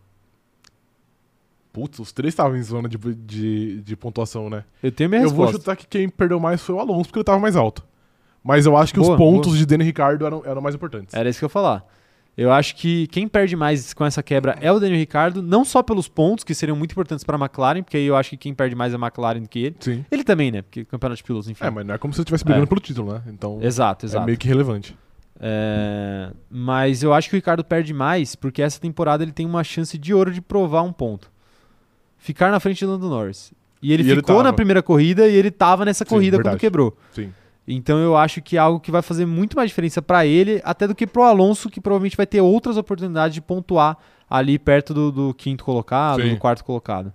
Speaker 2: Putz, os três estavam em zona de, de, de pontuação, né?
Speaker 1: Eu tenho minha
Speaker 2: eu vou
Speaker 1: resposta.
Speaker 2: chutar que quem perdeu mais foi o Alonso, porque ele tava mais alto. Mas eu acho que
Speaker 1: Boa,
Speaker 2: os pontos de Dani Ricardo eram, eram mais importantes.
Speaker 1: Era isso que eu ia falar. Eu acho que quem perde mais com essa quebra é o Daniel Ricardo, não só pelos pontos, que seriam muito importantes para a McLaren, porque aí eu acho que quem perde mais é a McLaren do que ele.
Speaker 2: Sim.
Speaker 1: Ele também, né? Porque campeonato de pilotos, enfim.
Speaker 2: É, mas não é como se ele estivesse brigando
Speaker 1: É.
Speaker 2: pelo título, né? Então
Speaker 1: Exato,
Speaker 2: é
Speaker 1: exato.
Speaker 2: meio que relevante.
Speaker 1: É, mas eu acho que o Ricardo perde mais porque essa temporada ele tem uma chance de ouro de provar um ponto. Ficar na frente do Lando Norris. E ele
Speaker 2: E ele
Speaker 1: ficou na
Speaker 2: tava.
Speaker 1: primeira corrida e ele tava nessa
Speaker 2: Sim,
Speaker 1: corrida quando
Speaker 2: verdade.
Speaker 1: quebrou.
Speaker 2: Sim.
Speaker 1: Então eu acho que é algo que vai fazer muito mais diferença pra ele, até do que pro Alonso, que provavelmente vai ter outras oportunidades de pontuar ali perto do, do quinto colocado,
Speaker 2: Sim.
Speaker 1: do quarto colocado.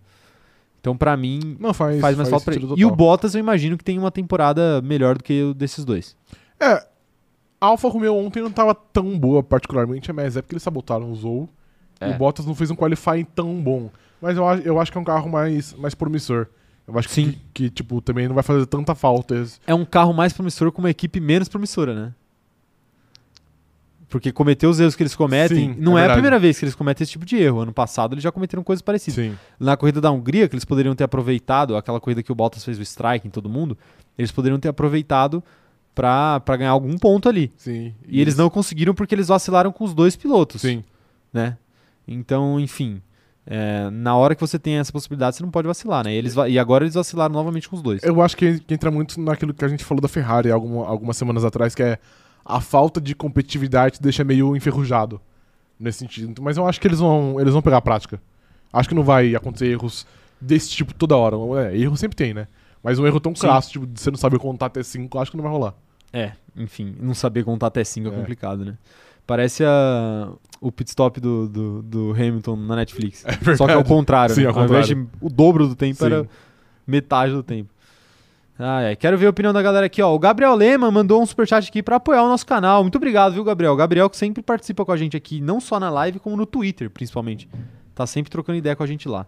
Speaker 1: Então pra mim
Speaker 2: Não, faz,
Speaker 1: faz mais falta pra ele.
Speaker 2: sentido
Speaker 1: E o
Speaker 2: total.
Speaker 1: Bottas eu imagino que tem uma temporada melhor do que o desses dois.
Speaker 2: É, a Alfa Romeo ontem não tava tão boa, particularmente, mas é porque eles sabotaram o Zou. E
Speaker 1: É.
Speaker 2: o Bottas não fez um qualifying tão bom. Mas eu, acho- eu acho que é um carro mais, mais promissor. Eu acho
Speaker 1: Sim.
Speaker 2: Que, que, tipo, também não vai fazer tanta falta. esse-
Speaker 1: é um carro mais promissor com uma equipe menos promissora, né? Porque cometer os erros que eles cometem,
Speaker 2: Sim,
Speaker 1: não é, a
Speaker 2: é verdade.
Speaker 1: primeira vez que eles cometem esse tipo de erro. Ano passado eles já cometeram coisas parecidas.
Speaker 2: Sim.
Speaker 1: Na corrida da Hungria, que eles poderiam ter aproveitado, aquela corrida que o Bottas fez o strike em todo mundo, eles poderiam ter aproveitado pra pra ganhar algum ponto ali.
Speaker 2: Sim.
Speaker 1: E eles não conseguiram porque eles vacilaram com os dois pilotos,
Speaker 2: Sim.
Speaker 1: né? Então, enfim, é, na hora que você tem essa possibilidade, você não pode vacilar, né? E Eles, va- e agora eles vacilaram novamente com os dois.
Speaker 2: Eu acho que, que entra muito naquilo que a gente falou da Ferrari alguma- algumas semanas atrás, que é a falta de competitividade te deixa meio enferrujado nesse sentido. Mas eu acho que eles vão, eles vão pegar a prática. Acho que não vai acontecer erros desse tipo toda hora. É, erro sempre tem, né? Mas um erro tão
Speaker 1: Sim.
Speaker 2: crasso, tipo, de você não saber contar até 5, acho que não vai rolar.
Speaker 1: É, enfim, não saber contar até 5 é,
Speaker 2: É.
Speaker 1: complicado, né? Parece a- o pit stop do, do, do Hamilton na Netflix. Só que é o contrário,
Speaker 2: Sim,
Speaker 1: né?
Speaker 2: ao
Speaker 1: Ao invés de o dobro do tempo, era
Speaker 2: Sim.
Speaker 1: metade do tempo. Ah, é. Quero ver a opinião da galera aqui, ó. O Gabriel Lema mandou um superchat aqui pra apoiar o nosso canal. Muito obrigado, viu, Gabriel? O Gabriel que sempre participa com a gente aqui, não só na live, como no Twitter, principalmente. Tá sempre trocando ideia com a gente lá.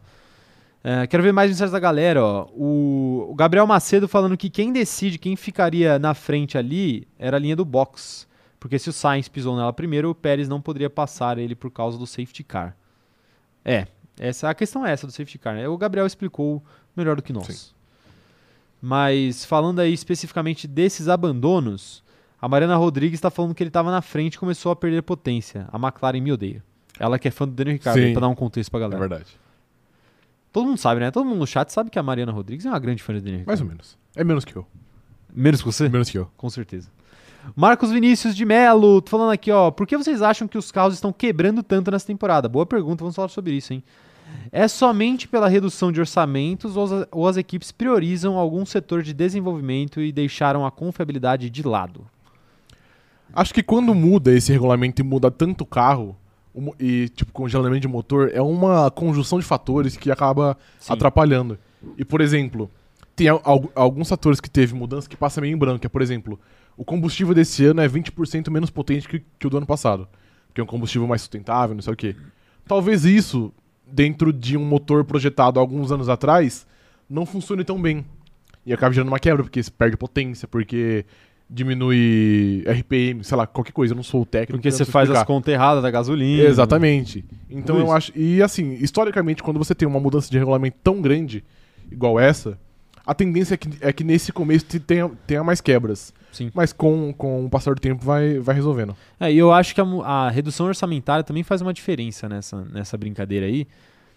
Speaker 1: É, quero ver mais mensagens da galera, ó. O, o Gabriel Macedo falando que quem decide quem ficaria na frente ali era a linha do box. Porque se o Sainz pisou nela primeiro, o Pérez não poderia passar ele por causa do safety car. É, essa a questão é essa do safety car, né? O Gabriel explicou melhor do que nós.
Speaker 2: Sim.
Speaker 1: Mas falando aí especificamente desses abandonos, a Mariana Rodrigues está falando que ele estava na frente e começou a perder potência. A McLaren me odeia. Ela que é fã do Daniel Ricciardo,
Speaker 2: Sim.
Speaker 1: aí, pra dar um contexto pra
Speaker 2: É
Speaker 1: galera.
Speaker 2: verdade.
Speaker 1: Todo mundo sabe, né? Todo mundo no chat sabe que a Mariana Rodrigues é uma grande fã de Daniel
Speaker 2: Mais
Speaker 1: Ricciardo.
Speaker 2: ou menos. É menos que eu.
Speaker 1: Menos que você?
Speaker 2: É Menos que eu.
Speaker 1: Com certeza. Marcos Vinícius de Melo, tô falando aqui, ó. Por que vocês acham que os carros estão quebrando tanto nessa temporada? Boa pergunta, vamos falar sobre isso, hein? É somente pela redução de orçamentos ou as, ou as equipes priorizam algum setor de desenvolvimento e deixaram a confiabilidade de lado?
Speaker 2: Acho que quando muda esse regulamento e muda tanto o carro o mo- e tipo congelamento de motor é uma conjunção de fatores que acaba
Speaker 1: Sim.
Speaker 2: atrapalhando. E por exemplo, tem al- al- alguns fatores que teve mudança que passa meio em branco. É, por exemplo, o combustível desse ano é 20% menos potente que, que o do ano passado, que é um combustível mais sustentável, não sei o quê. Talvez isso dentro de um motor projetado há alguns anos atrás não funcione tão bem. E acaba gerando uma quebra, porque se perde potência, porque diminui RPM, sei lá, qualquer coisa. Eu não sou o técnico.
Speaker 1: Porque
Speaker 2: eu não
Speaker 1: você
Speaker 2: sei
Speaker 1: faz as
Speaker 2: explicar.
Speaker 1: contas erradas da gasolina.
Speaker 2: Exatamente. Então
Speaker 1: Tudo
Speaker 2: eu
Speaker 1: isso.
Speaker 2: acho. E assim, historicamente, quando você tem uma mudança de regulamento tão grande, igual essa, a tendência é que, é que nesse começo te tenha, tenha mais quebras.
Speaker 1: Sim.
Speaker 2: Mas com, com o passar do tempo vai, vai resolvendo.
Speaker 1: É, e eu acho que a, mu- a redução orçamentária também faz uma diferença nessa, nessa brincadeira aí.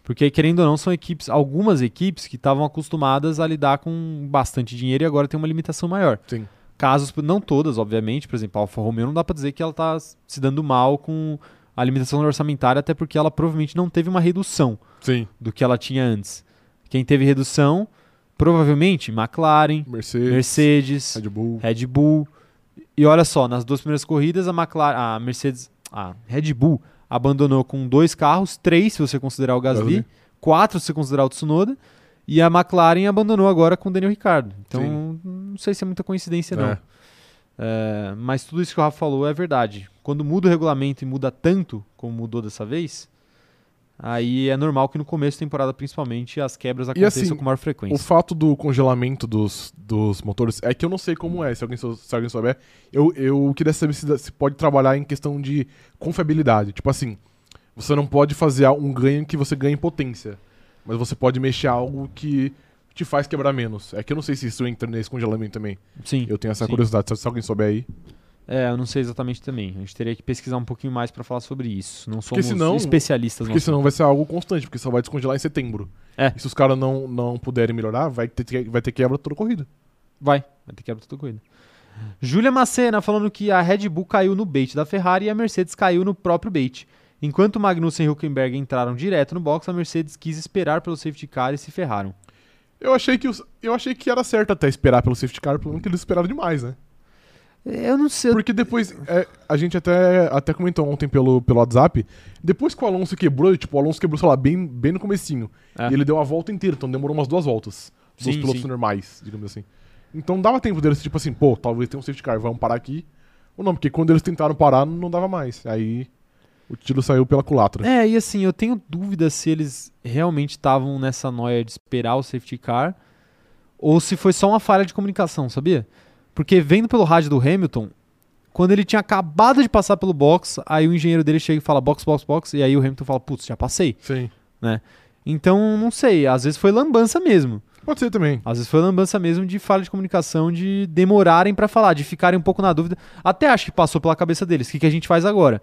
Speaker 1: Porque, querendo ou não, são equipes, algumas equipes que estavam acostumadas a lidar com bastante dinheiro e agora tem uma limitação maior.
Speaker 2: Sim.
Speaker 1: Casos, não todas, obviamente, por exemplo, a Alfa Romeo não dá pra dizer que ela tá se dando mal com a limitação orçamentária, até porque ela provavelmente não teve uma redução
Speaker 2: Sim.
Speaker 1: do que ela tinha antes. Quem teve redução, provavelmente, McLaren,
Speaker 2: Mercedes.
Speaker 1: Mercedes,
Speaker 2: Red Bull.
Speaker 1: Red Bull. E olha só, nas duas primeiras corridas, a McLaren, a Mercedes, a Red Bull abandonou com dois carros, três se você considerar o Gasly,
Speaker 2: Gasly.
Speaker 1: quatro se você considerar o Tsunoda, e a McLaren abandonou agora com o Daniel Ricciardo. Então, não sei se é muita coincidência, não.
Speaker 2: É.
Speaker 1: É, mas tudo isso que o Rafa falou é verdade. Quando muda o regulamento e muda tanto como mudou dessa vez, aí é normal que no começo da temporada, principalmente, as quebras aconteçam
Speaker 2: assim,
Speaker 1: com maior
Speaker 2: O
Speaker 1: frequência.
Speaker 2: fato do congelamento dos, dos motores é que eu não sei como é, se alguém, sou- se alguém souber. Eu, eu queria saber se, dá- se pode trabalhar em questão de confiabilidade. Tipo assim, você não pode fazer um ganho que você ganha em potência, mas você pode mexer algo que te faz quebrar menos. É que eu não sei se isso entra nesse congelamento também.
Speaker 1: Sim.
Speaker 2: Eu tenho essa
Speaker 1: Sim.
Speaker 2: curiosidade, se- se alguém souber aí.
Speaker 1: É, eu não sei exatamente também. A gente teria que pesquisar um pouquinho mais pra falar sobre isso. Não somos
Speaker 2: senão-
Speaker 1: especialistas.
Speaker 2: Porque
Speaker 1: no
Speaker 2: senão vai ser algo constante, porque só vai descongelar em setembro.
Speaker 1: É.
Speaker 2: E se os caras não, não puderem melhorar, vai ter, que- vai ter quebra toda corrida.
Speaker 1: Vai, vai ter quebra tudo corrida. Júlia Macena falando que a Red Bull caiu no bait da Ferrari e a Mercedes caiu no próprio bait. Enquanto Magnussen e Huckenberg entraram direto no box, a Mercedes quis esperar pelo safety car e se ferraram.
Speaker 2: Eu achei que os- eu achei que era certo até esperar pelo safety car, pelo menos que eles esperaram demais, né?
Speaker 1: Eu não sei.
Speaker 2: Porque depois é, a gente até, até comentou ontem pelo, pelo WhatsApp, depois que o Alonso quebrou, tipo, o Alonso quebrou, sei lá, bem, bem no comecinho.
Speaker 1: É.
Speaker 2: E ele deu a volta inteira, então demorou umas duas voltas dos
Speaker 1: Sim,
Speaker 2: pilotos
Speaker 1: sim.
Speaker 2: normais, digamos assim. Então dava tempo deles, tipo assim, pô, talvez tenha um safety car, vamos parar aqui. Ou não, porque quando eles tentaram parar, não dava mais. Aí o tiro saiu pela culatra.
Speaker 1: É, e assim, eu tenho dúvida se eles realmente estavam nessa noia de esperar o safety car ou se foi só uma falha de comunicação, sabia? Porque vendo pelo rádio do Hamilton, quando ele tinha acabado de passar pelo box, aí o engenheiro dele chega e fala box, box, box, e aí o Hamilton fala, putz, já passei.
Speaker 2: Sim.
Speaker 1: Então, não sei, às vezes foi lambança mesmo.
Speaker 2: Pode ser também.
Speaker 1: Às vezes foi lambança mesmo de falha de comunicação, de demorarem pra falar, de ficarem um pouco na dúvida. Até acho que passou pela cabeça deles, o que, que a gente faz agora?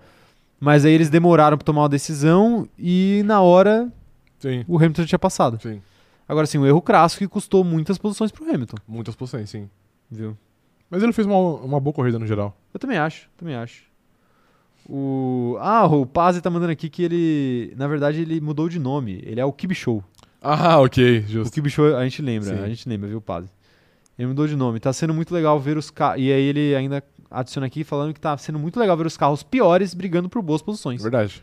Speaker 1: Mas aí eles demoraram pra tomar uma decisão e na hora
Speaker 2: Sim.
Speaker 1: o Hamilton já tinha passado.
Speaker 2: Sim.
Speaker 1: Agora sim, um erro crasso que custou muitas posições pro Hamilton,
Speaker 2: Muitas posições, sim.
Speaker 1: viu?
Speaker 2: Mas ele fez uma, uma boa corrida no geral.
Speaker 1: Eu também acho, também acho. O Ah, o Pazzi tá mandando aqui que ele, na verdade, ele mudou de nome. Ele é o Kib Show.
Speaker 2: Ah, ok,
Speaker 1: O
Speaker 2: justo.
Speaker 1: que bicho a gente lembra,
Speaker 2: Sim.
Speaker 1: a gente lembra, viu, Paz? Ele mudou de nome. Tá sendo muito legal ver os carros. E aí ele ainda adiciona aqui falando que tá sendo muito legal ver os carros piores brigando por boas posições.
Speaker 2: Verdade.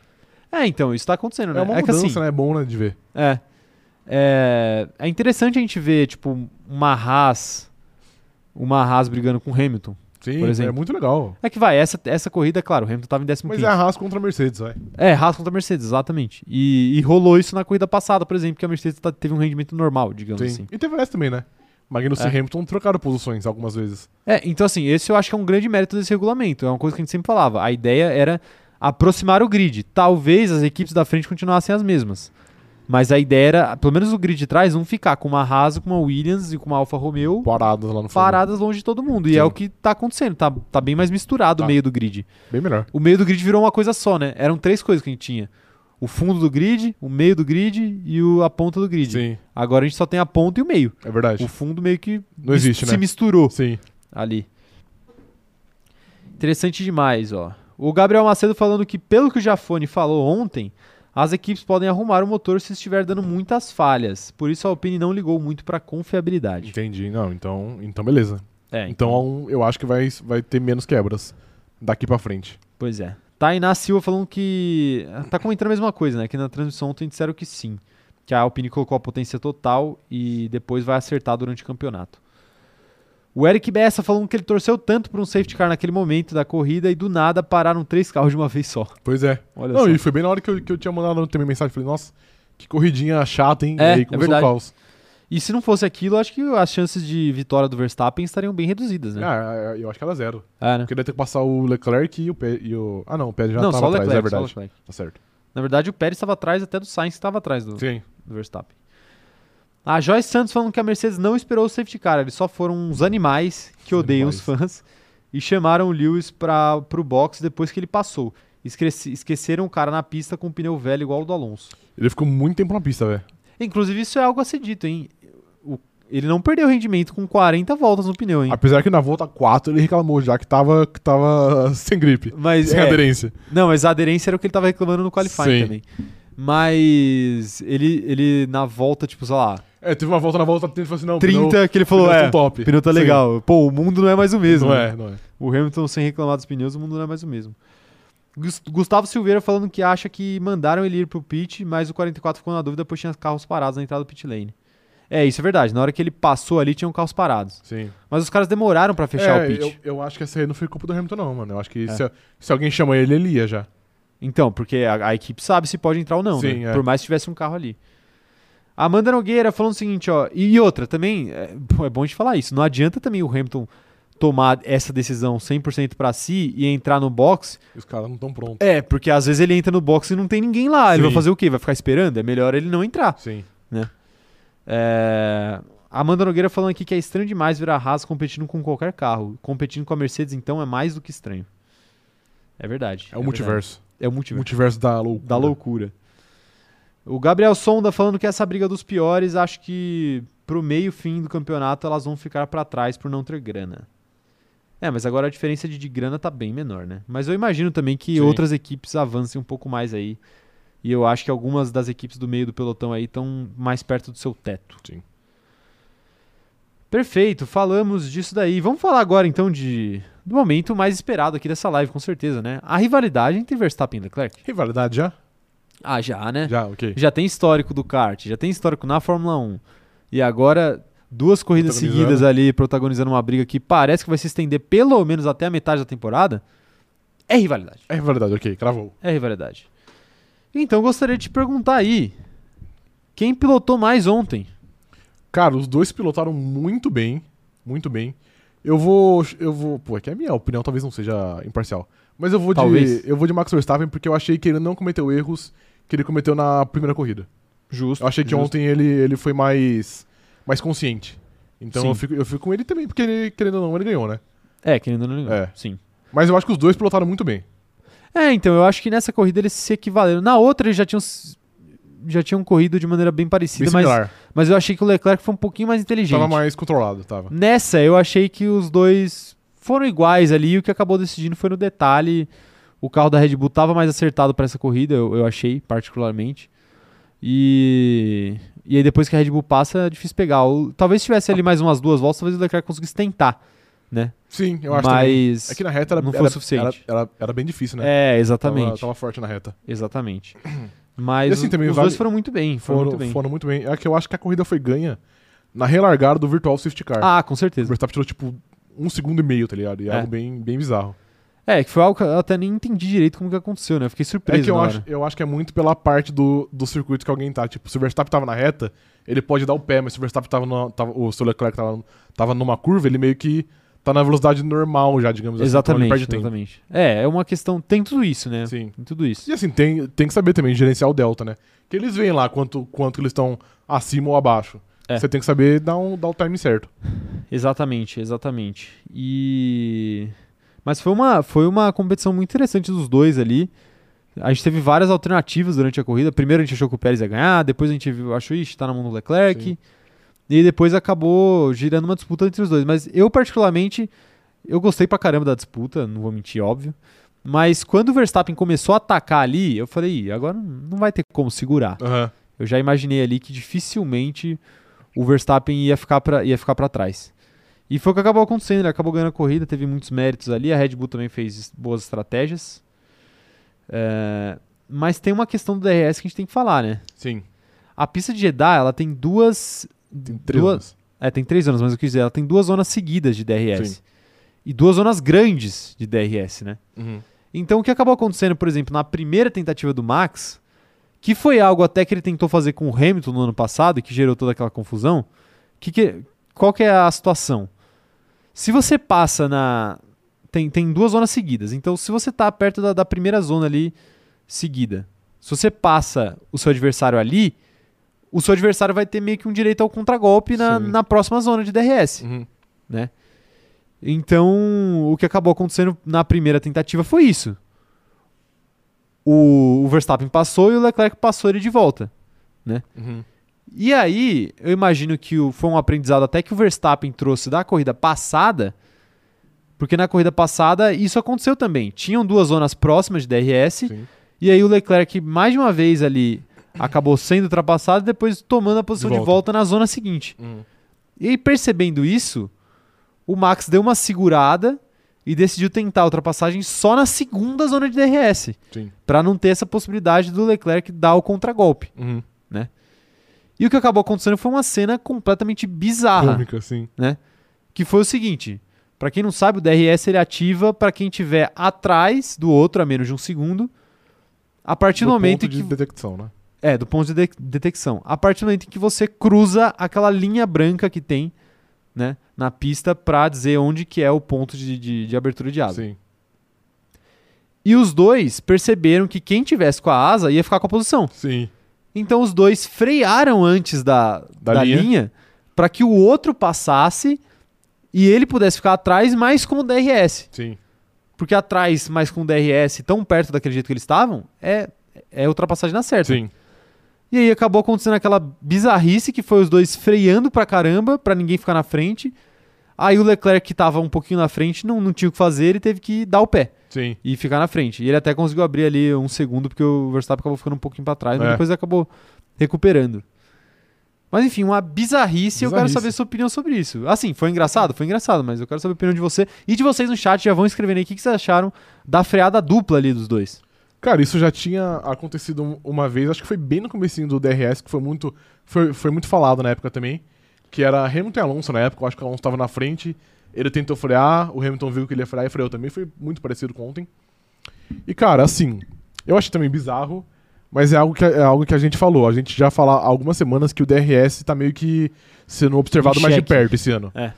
Speaker 1: É, então, isso tá acontecendo, né?
Speaker 2: É uma
Speaker 1: que
Speaker 2: mudança, né? É bom, né, de ver.
Speaker 1: É. É, é interessante a gente ver, tipo, uma Haas. Uma Haas brigando com o Hamilton.
Speaker 2: Sim,
Speaker 1: Por exemplo.
Speaker 2: é muito legal.
Speaker 1: É que vai, essa, essa corrida, claro, o Hamilton tava em 15.
Speaker 2: Mas é a Haas contra a Mercedes, vai.
Speaker 1: É, Haas contra a Mercedes, exatamente. E, e rolou isso na corrida passada, por exemplo, que a Mercedes tá- teve um rendimento normal, digamos assim.
Speaker 2: Sim. E teve essa também, né? Magnussen
Speaker 1: É.
Speaker 2: e Hamilton trocaram posições algumas vezes.
Speaker 1: É, então assim, esse eu acho que é um grande mérito desse regulamento. É uma coisa que a gente sempre falava. A ideia era aproximar o grid. Talvez as equipes da frente continuassem as mesmas. Mas a ideia era, pelo menos o grid de trás, não ficar com uma Haas, com uma Williams e com uma Alfa Romeo
Speaker 2: Paradas lá no fundo.
Speaker 1: paradas longe de todo mundo. E
Speaker 2: Sim.
Speaker 1: é o que tá acontecendo. Tá, tá bem mais misturado o
Speaker 2: Tá.
Speaker 1: meio do grid.
Speaker 2: Bem melhor.
Speaker 1: O meio do grid virou uma coisa só, né? Eram três coisas que a gente tinha. O fundo do grid, o meio do grid e o- a ponta do grid.
Speaker 2: Sim,
Speaker 1: Agora a gente só tem a ponta e o meio.
Speaker 2: é verdade.
Speaker 1: O fundo meio que
Speaker 2: Não existe,
Speaker 1: se
Speaker 2: né?
Speaker 1: misturou
Speaker 2: Sim.
Speaker 1: ali. Interessante demais, ó. O Gabriel Macedo falando que, pelo que o Jafone falou ontem, as equipes podem arrumar o motor se estiver dando muitas falhas. Por isso a Alpine não ligou muito pra confiabilidade.
Speaker 2: Entendi. Não, então, então beleza.
Speaker 1: É,
Speaker 2: Então eu acho que vai, vai ter menos quebras daqui pra frente.
Speaker 1: Pois é. Tainá Silva falando que. Tá comentando a mesma coisa, né? Que na transmissão ontem disseram que sim. Que a Alpine colocou a potência total e depois vai acertar durante o campeonato. O Eric Bessa falando que ele torceu tanto pra um safety car naquele momento da corrida e do nada pararam três carros de uma vez só.
Speaker 2: Pois é.
Speaker 1: Olha
Speaker 2: Não,
Speaker 1: só.
Speaker 2: e foi bem na hora que eu, que eu tinha mandado também mensagem. Falei, nossa, que corridinha chata, hein?
Speaker 1: É,
Speaker 2: e
Speaker 1: é
Speaker 2: aí começou
Speaker 1: verdade.
Speaker 2: o caos.
Speaker 1: E se não fosse aquilo, acho que as chances de vitória do Verstappen estariam bem reduzidas, né?
Speaker 2: Ah, eu acho que era zero.
Speaker 1: Ah, né?
Speaker 2: Porque deve ter que passar o Leclerc e o, Pe e o... Ah, não, o Pérez já
Speaker 1: não,
Speaker 2: tava
Speaker 1: só o
Speaker 2: atrás,
Speaker 1: Leclerc,
Speaker 2: é
Speaker 1: só o
Speaker 2: verdade.
Speaker 1: Leclerc.
Speaker 2: Tá certo.
Speaker 1: Na verdade, o Pérez estava atrás até do Sainz, que estava atrás do,
Speaker 2: Sim.
Speaker 1: do Verstappen. A Joyce Santos falando que a Mercedes não esperou o safety car, eles só foram uns animais que
Speaker 2: Os
Speaker 1: odeiam os
Speaker 2: animais.
Speaker 1: fãs e chamaram o Lewis para pro box depois que ele passou. Esqueci- esqueceram o cara na pista com o pneu velho igual o do Alonso.
Speaker 2: Ele ficou muito tempo na pista, velho.
Speaker 1: Inclusive, isso é algo a ser dito, hein? O- ele não perdeu rendimento com 40 voltas no pneu, hein?
Speaker 2: Apesar que na volta 4 ele reclamou já que tava, que tava (laughs) sem gripe,
Speaker 1: Mas,
Speaker 2: sem
Speaker 1: é,
Speaker 2: aderência.
Speaker 1: Não, mas a aderência era o que ele tava reclamando no qualifying
Speaker 2: Sim.
Speaker 1: também. Mas ele, ele na volta, tipo, sei lá,
Speaker 2: É, teve uma volta na volta 30 e falou assim, não, o
Speaker 1: 30
Speaker 2: pneu-
Speaker 1: que ele
Speaker 2: o
Speaker 1: falou,
Speaker 2: pneu tá
Speaker 1: é,
Speaker 2: top.
Speaker 1: o pneu tá
Speaker 2: Sim.
Speaker 1: legal. Pô, o mundo não é mais o mesmo.
Speaker 2: Não
Speaker 1: né?
Speaker 2: é, não é.
Speaker 1: O Hamilton sem reclamar dos pneus, o mundo não é mais o mesmo. Gus- Gustavo Silveira falando que acha que mandaram ele ir pro pit, mas o 44 ficou na dúvida pois tinha carros parados na entrada do pit lane. É, isso é verdade. Na hora que ele passou ali, tinham carros parados.
Speaker 2: Sim.
Speaker 1: Mas os caras demoraram pra fechar
Speaker 2: É,
Speaker 1: o pit.
Speaker 2: Eu, eu acho que essa aí não foi culpa do Hamilton, não, mano. Eu acho que se, se alguém chama ele, ele ia já.
Speaker 1: Então, porque a, a equipe sabe se pode entrar ou não,
Speaker 2: Sim,
Speaker 1: né?
Speaker 2: é.
Speaker 1: Por mais que tivesse um carro ali. A Amanda Nogueira falando o seguinte, ó. E outra, também, é, bom- é bom de falar isso. Não adianta também o Hamilton tomar essa decisão 100% pra si e entrar no box.
Speaker 2: E Os caras não estão prontos.
Speaker 1: É, porque às vezes ele entra no box e não tem ninguém lá. Ele
Speaker 2: Sim.
Speaker 1: vai fazer o quê? Vai ficar esperando? É melhor ele não entrar.
Speaker 2: Sim.
Speaker 1: É... a Amanda Nogueira falando aqui que é estranho demais ver a Haas competindo com qualquer carro. Competindo com a Mercedes, então, é mais do que estranho. É verdade.
Speaker 2: É o
Speaker 1: verdade.
Speaker 2: multiverso.
Speaker 1: É o multiverso.
Speaker 2: Multiverso da loucura.
Speaker 1: Da loucura. O Gabriel Sonda falando que essa briga dos piores, acho que pro meio fim do campeonato elas vão ficar pra trás por não ter grana. É, mas agora a diferença de, de grana tá bem menor, né? Mas eu imagino também que
Speaker 2: Sim.
Speaker 1: outras equipes avancem um pouco mais aí. E eu acho que algumas das equipes do meio do pelotão aí estão mais perto do seu teto.
Speaker 2: Sim.
Speaker 1: Perfeito, falamos disso daí. Vamos falar agora então de do momento mais esperado aqui dessa live, com certeza, né? A rivalidade entre Verstappen e Leclerc.
Speaker 2: Rivalidade já?
Speaker 1: Ah, já, né?
Speaker 2: Já, ok.
Speaker 1: já tem histórico do kart, já tem histórico na Fórmula 1. E agora, duas corridas
Speaker 2: Protagonizando.
Speaker 1: seguidas ali, protagonizando uma briga que parece que vai se estender pelo menos até a metade da temporada. É rivalidade.
Speaker 2: É rivalidade, ok. Cravou.
Speaker 1: É rivalidade. Então, gostaria de te perguntar aí: quem pilotou mais ontem?
Speaker 2: Cara, os dois pilotaram muito bem. Muito bem. Eu vou. Eu vou. Pô, é que a minha opinião talvez não seja imparcial. Mas eu vou
Speaker 1: Talvez.
Speaker 2: de. Eu vou de Max Verstappen porque eu achei que ele não cometeu erros que ele cometeu na primeira corrida.
Speaker 1: Justo.
Speaker 2: Eu achei que ontem ele, ele foi mais. mais consciente. Então
Speaker 1: Sim.
Speaker 2: eu fico, eu fico com ele também, porque ele, querendo ou não, ele ganhou, né?
Speaker 1: É, querendo ou não,
Speaker 2: É.
Speaker 1: sim.
Speaker 2: Mas eu acho que os dois pilotaram muito bem.
Speaker 1: É, então, eu acho que nessa corrida eles se equivaleram. Na outra, eles já tinham. s- Já tinham corrido de maneira bem parecida,
Speaker 2: Bem
Speaker 1: mas,
Speaker 2: similar.
Speaker 1: mas eu achei que o Leclerc foi um pouquinho mais inteligente.
Speaker 2: Tava mais controlado, tava.
Speaker 1: Nessa, eu achei que os dois foram iguais ali. E o que acabou decidindo foi no detalhe. O carro da Red Bull tava mais acertado para essa corrida, eu, eu achei, particularmente. E. E aí, depois que a Red Bull passa, é difícil pegar. O- talvez se tivesse ali mais umas duas voltas, talvez o Leclerc conseguisse tentar.
Speaker 2: Sim, eu acho também.
Speaker 1: mas.
Speaker 2: É que na reta era,
Speaker 1: não foi
Speaker 2: era,
Speaker 1: suficiente.
Speaker 2: Era, era, era bem difícil, né?
Speaker 1: É,
Speaker 2: Tava-
Speaker 1: exatamente.
Speaker 2: Tava, forte na reta.
Speaker 1: Exatamente. Mas
Speaker 2: E assim
Speaker 1: o-
Speaker 2: também
Speaker 1: os
Speaker 2: vale-
Speaker 1: dois foram muito bem. Foram,
Speaker 2: Foram,
Speaker 1: muito bem.
Speaker 2: foram muito bem. É que eu acho que a corrida foi ganha na relargada do Virtual Safety Car.
Speaker 1: Ah, com
Speaker 2: O
Speaker 1: certeza.
Speaker 2: Verstappen tirou tipo um segundo e meio, tá ligado? E
Speaker 1: É.
Speaker 2: algo bem, bem bizarro.
Speaker 1: É, que foi algo que eu até nem entendi direito como que aconteceu, né? Eu fiquei surpreso.
Speaker 2: é que eu
Speaker 1: na
Speaker 2: acho,
Speaker 1: hora.
Speaker 2: eu acho que é muito pela parte do, do circuito que alguém tá. Tipo, se o Verstappen tava na reta, ele pode dar o pé, mas se o Verstappen tava, na, tava o seu Leclerc tava, tava numa curva, ele meio que tá na velocidade normal já, digamos
Speaker 1: Exatamente.
Speaker 2: assim. Então ele perde
Speaker 1: exatamente. É, é uma questão. Tem tudo isso, né?
Speaker 2: tempo. Sim.
Speaker 1: Tem tudo isso.
Speaker 2: E assim, tem, tem que saber também gerenciar o delta, né? Que eles veem lá quanto, quanto que eles estão acima ou abaixo.
Speaker 1: É.
Speaker 2: Você tem que saber dar, um, dar o time certo.
Speaker 1: Exatamente, exatamente. E. Mas foi uma, foi uma competição muito interessante dos dois ali. A gente teve várias alternativas durante a corrida. Primeiro a gente achou que o Pérez ia ganhar, depois a gente viu, achou, ixi, tá na mão do Leclerc.
Speaker 2: Sim.
Speaker 1: E aí depois acabou girando uma disputa entre os dois. Mas eu, particularmente, eu gostei pra caramba da disputa, não vou mentir, óbvio. Mas quando o Verstappen começou a atacar ali, eu falei, "Ih, agora não vai ter como segurar.
Speaker 2: Aham.
Speaker 1: Eu já imaginei ali que dificilmente o Verstappen ia ficar para ia ficar para trás. E foi o que acabou acontecendo, ele acabou ganhando a corrida, teve muitos méritos ali, a Red Bull também fez es- boas estratégias. É, mas tem uma questão do DRS que a gente tem que falar, né?
Speaker 2: Sim.
Speaker 1: A pista de Jeddah, ela tem duas
Speaker 2: Tem três
Speaker 1: duas,
Speaker 2: anos.
Speaker 1: é, tem três zonas, mas eu quis dizer, ela tem duas zonas seguidas de DRS.
Speaker 2: Sim.
Speaker 1: E duas zonas grandes de DRS, né?
Speaker 2: Uhum.
Speaker 1: Então, o que acabou acontecendo, por exemplo, na primeira tentativa do Max, que foi algo até que ele tentou fazer com o Hamilton no ano passado, que gerou toda aquela confusão, que que- qual que é a situação? Se você passa na... Tem, tem duas zonas seguidas. Então, se você tá perto da, da primeira zona ali, seguida, se você passa o seu adversário ali, o seu adversário vai ter meio que um direito ao contragolpe na,
Speaker 2: Sim.
Speaker 1: na próxima zona de DRS.
Speaker 2: Uhum.
Speaker 1: Então, o que acabou acontecendo na primeira tentativa foi isso. O, o Verstappen passou e o Leclerc passou ele de volta.
Speaker 2: Uhum.
Speaker 1: E aí, eu imagino que o- foi um aprendizado até que o Verstappen trouxe da corrida passada, porque na corrida passada isso aconteceu também. Tinham duas zonas próximas de DRS,
Speaker 2: Sim.
Speaker 1: e aí o Leclerc, mais de uma vez ali, acabou sendo ultrapassado e depois tomando a posição de
Speaker 2: volta.
Speaker 1: volta na zona seguinte.
Speaker 2: Uhum.
Speaker 1: E aí, percebendo isso, o Max deu uma segurada e decidiu tentar a ultrapassagem só na segunda zona de DRS,
Speaker 2: Sim.
Speaker 1: para não ter essa possibilidade do Leclerc dar o contragolpe.
Speaker 2: Uhum.
Speaker 1: E o que acabou acontecendo foi uma cena completamente bizarra,
Speaker 2: Cômica, assim.
Speaker 1: que foi o seguinte, pra quem não sabe, o DRS ele ativa pra quem tiver atrás do outro a menos de um segundo. A partir do,
Speaker 2: Do
Speaker 1: momento
Speaker 2: ponto
Speaker 1: em que
Speaker 2: de detecção, né?
Speaker 1: É, do ponto de, de- detecção. A partir do momento em que você cruza aquela linha branca que tem, né, na pista pra dizer onde que é o ponto de, de- de abertura de asa.
Speaker 2: Sim.
Speaker 1: E os dois perceberam que quem tivesse com a asa ia ficar com a posição.
Speaker 2: Sim.
Speaker 1: Então os dois frearam antes da, da,
Speaker 2: Da
Speaker 1: linha,
Speaker 2: linha.
Speaker 1: pra que o outro passasse e ele pudesse ficar atrás, mas com o DRS.
Speaker 2: Sim.
Speaker 1: Porque atrás, mas com o DRS tão perto daquele jeito que eles estavam, é, é ultrapassagem na certa.
Speaker 2: Sim.
Speaker 1: E aí acabou acontecendo aquela bizarrice que foi os dois freando pra caramba, pra ninguém ficar na frente. Aí o Leclerc, que tava um pouquinho na frente, não, não tinha o que fazer, ele teve que dar o pé
Speaker 2: Sim.
Speaker 1: e ficar na frente. E ele até conseguiu abrir ali um segundo, porque o Verstappen acabou ficando um pouquinho pra trás, mas
Speaker 2: É.
Speaker 1: depois acabou recuperando. Mas enfim, uma bizarrice, e eu quero
Speaker 2: Bizarrice.
Speaker 1: saber sua opinião sobre isso. Assim, foi engraçado? Foi engraçado, mas eu quero saber a opinião de você. E de vocês no chat, já vão escrevendo aí o que que vocês acharam da freada dupla ali dos dois.
Speaker 2: Cara, isso já tinha acontecido um- uma vez, acho que foi bem no comecinho do DRS, que foi muito, foi, foi muito falado na época também, que era Hamilton e Alonso na época, eu acho que o Alonso estava na frente, ele tentou frear, o Hamilton viu que ele ia frear e freou também, foi muito parecido com ontem. E cara, assim, eu achei também bizarro, mas é algo que, é algo que a gente falou, a gente já fala há algumas semanas que o DRS tá meio que sendo observado
Speaker 1: Em
Speaker 2: mais de
Speaker 1: xeque.
Speaker 2: perto esse ano.
Speaker 1: É.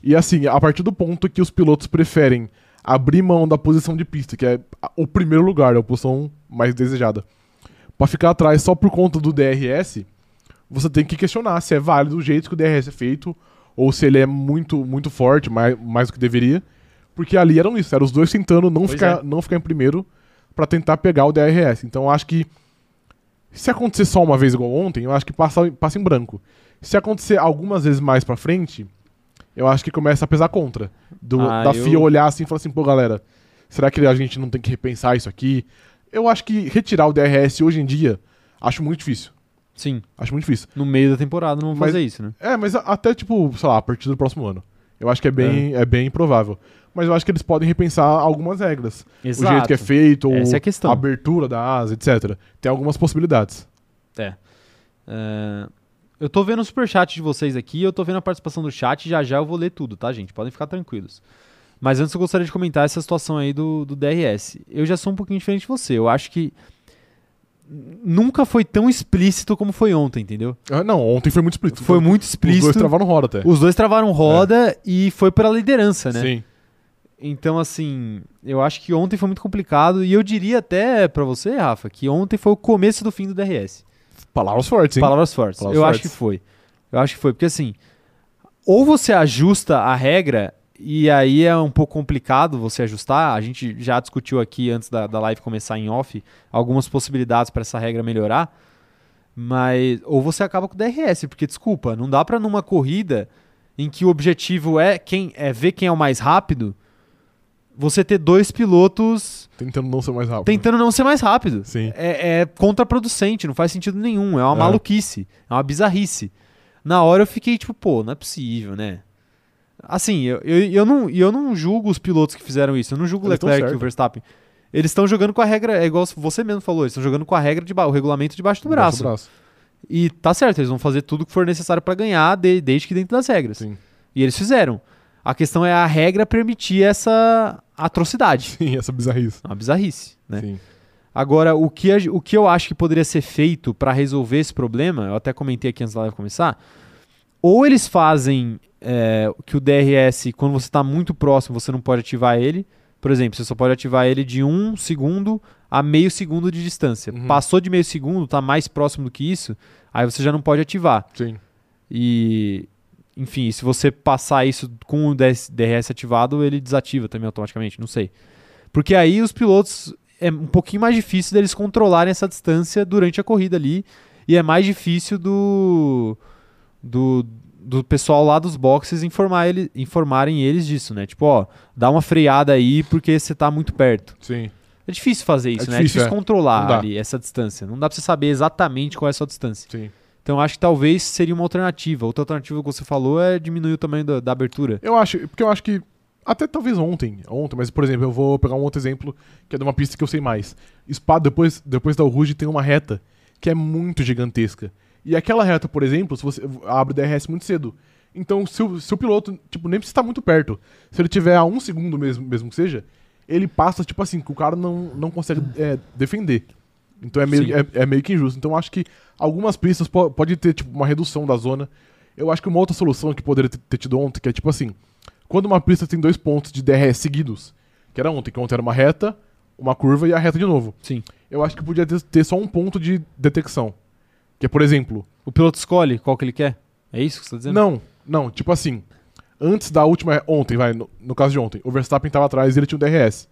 Speaker 2: E assim, a partir do ponto que os pilotos preferem abrir mão da posição de pista, que é a- o primeiro lugar, é a posição mais desejada, pra ficar atrás só por conta do DRS, você tem que questionar se é válido o jeito que o DRS é feito ou se ele é muito muito forte, mais, mais do que deveria, porque ali eram isso, eram os dois tentando não
Speaker 1: Pois
Speaker 2: ficar não ficar em primeiro pra tentar pegar o DRS. Então eu acho que se acontecer só uma vez igual ontem, eu acho que passa, passa em branco. Se acontecer algumas vezes mais pra frente, eu acho que começa a pesar contra. Do-
Speaker 1: Ah,
Speaker 2: da
Speaker 1: eu-
Speaker 2: FIA olhar assim e falar assim, pô, galera, será que a gente não tem que repensar isso aqui? Eu acho que retirar o DRS hoje em dia, acho muito difícil.
Speaker 1: Sim,
Speaker 2: Acho muito difícil.
Speaker 1: no meio da temporada não vão
Speaker 2: Mas-
Speaker 1: fazer isso, né?
Speaker 2: É, mas a- até, tipo, sei lá, a partir do próximo ano. Eu acho que é bem, é. bem provável. Mas eu acho que eles podem repensar algumas regras. O jeito que é feito, ou
Speaker 1: Essa é a questão.
Speaker 2: a abertura da asa, etc. Tem algumas possibilidades.
Speaker 1: É, Eu tô vendo o superchat de vocês aqui, eu tô vendo a participação do chat, já já eu vou ler tudo, tá, gente? Podem ficar tranquilos. Mas antes eu gostaria de comentar essa situação aí do, do DRS. Eu já sou um pouquinho diferente de você, eu acho que n- nunca foi tão explícito como foi ontem, entendeu?
Speaker 2: Ah, não, ontem foi muito explícito.
Speaker 1: Foi muito
Speaker 2: Os dois
Speaker 1: explícito.
Speaker 2: travaram roda até.
Speaker 1: Os dois travaram roda e foi pela liderança, né?
Speaker 2: Sim.
Speaker 1: Então, assim, eu acho que ontem foi muito complicado e eu diria até pra você, Rafa, que ontem foi o começo do fim do DRS.
Speaker 2: Palavras fortes, hein?
Speaker 1: Palavras fortes.
Speaker 2: Palavras
Speaker 1: eu
Speaker 2: fortes.
Speaker 1: acho que foi. Eu acho que foi. Porque assim, ou você ajusta a regra, e aí é um pouco complicado você ajustar. A gente já discutiu aqui antes da, da live começar em off algumas possibilidades para essa regra melhorar. Mas. Ou você acaba com o DRS, porque, desculpa, não dá para numa corrida em que o objetivo é quem é ver quem é o mais rápido, você ter dois pilotos
Speaker 2: Tentando não ser mais rápido.
Speaker 1: tentando não ser mais rápido
Speaker 2: Sim.
Speaker 1: é, é contraproducente, não faz sentido nenhum. É uma
Speaker 2: É.
Speaker 1: maluquice, é uma bizarrice. Na hora eu fiquei tipo, pô, não é possível, né? Assim, eu, eu, eu, não, e eu não julgo os pilotos que fizeram isso, eu não julgo o
Speaker 2: Eles tão
Speaker 1: Leclerc e o
Speaker 2: certo.
Speaker 1: Verstappen. Eles estão jogando com a regra, é igual você mesmo falou, eles estão jogando com a regra, de, ba- o regulamento debaixo do braço.
Speaker 2: Embaixo do É braço. (laughs)
Speaker 1: E tá certo, eles vão fazer tudo que for necessário pra ganhar, de- desde que dentro das regras.
Speaker 2: Sim.
Speaker 1: E eles fizeram. A questão é a regra permitir essa atrocidade,
Speaker 2: Sim, essa bizarrice.
Speaker 1: uma bizarrice, né?
Speaker 2: Sim.
Speaker 1: Agora, o que, a ge- o que eu acho que poderia ser feito para resolver esse problema, eu até comentei aqui antes da live começar, ou eles fazem é, que o DRS, quando você está muito próximo, você não pode ativar ele. Por exemplo, você só pode ativar ele de um segundo a meio segundo de distância.
Speaker 2: Uhum.
Speaker 1: Passou de meio segundo, está mais próximo do que isso, aí você já não pode ativar.
Speaker 2: Sim.
Speaker 1: E, enfim, se você passar isso com o DS DRS ativado, ele desativa também automaticamente, não sei. Porque aí os pilotos é um pouquinho mais difícil deles controlarem essa distância durante a corrida ali. E é mais difícil do. do do pessoal lá dos boxes informar ele, informarem eles disso, né? Tipo, ó, dá uma freada aí porque você tá muito perto.
Speaker 2: Sim.
Speaker 1: É difícil fazer isso, né? é
Speaker 2: difícil,
Speaker 1: difícil
Speaker 2: é. Não
Speaker 1: controlar
Speaker 2: dá.
Speaker 1: ali essa distância. Não dá pra você saber exatamente qual é a sua distância.
Speaker 2: Sim.
Speaker 1: Então acho que talvez seria uma alternativa. Outra alternativa que você falou é diminuir o tamanho da, da abertura.
Speaker 2: Eu acho, porque eu acho que. Até talvez ontem, ontem, mas por exemplo, eu vou pegar um outro exemplo que é de uma pista que eu sei mais. Spa, depois, depois da Rouge, tem uma reta que é muito gigantesca. E aquela reta, por exemplo, se você abre o DRS muito cedo. Então, se o, se o piloto, tipo, nem precisa estar muito perto. Se ele tiver a um segundo mesmo, mesmo que seja, ele passa, tipo assim, que o cara não, não consegue é, defender. Então é meio, é, é meio que injusto. Então eu acho que algumas pistas po pode ter, tipo, uma redução da zona. Eu acho que uma outra solução que poderia ter- ter tido ontem, que é tipo assim, quando uma pista tem dois pontos de DRS seguidos, que era ontem, que ontem era uma reta, uma curva e a reta de novo.
Speaker 1: Sim.
Speaker 2: Eu acho que podia ter, ter só um ponto de detecção. Que é, por exemplo,
Speaker 1: O piloto escolhe qual que ele quer? É isso que você tá dizendo?
Speaker 2: não, não, tipo assim, antes da última, ontem, vai, no, no caso de ontem, o Verstappen tava atrás e ele tinha o DRS.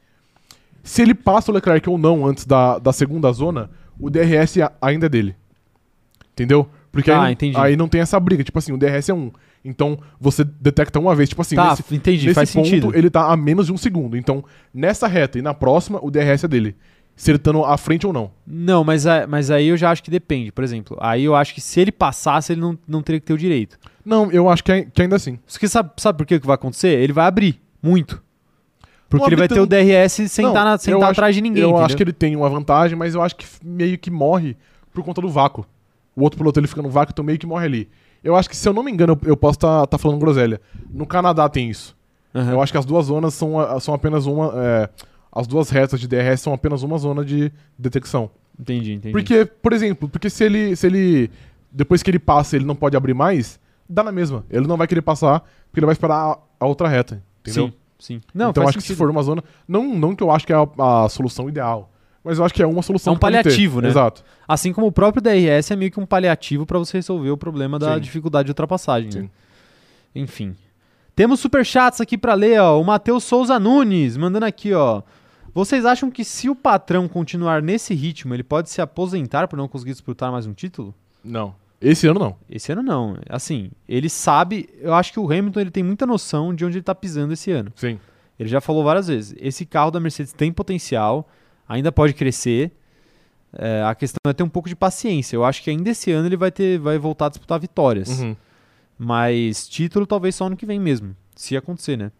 Speaker 2: Se ele passa o Leclerc ou não antes da, da segunda zona, o DRS a- ainda é dele. Entendeu? Porque
Speaker 1: Ah,
Speaker 2: aí,
Speaker 1: entendi.
Speaker 2: aí não tem essa briga, tipo assim, o DRS é um. Então você detecta uma vez, tipo assim,
Speaker 1: tá,
Speaker 2: nesse-
Speaker 1: entendi,
Speaker 2: Nesse
Speaker 1: faz
Speaker 2: ponto,
Speaker 1: sentido.
Speaker 2: ele tá a menos de um segundo. Então, nessa reta e na próxima, o DRS é dele. Se ele tá no- à frente ou não.
Speaker 1: Não, mas, a- mas aí eu já acho que depende. Por exemplo, aí eu acho que se ele passasse, ele não, não teria que ter o direito.
Speaker 2: Não, eu acho que, ai- que ainda assim.
Speaker 1: Só que sabe, sabe por que que vai acontecer? Ele vai abrir muito. Porque
Speaker 2: Não
Speaker 1: ele vai
Speaker 2: abre
Speaker 1: ter o
Speaker 2: tanto.
Speaker 1: DRS sem
Speaker 2: Não,
Speaker 1: estar
Speaker 2: eu acho-
Speaker 1: atrás de ninguém.
Speaker 2: eu
Speaker 1: entendeu?
Speaker 2: acho que ele tem uma vantagem, mas eu acho que f- meio que morre por conta do vácuo. O outro piloto ele fica no vácuo, então meio que morre ali. Eu acho que, se eu não me engano, eu, eu posso estar falando groselha. No Canadá tem isso.
Speaker 1: Aham.
Speaker 2: Eu acho que as duas zonas são, a- são apenas uma. é, as duas retas de DRS são apenas uma zona de detecção.
Speaker 1: Entendi, entendi.
Speaker 2: Porque, por exemplo, porque se ele, se ele. Depois que ele passa, ele não pode abrir mais, dá na mesma. Ele não vai querer passar, porque ele vai esperar a, a outra reta. Entendeu?
Speaker 1: Sim, sim. Não,
Speaker 2: então
Speaker 1: faz
Speaker 2: acho que se
Speaker 1: sentido.
Speaker 2: for uma zona. Não, não que eu acho que é a, a solução ideal. Mas eu acho que é uma
Speaker 1: É
Speaker 2: solução.
Speaker 1: um
Speaker 2: que pode ter.
Speaker 1: paliativo, né?
Speaker 2: Exato.
Speaker 1: Assim como o próprio DRS é meio que um paliativo pra você resolver o problema da
Speaker 2: Sim.
Speaker 1: dificuldade de ultrapassagem. né?
Speaker 2: Sim.
Speaker 1: Enfim. Temos superchats aqui pra ler, ó. O Matheus Souza Nunes mandando aqui, ó. Vocês acham que se o patrão continuar nesse ritmo, ele pode se aposentar por não conseguir disputar mais um título?
Speaker 2: Não. Esse ano não.
Speaker 1: Esse ano não. Assim, ele sabe, eu acho que o Hamilton ele tem muita noção de onde ele tá pisando esse ano.
Speaker 2: Sim.
Speaker 1: Ele já falou várias vezes. Esse carro da Mercedes tem potencial, ainda pode crescer. É, a questão é ter um pouco de paciência. Eu acho que ainda esse ano ele vai ter, vai voltar a disputar vitórias.
Speaker 2: Uhum.
Speaker 1: Mas título talvez só ano que vem mesmo, se acontecer, né?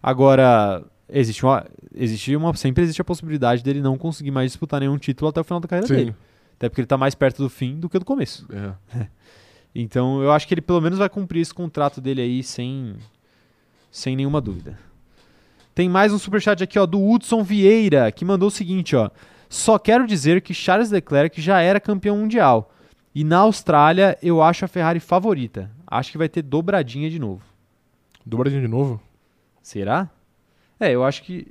Speaker 1: Agora existe uma, existe uma, sempre existe a possibilidade dele não conseguir mais disputar nenhum título até o final da carreira
Speaker 2: Sim.
Speaker 1: é dele, até porque ele tá mais perto do fim do que do começo.
Speaker 2: É.
Speaker 1: Então eu acho que ele pelo menos vai cumprir esse contrato dele aí sem, sem nenhuma dúvida. Tem mais um superchat aqui ó, do Hudson Vieira, que mandou o seguinte: ó, só quero dizer que Charles Leclerc já era campeão mundial. E na Austrália eu acho a Ferrari favorita. Acho que vai ter dobradinha de novo.
Speaker 2: Dobradinha de novo?
Speaker 1: Será? É, eu acho que.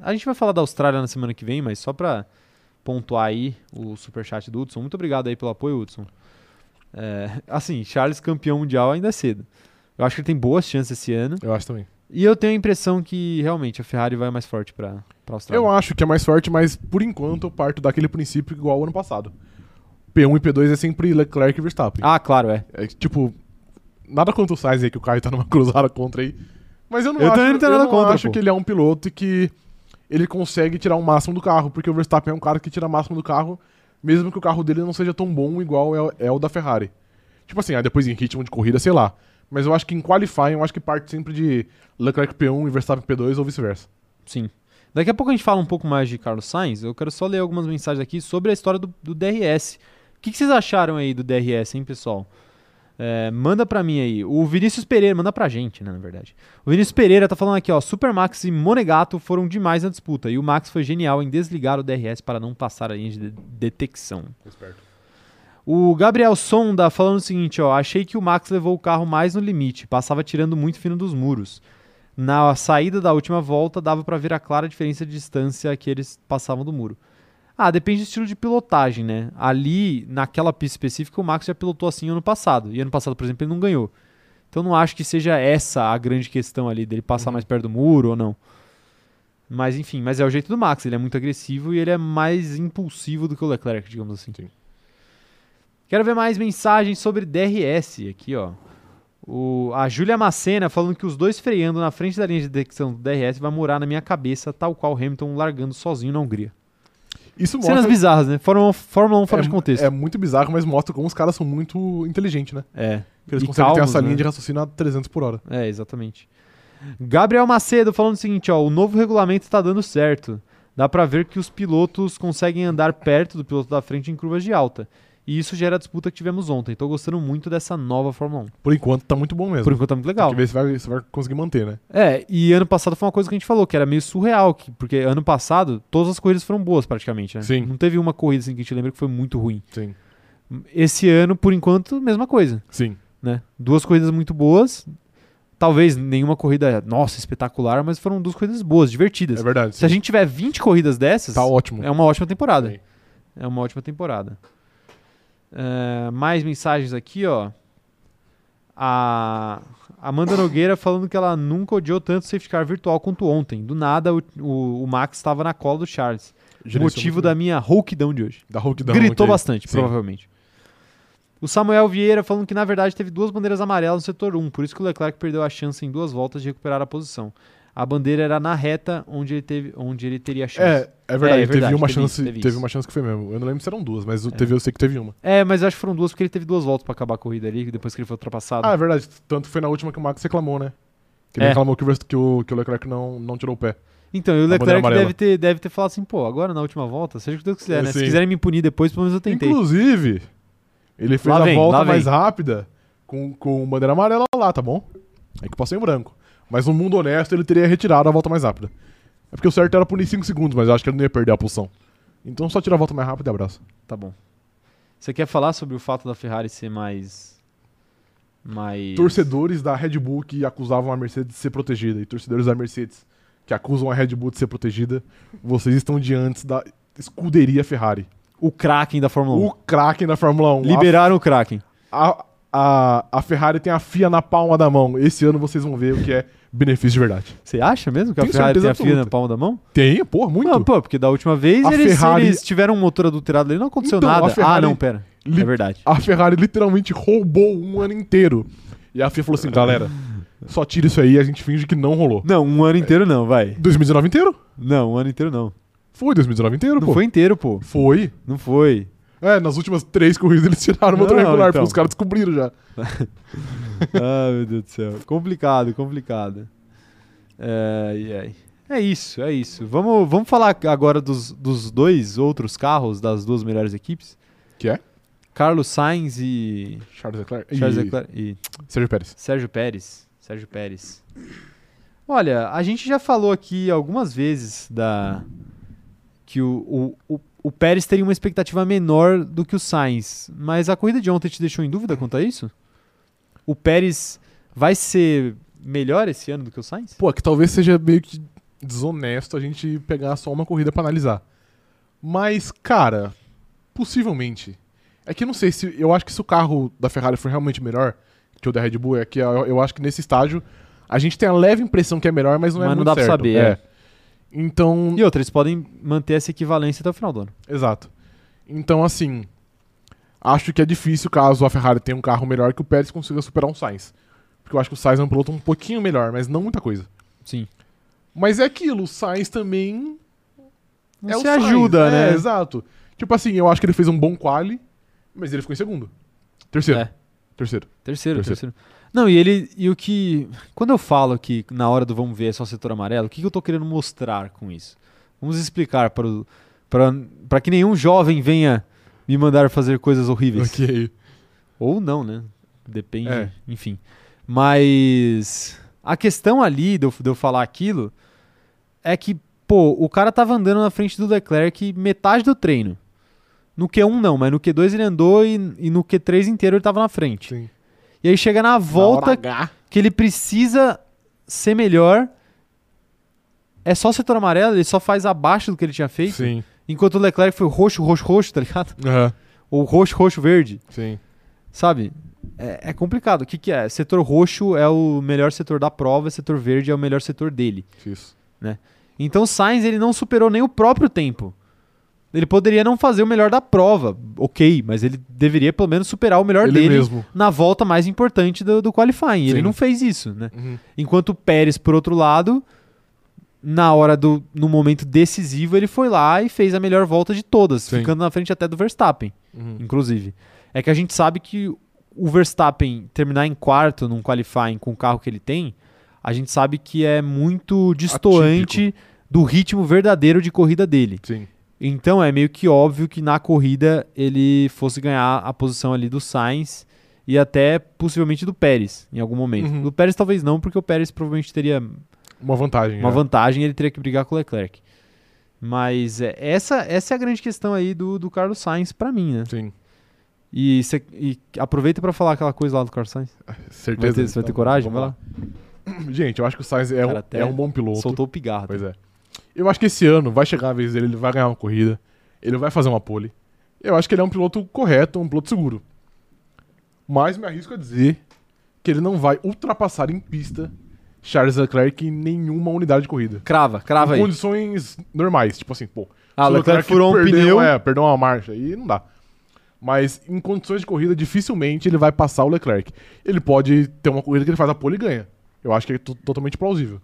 Speaker 1: A gente vai falar da Austrália na semana que vem, mas só pra pontuar aí o superchat do Hudson. Muito obrigado aí pelo apoio, Hudson. É, assim, Charles campeão mundial ainda é cedo. Eu acho que ele tem boas chances esse ano.
Speaker 2: Eu acho também.
Speaker 1: E eu tenho a impressão que realmente a Ferrari vai mais forte pra, pra Austrália.
Speaker 2: Eu acho que é mais forte, mas por enquanto eu parto daquele princípio igual ao ano passado. P1 e P2 é sempre Leclerc e Verstappen.
Speaker 1: Ah, claro, é.
Speaker 2: É, tipo, nada contra o Sainz aí que o Caio tá numa (laughs) cruzada contra aí. Mas eu não
Speaker 1: Eu
Speaker 2: acho,
Speaker 1: também não tenho
Speaker 2: eu
Speaker 1: nada
Speaker 2: não
Speaker 1: contra,
Speaker 2: acho
Speaker 1: pô.
Speaker 2: que ele é um piloto que ele consegue tirar o máximo do carro, porque o Verstappen é um cara que tira o máximo do carro, mesmo que o carro dele não seja tão bom igual é, o- é o da Ferrari. Tipo assim, aí depois em ritmo de corrida, sei lá. Mas eu acho que em qualifying, eu acho que parte sempre de Leclerc P1 e Verstappen P2 ou vice-versa.
Speaker 1: Sim. Daqui a pouco a gente fala um pouco mais de Carlos Sainz. Eu quero só ler algumas mensagens aqui sobre a história do, do DRS. O que, que vocês acharam aí do DRS, hein, pessoal? É, manda pra mim aí. O Vinícius Pereira, manda pra gente, né, na verdade. O Vinícius Pereira tá falando aqui, ó. Supermax e Monegato foram demais na disputa. E o Max foi genial em desligar o DRS para não passar a linha de de- detecção. O Gabriel Sonda falando o seguinte, ó, achei que o Max levou o carro mais no limite, passava tirando muito fino dos muros. Na saída da última volta dava pra ver a clara diferença de distância que eles passavam do muro. Ah, depende do estilo de pilotagem, né? Ali, naquela pista específica, o Max já pilotou assim ano passado. E ano passado, por exemplo, ele não ganhou. Então não acho que seja essa a grande questão ali dele passar mais perto do muro ou não. Mas enfim, mas é o jeito do Max, ele é muito agressivo e ele é mais impulsivo do que o Leclerc, digamos assim.
Speaker 2: Sim.
Speaker 1: Quero ver mais mensagens sobre DRS aqui, ó. O, a Júlia Macena falando que os dois freando na frente da linha de detecção do DRS vai morar na minha cabeça, tal qual Hamilton largando sozinho na Hungria.
Speaker 2: Isso
Speaker 1: Cenas
Speaker 2: mostra.
Speaker 1: bizarras, né? Fórmula, Fórmula 1 fora
Speaker 2: é,
Speaker 1: de contexto.
Speaker 2: é muito bizarro, mas mostra como os caras são muito inteligentes, né?
Speaker 1: É.
Speaker 2: Que eles
Speaker 1: E
Speaker 2: conseguem ter
Speaker 1: calmos,
Speaker 2: essa
Speaker 1: né?
Speaker 2: linha de raciocínio a 300 por hora.
Speaker 1: É, exatamente. Gabriel Macedo falando o seguinte, ó, o novo regulamento tá dando certo. Dá pra ver que os pilotos conseguem andar perto do piloto da frente em curvas de alta. E isso gera a disputa que tivemos ontem. Tô gostando muito dessa nova Fórmula 1.
Speaker 2: Por enquanto tá muito bom mesmo.
Speaker 1: Por enquanto tá muito legal.
Speaker 2: Tem que ver se vai, se vai conseguir manter, né?
Speaker 1: É, e ano passado foi uma coisa que a gente falou, que era meio surreal, que- porque ano passado todas as corridas foram boas praticamente, né?
Speaker 2: Sim.
Speaker 1: Não teve uma corrida assim que a gente lembra que foi muito ruim.
Speaker 2: Sim.
Speaker 1: Esse ano, por enquanto, mesma coisa,
Speaker 2: Sim.
Speaker 1: né? Duas corridas muito boas, talvez nenhuma corrida, nossa, espetacular, mas foram duas corridas boas, divertidas.
Speaker 2: É verdade.
Speaker 1: Se a gente tiver 20 corridas dessas,
Speaker 2: Tá ótimo.
Speaker 1: é uma ótima temporada.
Speaker 2: Sim.
Speaker 1: É uma ótima temporada. É, mais mensagens aqui, ó. A Amanda Nogueira falando que ela nunca odiou tanto o safety car virtual quanto ontem. Do nada, o, o- o Max estava na cola do Charles.
Speaker 2: Gerenciou
Speaker 1: motivo
Speaker 2: muito
Speaker 1: da
Speaker 2: bem.
Speaker 1: minha rouquidão de hoje.
Speaker 2: da Hulk
Speaker 1: Gritou
Speaker 2: aqui.
Speaker 1: bastante,
Speaker 2: Sim.
Speaker 1: provavelmente. O Samuel Vieira falando que, na verdade, teve duas bandeiras amarelas no setor 1, por isso que o Leclerc perdeu a chance em duas voltas de recuperar a posição. A bandeira era na reta onde ele, teve, onde ele teria a chance.
Speaker 2: É, é verdade.
Speaker 1: É, é verdade,
Speaker 2: Teve uma
Speaker 1: teve
Speaker 2: chance,
Speaker 1: isso, teve
Speaker 2: teve,
Speaker 1: isso.
Speaker 2: uma chance que foi mesmo. Eu não lembro se eram duas, mas eu, teve, eu sei que teve uma.
Speaker 1: É, mas eu acho que foram duas, porque ele teve duas voltas pra acabar a corrida ali, depois que ele foi ultrapassado.
Speaker 2: Ah, é verdade. Tanto foi na última que o Max reclamou, né? Que ele
Speaker 1: É.
Speaker 2: reclamou que o, Verst- que o, que o Leclerc não, não tirou o pé.
Speaker 1: então, e o
Speaker 2: a bandeira
Speaker 1: Leclerc
Speaker 2: amarela.
Speaker 1: deve ter, deve ter falado assim, pô, agora na última volta, seja o que Deus quiser, né? Se
Speaker 2: Sim.
Speaker 1: quiserem me punir depois, pelo menos eu tentei.
Speaker 2: Inclusive, ele fez
Speaker 1: Lá
Speaker 2: a
Speaker 1: vem, lá
Speaker 2: volta
Speaker 1: vem.
Speaker 2: mais rápida com, com bandeira amarela lá, tá bom? É que passou em branco. Mas no mundo honesto, ele teria retirado a volta mais rápida. É porque o certo era punir 5 segundos, mas eu acho que ele não ia perder a pulsão. Então só tira a volta mais rápida e abraço.
Speaker 1: Tá bom. Você quer falar sobre o fato da Ferrari ser mais... Mais...
Speaker 2: Torcedores da Red Bull que acusavam a Mercedes de ser protegida e torcedores da Mercedes que acusam a Red Bull de ser protegida, vocês estão diante da escuderia Ferrari.
Speaker 1: O Kraken da Fórmula 1.
Speaker 2: O craque na Fórmula 1. a
Speaker 1: Liberaram o Kraken.
Speaker 2: a, a, a Ferrari tem a FIA na palma da mão. Esse ano vocês vão ver o que é benefício de verdade.
Speaker 1: Você acha mesmo que a
Speaker 2: Tenho
Speaker 1: Ferrari tem
Speaker 2: certeza
Speaker 1: a fia na
Speaker 2: absoluta.
Speaker 1: palma da mão?
Speaker 2: Tem, pô, muito.
Speaker 1: Não, pô, porque da última vez
Speaker 2: A
Speaker 1: eles,
Speaker 2: Ferrari-
Speaker 1: eles tiveram um motor adulterado ali, não aconteceu
Speaker 2: Então, a
Speaker 1: nada. Ah,
Speaker 2: Ferrari
Speaker 1: não, pera.
Speaker 2: li-
Speaker 1: É verdade.
Speaker 2: A Ferrari literalmente roubou um ano inteiro. E a FIA falou assim, galera, só tira isso aí e a gente finge que não rolou.
Speaker 1: Não, um ano inteiro não, vai.
Speaker 2: 2019 inteiro?
Speaker 1: Não, um ano inteiro não.
Speaker 2: Foi 2019 inteiro,
Speaker 1: Não
Speaker 2: pô.
Speaker 1: foi inteiro, pô.
Speaker 2: Foi.
Speaker 1: Não foi.
Speaker 2: É, nas últimas três corridas eles tiraram o motor
Speaker 1: Não,
Speaker 2: regular,
Speaker 1: então.
Speaker 2: porque os caras descobriram já.
Speaker 1: Ah, meu Deus do céu. Complicado, complicado. É, e aí? é isso, é isso. Vamos, vamos falar agora dos, dos dois outros carros, das duas melhores equipes.
Speaker 2: Que é?
Speaker 1: Carlos Sainz e,
Speaker 2: Charles Leclerc.
Speaker 1: Charles
Speaker 2: e
Speaker 1: Leclerc- e
Speaker 2: Sérgio Pérez.
Speaker 1: Sérgio Pérez. Sérgio Pérez. Olha, a gente já falou aqui algumas vezes da que o, o, o, o Pérez teria uma expectativa menor do que o Sainz, mas a corrida de ontem te deixou em dúvida quanto a isso? O Pérez vai ser melhor esse ano do que o Sainz?
Speaker 2: Pô, que talvez seja meio que desonesto a gente pegar só uma corrida pra analisar. Mas, cara, possivelmente. É que eu não sei se. Eu acho que se o carro da Ferrari for realmente melhor que o da Red Bull, é que eu, eu acho que nesse estágio a gente tem a leve impressão que é melhor, mas não é
Speaker 1: Mas não
Speaker 2: muito
Speaker 1: dá pra
Speaker 2: certo.
Speaker 1: saber,
Speaker 2: É. Então,
Speaker 1: E outra, eles podem manter essa equivalência até o final do ano.
Speaker 2: Exato. Então, assim, acho que é difícil caso a Ferrari tenha um carro melhor que o Pérez consiga superar um Sainz. Porque eu acho que o Sainz é um piloto um pouquinho melhor, mas não muita coisa.
Speaker 1: Sim.
Speaker 2: Mas é aquilo, o Sainz também
Speaker 1: Não
Speaker 2: é
Speaker 1: se
Speaker 2: o Sainz,
Speaker 1: ajuda,
Speaker 2: é,
Speaker 1: né?
Speaker 2: Exato. Tipo assim, eu acho que ele fez um bom quali, mas ele ficou em segundo. Terceiro.
Speaker 1: É.
Speaker 2: Terceiro.
Speaker 1: Terceiro, terceiro,
Speaker 2: Terceiro.
Speaker 1: Não, e ele. E o que. Quando eu falo que na hora do vamos ver é só setor amarelo, o que, que eu tô querendo mostrar com isso? Vamos explicar para, o- para, para que nenhum jovem venha me mandar fazer coisas horríveis.
Speaker 2: Ok.
Speaker 1: Ou não, né? Depende.
Speaker 2: É.
Speaker 1: Enfim. Mas. A questão ali de eu, de eu falar aquilo é que, pô, o cara tava andando na frente do Leclerc metade do treino. No Q1 não, mas no Q2 ele andou e, e no Q3 inteiro ele tava na frente.
Speaker 2: Sim.
Speaker 1: E aí chega na volta
Speaker 2: Na hora H.
Speaker 1: que ele precisa ser melhor. É só setor amarelo, ele só faz abaixo do que ele tinha feito.
Speaker 2: Sim.
Speaker 1: Enquanto o Leclerc foi roxo, roxo, roxo, tá ligado?
Speaker 2: Aham.
Speaker 1: Ou roxo, roxo, verde,
Speaker 2: Sim.
Speaker 1: sabe? É, é complicado. O que, que é? Setor roxo é o melhor setor da prova, setor verde é o melhor setor dele.
Speaker 2: Isso.
Speaker 1: Então o Sainz ele não superou nem o próprio tempo. Ele poderia não fazer o melhor da prova, ok, mas ele deveria pelo menos superar o melhor
Speaker 2: Ele
Speaker 1: dele
Speaker 2: mesmo.
Speaker 1: na volta mais importante do, do qualifying. Ele
Speaker 2: Sim.
Speaker 1: não fez isso, né?
Speaker 2: Uhum.
Speaker 1: Enquanto o Pérez, por outro lado, na hora do no momento decisivo, ele foi lá e fez a melhor volta de todas,
Speaker 2: Sim.
Speaker 1: ficando na frente até do Verstappen,
Speaker 2: Uhum.
Speaker 1: inclusive. É que a gente sabe que o Verstappen terminar em quarto num qualifying com o carro que ele tem, a gente sabe que é muito destoante do ritmo verdadeiro de corrida dele.
Speaker 2: Sim.
Speaker 1: Então é meio que óbvio que na corrida ele fosse ganhar a posição ali do Sainz e até possivelmente do Pérez em algum momento.
Speaker 2: Uhum.
Speaker 1: Do Pérez talvez não, porque o Pérez provavelmente teria
Speaker 2: Uma vantagem.
Speaker 1: uma
Speaker 2: é.
Speaker 1: vantagem ele teria que brigar com o Leclerc. Mas é, essa, essa é a grande questão aí do, do Carlos Sainz pra mim, né?
Speaker 2: Sim,
Speaker 1: E, cê- e aproveita pra falar aquela coisa lá do Carlos Sainz. Vai
Speaker 2: certeza.
Speaker 1: ter, você vai ter
Speaker 2: Então,
Speaker 1: coragem?
Speaker 2: vamos
Speaker 1: Vai lá.
Speaker 2: lá. Gente, eu acho que o Sainz é,
Speaker 1: Cara,
Speaker 2: um,
Speaker 1: até
Speaker 2: é um bom piloto.
Speaker 1: Soltou o pigarro.
Speaker 2: Pois é. Eu acho que esse ano vai chegar a vez dele, ele vai ganhar uma corrida, ele vai fazer uma pole. Eu acho que ele é um piloto correto, um piloto seguro. Mas me arrisco a dizer que ele não vai ultrapassar em pista Charles Leclerc em nenhuma unidade de corrida.
Speaker 1: Crava, crava
Speaker 2: em
Speaker 1: aí.
Speaker 2: condições normais, tipo assim, pô.
Speaker 1: Ah,
Speaker 2: se o
Speaker 1: Leclerc furou um
Speaker 2: perdeu-
Speaker 1: pneu.
Speaker 2: É, perdeu uma marcha, aí não dá. Mas em condições de corrida, dificilmente ele vai passar o Leclerc. Ele pode ter uma corrida que ele faz a pole e ganha. Eu acho que é to- totalmente plausível.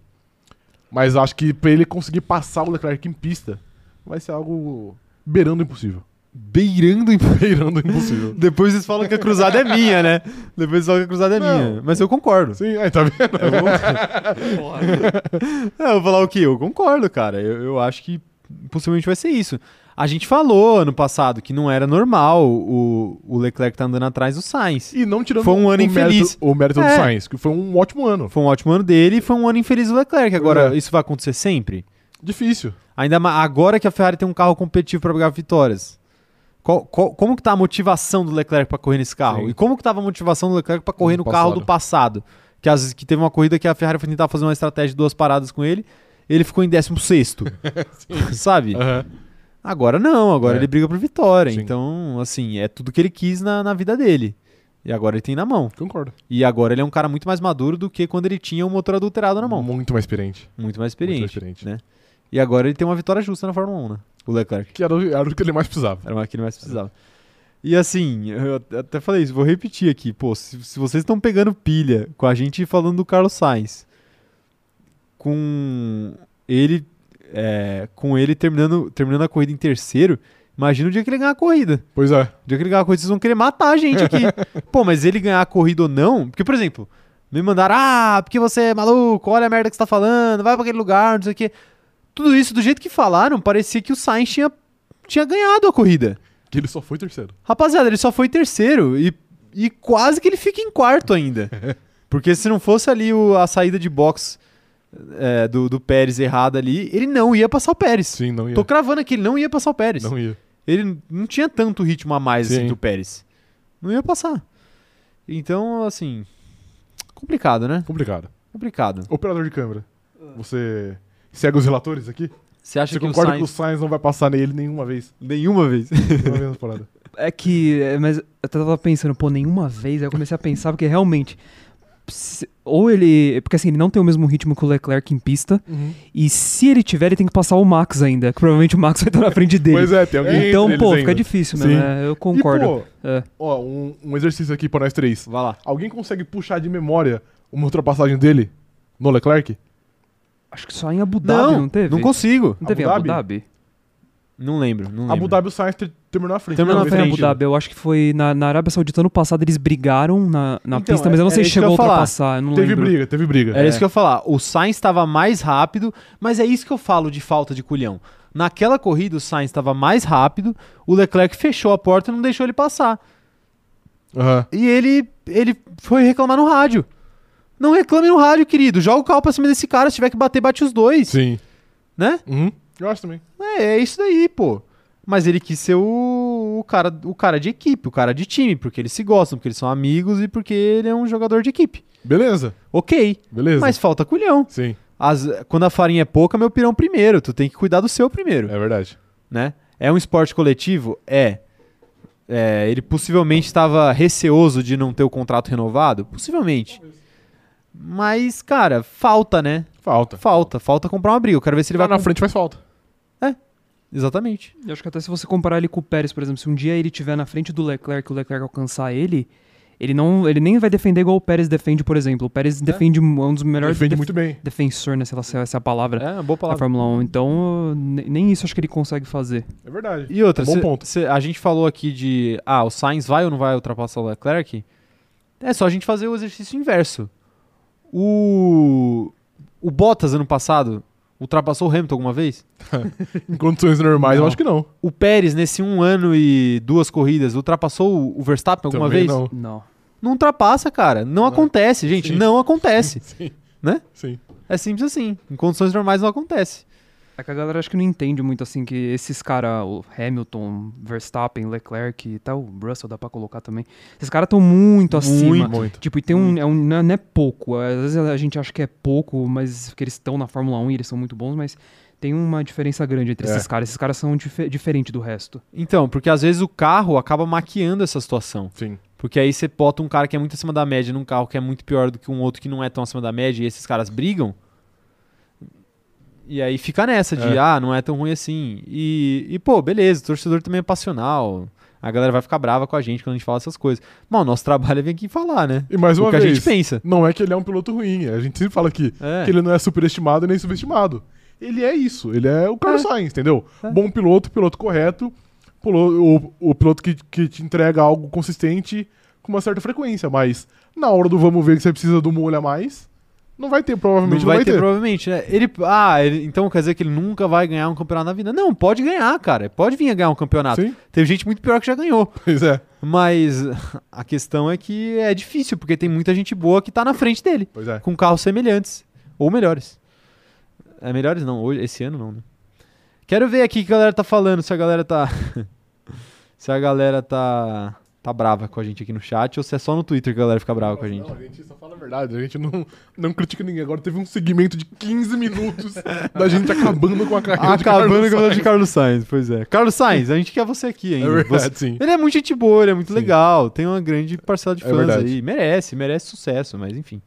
Speaker 2: Mas acho que pra ele conseguir passar o Leclerc em pista, vai ser algo beirando impossível.
Speaker 1: Beirando em
Speaker 2: (laughs) Beirando
Speaker 1: (laughs)
Speaker 2: impossível.
Speaker 1: Depois vocês falam que a cruzada é minha, né? Depois vocês falam que a cruzada é
Speaker 2: Não.
Speaker 1: minha. Mas eu concordo.
Speaker 2: Sim, aí tá vendo?
Speaker 1: Eu vou, (laughs) É, eu vou falar o quê? Eu concordo, cara. Eu, eu acho que possivelmente vai ser isso. A gente falou ano passado que não era normal o, o Leclerc tá andando atrás do Sainz.
Speaker 2: E não tirando
Speaker 1: Foi um ano
Speaker 2: o
Speaker 1: infeliz.
Speaker 2: mérito, o mérito do
Speaker 1: É.
Speaker 2: Sainz, que foi um ótimo ano.
Speaker 1: Foi um ótimo ano dele e foi um ano infeliz do Leclerc. Agora,
Speaker 2: é.
Speaker 1: isso vai acontecer sempre?
Speaker 2: Difícil.
Speaker 1: Ainda ma- agora que a Ferrari tem um carro competitivo para pegar vitórias. Qual- qual- como que tá a motivação do Leclerc para correr nesse carro?
Speaker 2: Sim.
Speaker 1: E como que tava a motivação do Leclerc para correr no
Speaker 2: No
Speaker 1: carro
Speaker 2: passado.
Speaker 1: do passado? Que às vezes que teve uma corrida que a Ferrari foi tentar fazer uma estratégia de duas paradas com ele, ele ficou em 16
Speaker 2: (laughs)
Speaker 1: (laughs) Sabe?
Speaker 2: Aham.
Speaker 1: Agora não, agora
Speaker 2: É.
Speaker 1: ele briga por vitória.
Speaker 2: Sim.
Speaker 1: Então, assim, é tudo que ele quis na, na vida dele. E agora ele tem na mão.
Speaker 2: Concordo.
Speaker 1: E agora ele é um cara muito mais maduro do que quando ele tinha o motor adulterado na mão.
Speaker 2: Muito mais experiente.
Speaker 1: Muito mais experiente.
Speaker 2: Muito mais experiente.
Speaker 1: Né? E agora ele tem uma vitória justa na Fórmula 1, né? O Leclerc.
Speaker 2: Que era, o- era o que ele mais precisava.
Speaker 1: Era uma que ele mais precisava. E assim, eu at- até falei isso, vou repetir aqui. Pô, se, se vocês estão pegando pilha com a gente falando do Carlos Sainz, com ele é, com ele terminando, terminando a corrida em terceiro, imagina o dia que ele ganhar a corrida.
Speaker 2: Pois é.
Speaker 1: O dia que ele ganhar a corrida, vocês vão querer matar a gente aqui. Pô, mas ele ganhar a corrida ou não? Porque, por exemplo, me mandaram, ah, porque você é maluco, olha a merda que você tá falando, vai pra aquele lugar, não sei o quê. Tudo isso, do jeito que falaram, parecia que o Sainz tinha, tinha ganhado a corrida.
Speaker 2: Que ele só foi terceiro.
Speaker 1: Rapaziada, ele só foi terceiro e, e quase que ele fica em quarto
Speaker 2: (laughs)
Speaker 1: ainda. Porque se não fosse ali o- a saída de box é, do, do Pérez errada ali, ele não ia passar o Pérez.
Speaker 2: Sim, não ia.
Speaker 1: Tô cravando aqui, ele não ia passar o Pérez.
Speaker 2: Não ia.
Speaker 1: Ele não tinha tanto ritmo a mais assim,
Speaker 2: Sim.
Speaker 1: do Pérez. Não ia passar. Então, assim. Complicado, né?
Speaker 2: Complicado.
Speaker 1: Complicado.
Speaker 2: Operador de câmera, você segue os relatores aqui?
Speaker 1: Você acha
Speaker 2: Você
Speaker 1: Ah. que o
Speaker 2: concorda
Speaker 1: Sainz...
Speaker 2: que o Sainz não vai passar nele nenhuma (laughs) vez?
Speaker 1: Nenhuma vez.
Speaker 2: Nenhuma vez na parada.
Speaker 3: É que. é, Mas eu tava pensando, pô, nenhuma vez. Aí eu comecei a pensar, porque realmente. se- Ou ele. Porque assim, ele não tem o mesmo ritmo que o Leclerc em pista.
Speaker 2: Uhum.
Speaker 3: E se ele tiver, ele tem que passar o Max ainda. Que provavelmente o Max (laughs) vai estar na frente dele.
Speaker 2: Pois é, tem alguém
Speaker 3: então,
Speaker 2: entre eles
Speaker 3: pô,
Speaker 2: ainda.
Speaker 3: fica difícil mesmo.
Speaker 2: Sim.
Speaker 3: né? Eu concordo.
Speaker 2: E, pô,
Speaker 3: É.
Speaker 2: ó, um, um exercício aqui pra nós três.
Speaker 1: Vai lá.
Speaker 2: Alguém consegue puxar de memória uma ultrapassagem dele no Leclerc?
Speaker 3: Acho que só em Abu Dhabi não, teve.
Speaker 1: não consigo.
Speaker 3: Não teve em
Speaker 2: Abu
Speaker 3: Abu Dhabi?
Speaker 1: Não lembro. Não lembro.
Speaker 2: Abu Dhabi o Sainz ter- terminou na frente.
Speaker 1: Terminou
Speaker 3: Não,
Speaker 1: na
Speaker 3: foi em
Speaker 1: frente.
Speaker 3: Abu Dhabi. Eu acho que foi na, na Arábia Saudita ano passado. Eles brigaram na, na
Speaker 1: Então,
Speaker 3: pista, mas eu não
Speaker 1: é-
Speaker 3: sei
Speaker 1: é
Speaker 3: se
Speaker 1: isso que eu
Speaker 3: chegou a
Speaker 1: ia falar.
Speaker 3: ultrapassar. eu Não
Speaker 2: Teve
Speaker 3: lembro.
Speaker 2: briga, teve briga.
Speaker 1: Era isso que eu ia falar. O Sainz estava mais rápido, mas é isso que eu falo de falta de culhão. Naquela corrida, o Sainz estava mais rápido, o Leclerc fechou a porta e não deixou ele passar.
Speaker 2: Aham.
Speaker 1: E ele, ele foi reclamar no rádio. Não reclame no rádio, querido. Joga o carro pra cima desse cara. Se tiver que bater, bate os dois.
Speaker 2: Sim.
Speaker 1: Né?
Speaker 2: Uhum. Eu acho também.
Speaker 1: É, é isso daí, pô. Mas ele quis ser o, o cara, o cara de equipe, o cara de time, porque eles se gostam, porque eles são amigos e porque ele é um jogador de equipe.
Speaker 2: Beleza,
Speaker 1: Ok.
Speaker 2: beleza.
Speaker 1: Mas falta culhão.
Speaker 2: Sim,
Speaker 1: As- quando a farinha é pouca, meu pirão primeiro. Tu tem que cuidar do seu primeiro,
Speaker 2: é verdade.
Speaker 1: né? É um esporte coletivo? É. É, ele possivelmente estava receoso de não ter o contrato renovado? Possivelmente. Mas, cara, falta, né?
Speaker 2: Falta.
Speaker 1: Falta. Falta comprar uma briga. Eu quero ver se ele
Speaker 2: Lá
Speaker 1: vai...
Speaker 2: na
Speaker 1: com-
Speaker 2: frente faz falta.
Speaker 1: Exatamente.
Speaker 3: Eu acho que até se você comparar ele com o Pérez, por exemplo, se um dia ele tiver na frente do Leclerc e o Leclerc alcançar ele, ele não, ele nem vai defender igual o Pérez defende, por exemplo. O Pérez defende um é um dos melhores
Speaker 2: Defende
Speaker 3: def-
Speaker 2: muito bem.
Speaker 3: defensor, né, sei lá se é se é a palavra,
Speaker 1: É, uma boa
Speaker 3: da
Speaker 1: palavra.
Speaker 3: Fórmula 1. Então, eu ne- nem isso acho que ele consegue fazer.
Speaker 2: É verdade.
Speaker 1: E outra,
Speaker 2: Bom
Speaker 1: cê-
Speaker 2: ponto.
Speaker 1: cê- a gente falou aqui de, ah, o Sainz vai ou não vai ultrapassar o Leclerc? É só a gente fazer o exercício inverso. O o Bottas ano passado, ultrapassou o Hamilton alguma vez?
Speaker 2: Em condições normais,
Speaker 1: Não.
Speaker 2: eu acho que não.
Speaker 1: O Pérez, nesse um ano e duas corridas, ultrapassou o- o Verstappen alguma vez?
Speaker 2: Também Não.
Speaker 3: Não.
Speaker 1: Não ultrapassa, cara. Não, acontece, gente.
Speaker 2: Sim. (laughs)
Speaker 1: Não acontece.
Speaker 2: Sim.
Speaker 1: Né?
Speaker 2: Sim.
Speaker 1: É simples assim. Em condições normais não acontece.
Speaker 3: É que a galera acho que não entende muito assim que esses caras, o Hamilton, Verstappen, Leclerc e tal, o Russell dá pra colocar também. Esses caras estão muito acima.
Speaker 2: muito.
Speaker 3: Tipo, e tem um. É um não, é, não é pouco. Às vezes a gente acha que é pouco, mas porque eles estão na Fórmula 1 e eles são muito bons, mas tem uma diferença grande entre
Speaker 2: É.
Speaker 3: esses caras. Esses caras são dife diferentes do resto.
Speaker 1: Então, porque às vezes o carro acaba maquiando essa situação.
Speaker 2: Sim.
Speaker 1: Porque aí você bota um cara que é muito acima da média num carro que é muito pior do que um outro que não é tão acima da média e esses caras brigam. E aí fica nessa de,
Speaker 2: É.
Speaker 1: ah, não é tão ruim assim. E, e, pô, beleza, o torcedor também é passional. A galera vai ficar brava com a gente quando a gente fala essas coisas. Mas o nosso trabalho é vir aqui falar, né?
Speaker 2: E mais
Speaker 1: o
Speaker 2: uma
Speaker 1: que
Speaker 2: vez,
Speaker 1: a gente pensa.
Speaker 2: não é que ele é um piloto ruim. A gente sempre fala que,
Speaker 1: É.
Speaker 2: que ele não é superestimado nem subestimado. Ele é isso. Ele é o Carlos Sainz, entendeu?
Speaker 1: É.
Speaker 2: Bom piloto, piloto correto, pilo- o, o piloto que, que te entrega algo consistente com uma certa frequência. Mas na hora do vamos ver que você precisa do molho a mais, não vai ter, provavelmente
Speaker 1: Não vai ter, provavelmente. né? Ele, ah, ele- então quer dizer que ele nunca vai ganhar um campeonato na vida. Não, pode ganhar, cara. Pode vir a ganhar um campeonato.
Speaker 2: Sim,
Speaker 1: Teve gente muito pior que já ganhou.
Speaker 2: pois é.
Speaker 1: Mas a questão é que é difícil, porque tem muita gente boa que tá na frente dele,
Speaker 2: Pois é.
Speaker 1: com carros semelhantes, ou melhores. É, melhores não, hoje, esse ano não, né? Quero ver aqui o que a galera tá falando, se a galera tá... (laughs) se a galera tá... tá brava com a gente aqui no chat, ou se é só no Twitter que a galera fica brava com a
Speaker 2: (laughs)
Speaker 1: gente.
Speaker 2: Não, a gente só fala a verdade, a gente não, não critica ninguém. Agora teve um segmento de 15 minutos da gente acabando com a carreira de Carlos
Speaker 1: Ah, Acabando com a
Speaker 2: Sainz.
Speaker 1: de Carlos Sainz, pois é. Carlos Sainz, a gente quer você aqui ainda.
Speaker 2: É
Speaker 1: Você-
Speaker 2: verdade, sim.
Speaker 1: Ele é muito gente boa, ele é muito
Speaker 2: Sim.
Speaker 1: legal, tem uma grande parcela de
Speaker 2: É
Speaker 1: fãs
Speaker 2: verdade.
Speaker 1: aí. Merece, merece sucesso, mas enfim.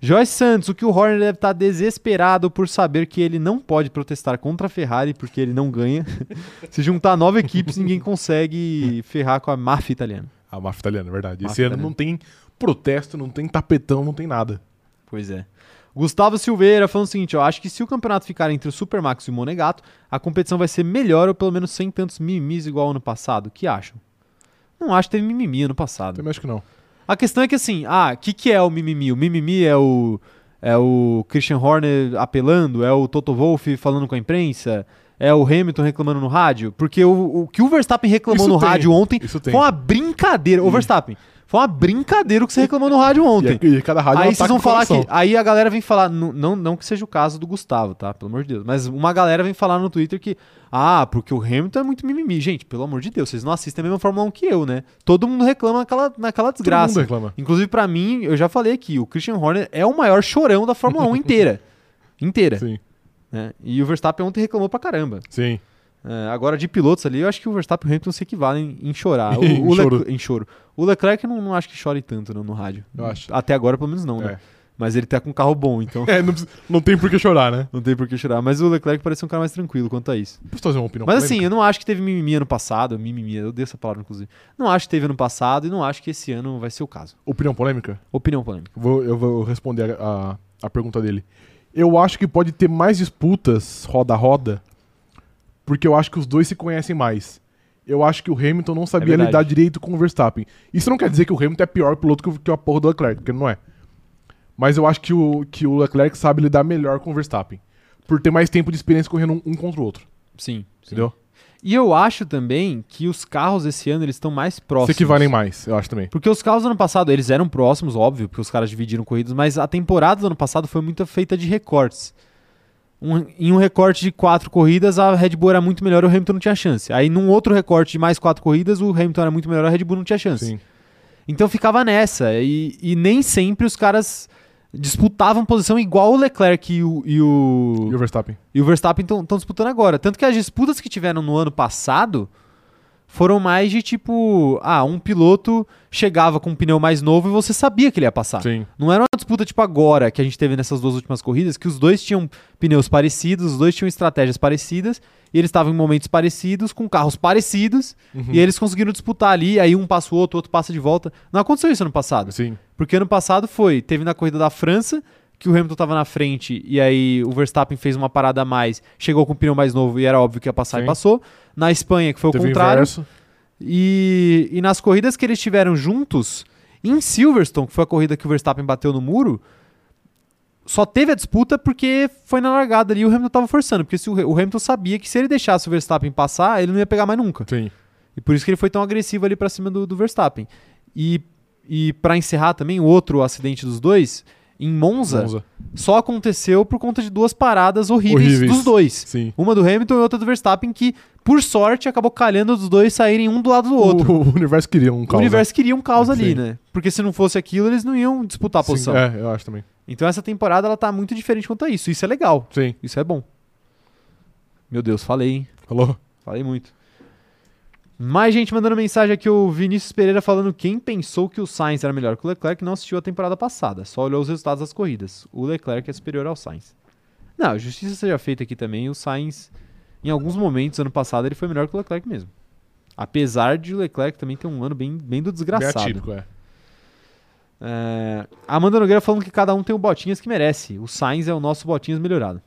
Speaker 1: Joyce Santos, o que o Horner deve estar desesperado por saber que ele não pode protestar contra a Ferrari porque ele não ganha. (laughs) Se juntar nove equipes, ninguém consegue ferrar com a máfia italiana.
Speaker 2: A máfia italiana, é verdade.
Speaker 1: Máfia
Speaker 2: Esse ano
Speaker 1: italiana.
Speaker 2: não tem protesto, não tem tapetão, não tem nada.
Speaker 1: Pois é. Gustavo Silveira falando o seguinte: eu acho que se o campeonato ficar entre o Supermax e o Monegato, a competição vai ser melhor ou pelo menos sem tantos mimimis igual ano passado. O que acham? Não acho que teve mimimi ano passado.
Speaker 2: Também acho que não.
Speaker 1: A questão é que assim, ah, o que, que é o mimimi? O mimimi é o, é o Christian Horner apelando, é o Toto Wolff falando com a imprensa, é o Hamilton reclamando no rádio? Porque o, o que o Verstappen reclamou
Speaker 2: Isso
Speaker 1: no
Speaker 2: tem,
Speaker 1: rádio ontem
Speaker 2: isso tem.
Speaker 1: foi uma brincadeira. Ô, Verstappen, foi uma brincadeira o que você reclamou no rádio
Speaker 2: E,
Speaker 1: ontem.
Speaker 2: a- e cada rádio é um
Speaker 1: Aí vocês
Speaker 2: ataque
Speaker 1: vão
Speaker 2: ao
Speaker 1: falar
Speaker 2: coração.
Speaker 1: que. Aí a galera vem falar. nu- Não, não que seja o caso do Gustavo, tá? Pelo amor de Deus. Mas uma galera vem falar no Twitter que. Ah, porque o Hamilton é muito mimimi. Gente, pelo amor de Deus, vocês não assistem a mesma Fórmula 1 que eu, né? Todo mundo reclama naquela, naquela
Speaker 2: Todo mundo
Speaker 1: desgraça.
Speaker 2: reclama.
Speaker 1: Inclusive, pra mim, eu já falei aqui, o Christian Horner é o maior chorão da Fórmula 1 inteira.
Speaker 2: (laughs)
Speaker 1: Inteira.
Speaker 2: Sim,
Speaker 1: né? E o Verstappen ontem reclamou pra caramba.
Speaker 2: sim.
Speaker 1: É, agora, de pilotos ali, eu acho que o Verstappen e o Hamilton se equivalem em
Speaker 2: (laughs)
Speaker 1: chorar. O,
Speaker 2: Em
Speaker 1: o Leclerc-
Speaker 2: choro.
Speaker 1: em choro. O Leclerc eu não, não acho que chore tanto não, no rádio.
Speaker 2: Eu acho.
Speaker 1: Até agora, pelo menos, não, né? Mas ele tá com um carro bom,
Speaker 2: (laughs)
Speaker 1: então
Speaker 2: É, não, precisa- não tem por que chorar, né?
Speaker 1: não tem por que chorar. Mas o Leclerc parece um cara mais tranquilo quanto a isso.
Speaker 2: Posso fazer uma opinião
Speaker 1: Mas assim,
Speaker 2: polêmica?
Speaker 1: eu não acho que teve mimimi ano passado. Mimimi, eu odeio essa palavra, inclusive. Não acho que teve ano passado e não acho que esse ano vai ser o caso.
Speaker 2: Opinião polêmica?
Speaker 1: Opinião polêmica.
Speaker 2: Vou- eu vou responder a, a, a pergunta dele. Eu acho que pode ter mais disputas roda a roda, porque eu acho que os dois se conhecem mais. Eu acho que o Hamilton não sabia
Speaker 1: É verdade.
Speaker 2: lidar direito com o Verstappen. Isso não quer dizer que o Hamilton é pior piloto que, o- que a porra do Leclerc, porque não é. Mas eu acho que o, que o Leclerc sabe lidar melhor com o Verstappen. Por ter mais tempo de experiência correndo um, um contra o outro.
Speaker 1: Sim.
Speaker 2: Entendeu?
Speaker 1: E eu acho também que os carros esse ano eles estão mais
Speaker 2: Você
Speaker 1: próximos.
Speaker 2: que valem mais, eu acho também.
Speaker 1: Porque os carros do ano passado, eles eram próximos, óbvio, porque os caras dividiram corridas, mas a temporada do ano passado foi muito feita de recortes. Um- em um recorte de quatro corridas, a Red Bull era muito melhor e o Hamilton não tinha chance. Aí, num outro recorte de mais quatro corridas, o Hamilton era muito melhor e a Red Bull não tinha chance.
Speaker 2: Sim.
Speaker 1: Então ficava nessa. E, e nem sempre os caras disputavam posição igual o Leclerc e o, e o,
Speaker 2: E o Verstappen?
Speaker 1: e o Verstappen estão disputando agora. Tanto que as disputas que tiveram no ano passado foram mais de tipo: ah, um piloto chegava com um pneu mais novo e você sabia que ele ia passar.
Speaker 2: Sim.
Speaker 1: Não era uma disputa tipo agora que a gente teve nessas duas últimas corridas, que os dois tinham pneus parecidos, os dois tinham estratégias parecidas, e eles estavam em momentos parecidos, com carros parecidos, e eles conseguiram disputar ali, aí um passa o outro, o outro passa de volta. Não aconteceu isso ano passado.
Speaker 2: Sim.
Speaker 1: Porque ano passado foi, teve na corrida da França, que o Hamilton tava na frente e aí o Verstappen fez uma parada a mais, chegou com o pneu mais novo e era óbvio que ia passar e
Speaker 2: Sim.
Speaker 1: passou. Na Espanha, que foi o
Speaker 2: Teve o
Speaker 1: contrário.
Speaker 2: inverso.
Speaker 1: E, e nas corridas que eles tiveram juntos, em Silverstone, que foi a corrida que o Verstappen bateu no muro, só teve a disputa porque foi na largada ali e o Hamilton tava forçando. Porque se o, o Hamilton sabia que se ele deixasse o Verstappen passar, ele não ia pegar mais nunca.
Speaker 2: Sim.
Speaker 1: E por isso que ele foi tão agressivo ali pra cima do, do Verstappen. E, e para encerrar também, o outro acidente dos dois, em Monza,
Speaker 2: Monza.
Speaker 1: só aconteceu por conta de duas paradas horríveis,
Speaker 2: Horríveis.
Speaker 1: dos dois.
Speaker 2: Sim.
Speaker 1: Uma do Hamilton e outra do Verstappen, que, por sorte, acabou calhando dos dois saírem um do lado do outro.
Speaker 2: O, o universo queria um
Speaker 1: O
Speaker 2: caos.
Speaker 1: universo queria um caos ali,
Speaker 2: Sim.
Speaker 1: né? Porque se não fosse aquilo, eles não iam disputar a
Speaker 2: né? Sim,
Speaker 1: posição.
Speaker 2: É, eu acho também.
Speaker 1: Então essa temporada ela tá muito diferente quanto a isso. Isso é legal.
Speaker 2: Sim.
Speaker 1: Isso é bom. Meu Deus, falei, hein?
Speaker 2: Falou?
Speaker 1: Falei muito. Mais gente mandando mensagem aqui, o Vinícius Pereira falando quem pensou que o Sainz era melhor que o Leclerc não assistiu a temporada passada, só olhou os resultados das corridas. O Leclerc é superior ao Sainz. Não, justiça seja feita aqui também, o Sainz, em alguns momentos, ano passado, ele foi melhor que o Leclerc mesmo. Apesar de o Leclerc também ter um ano bem, bem do
Speaker 2: Bem
Speaker 1: desgraçado.
Speaker 2: atípico, é.
Speaker 1: É, Amanda Nogueira falando que cada um tem o Botinhas que merece. O Sainz é o nosso Botinhas melhorado.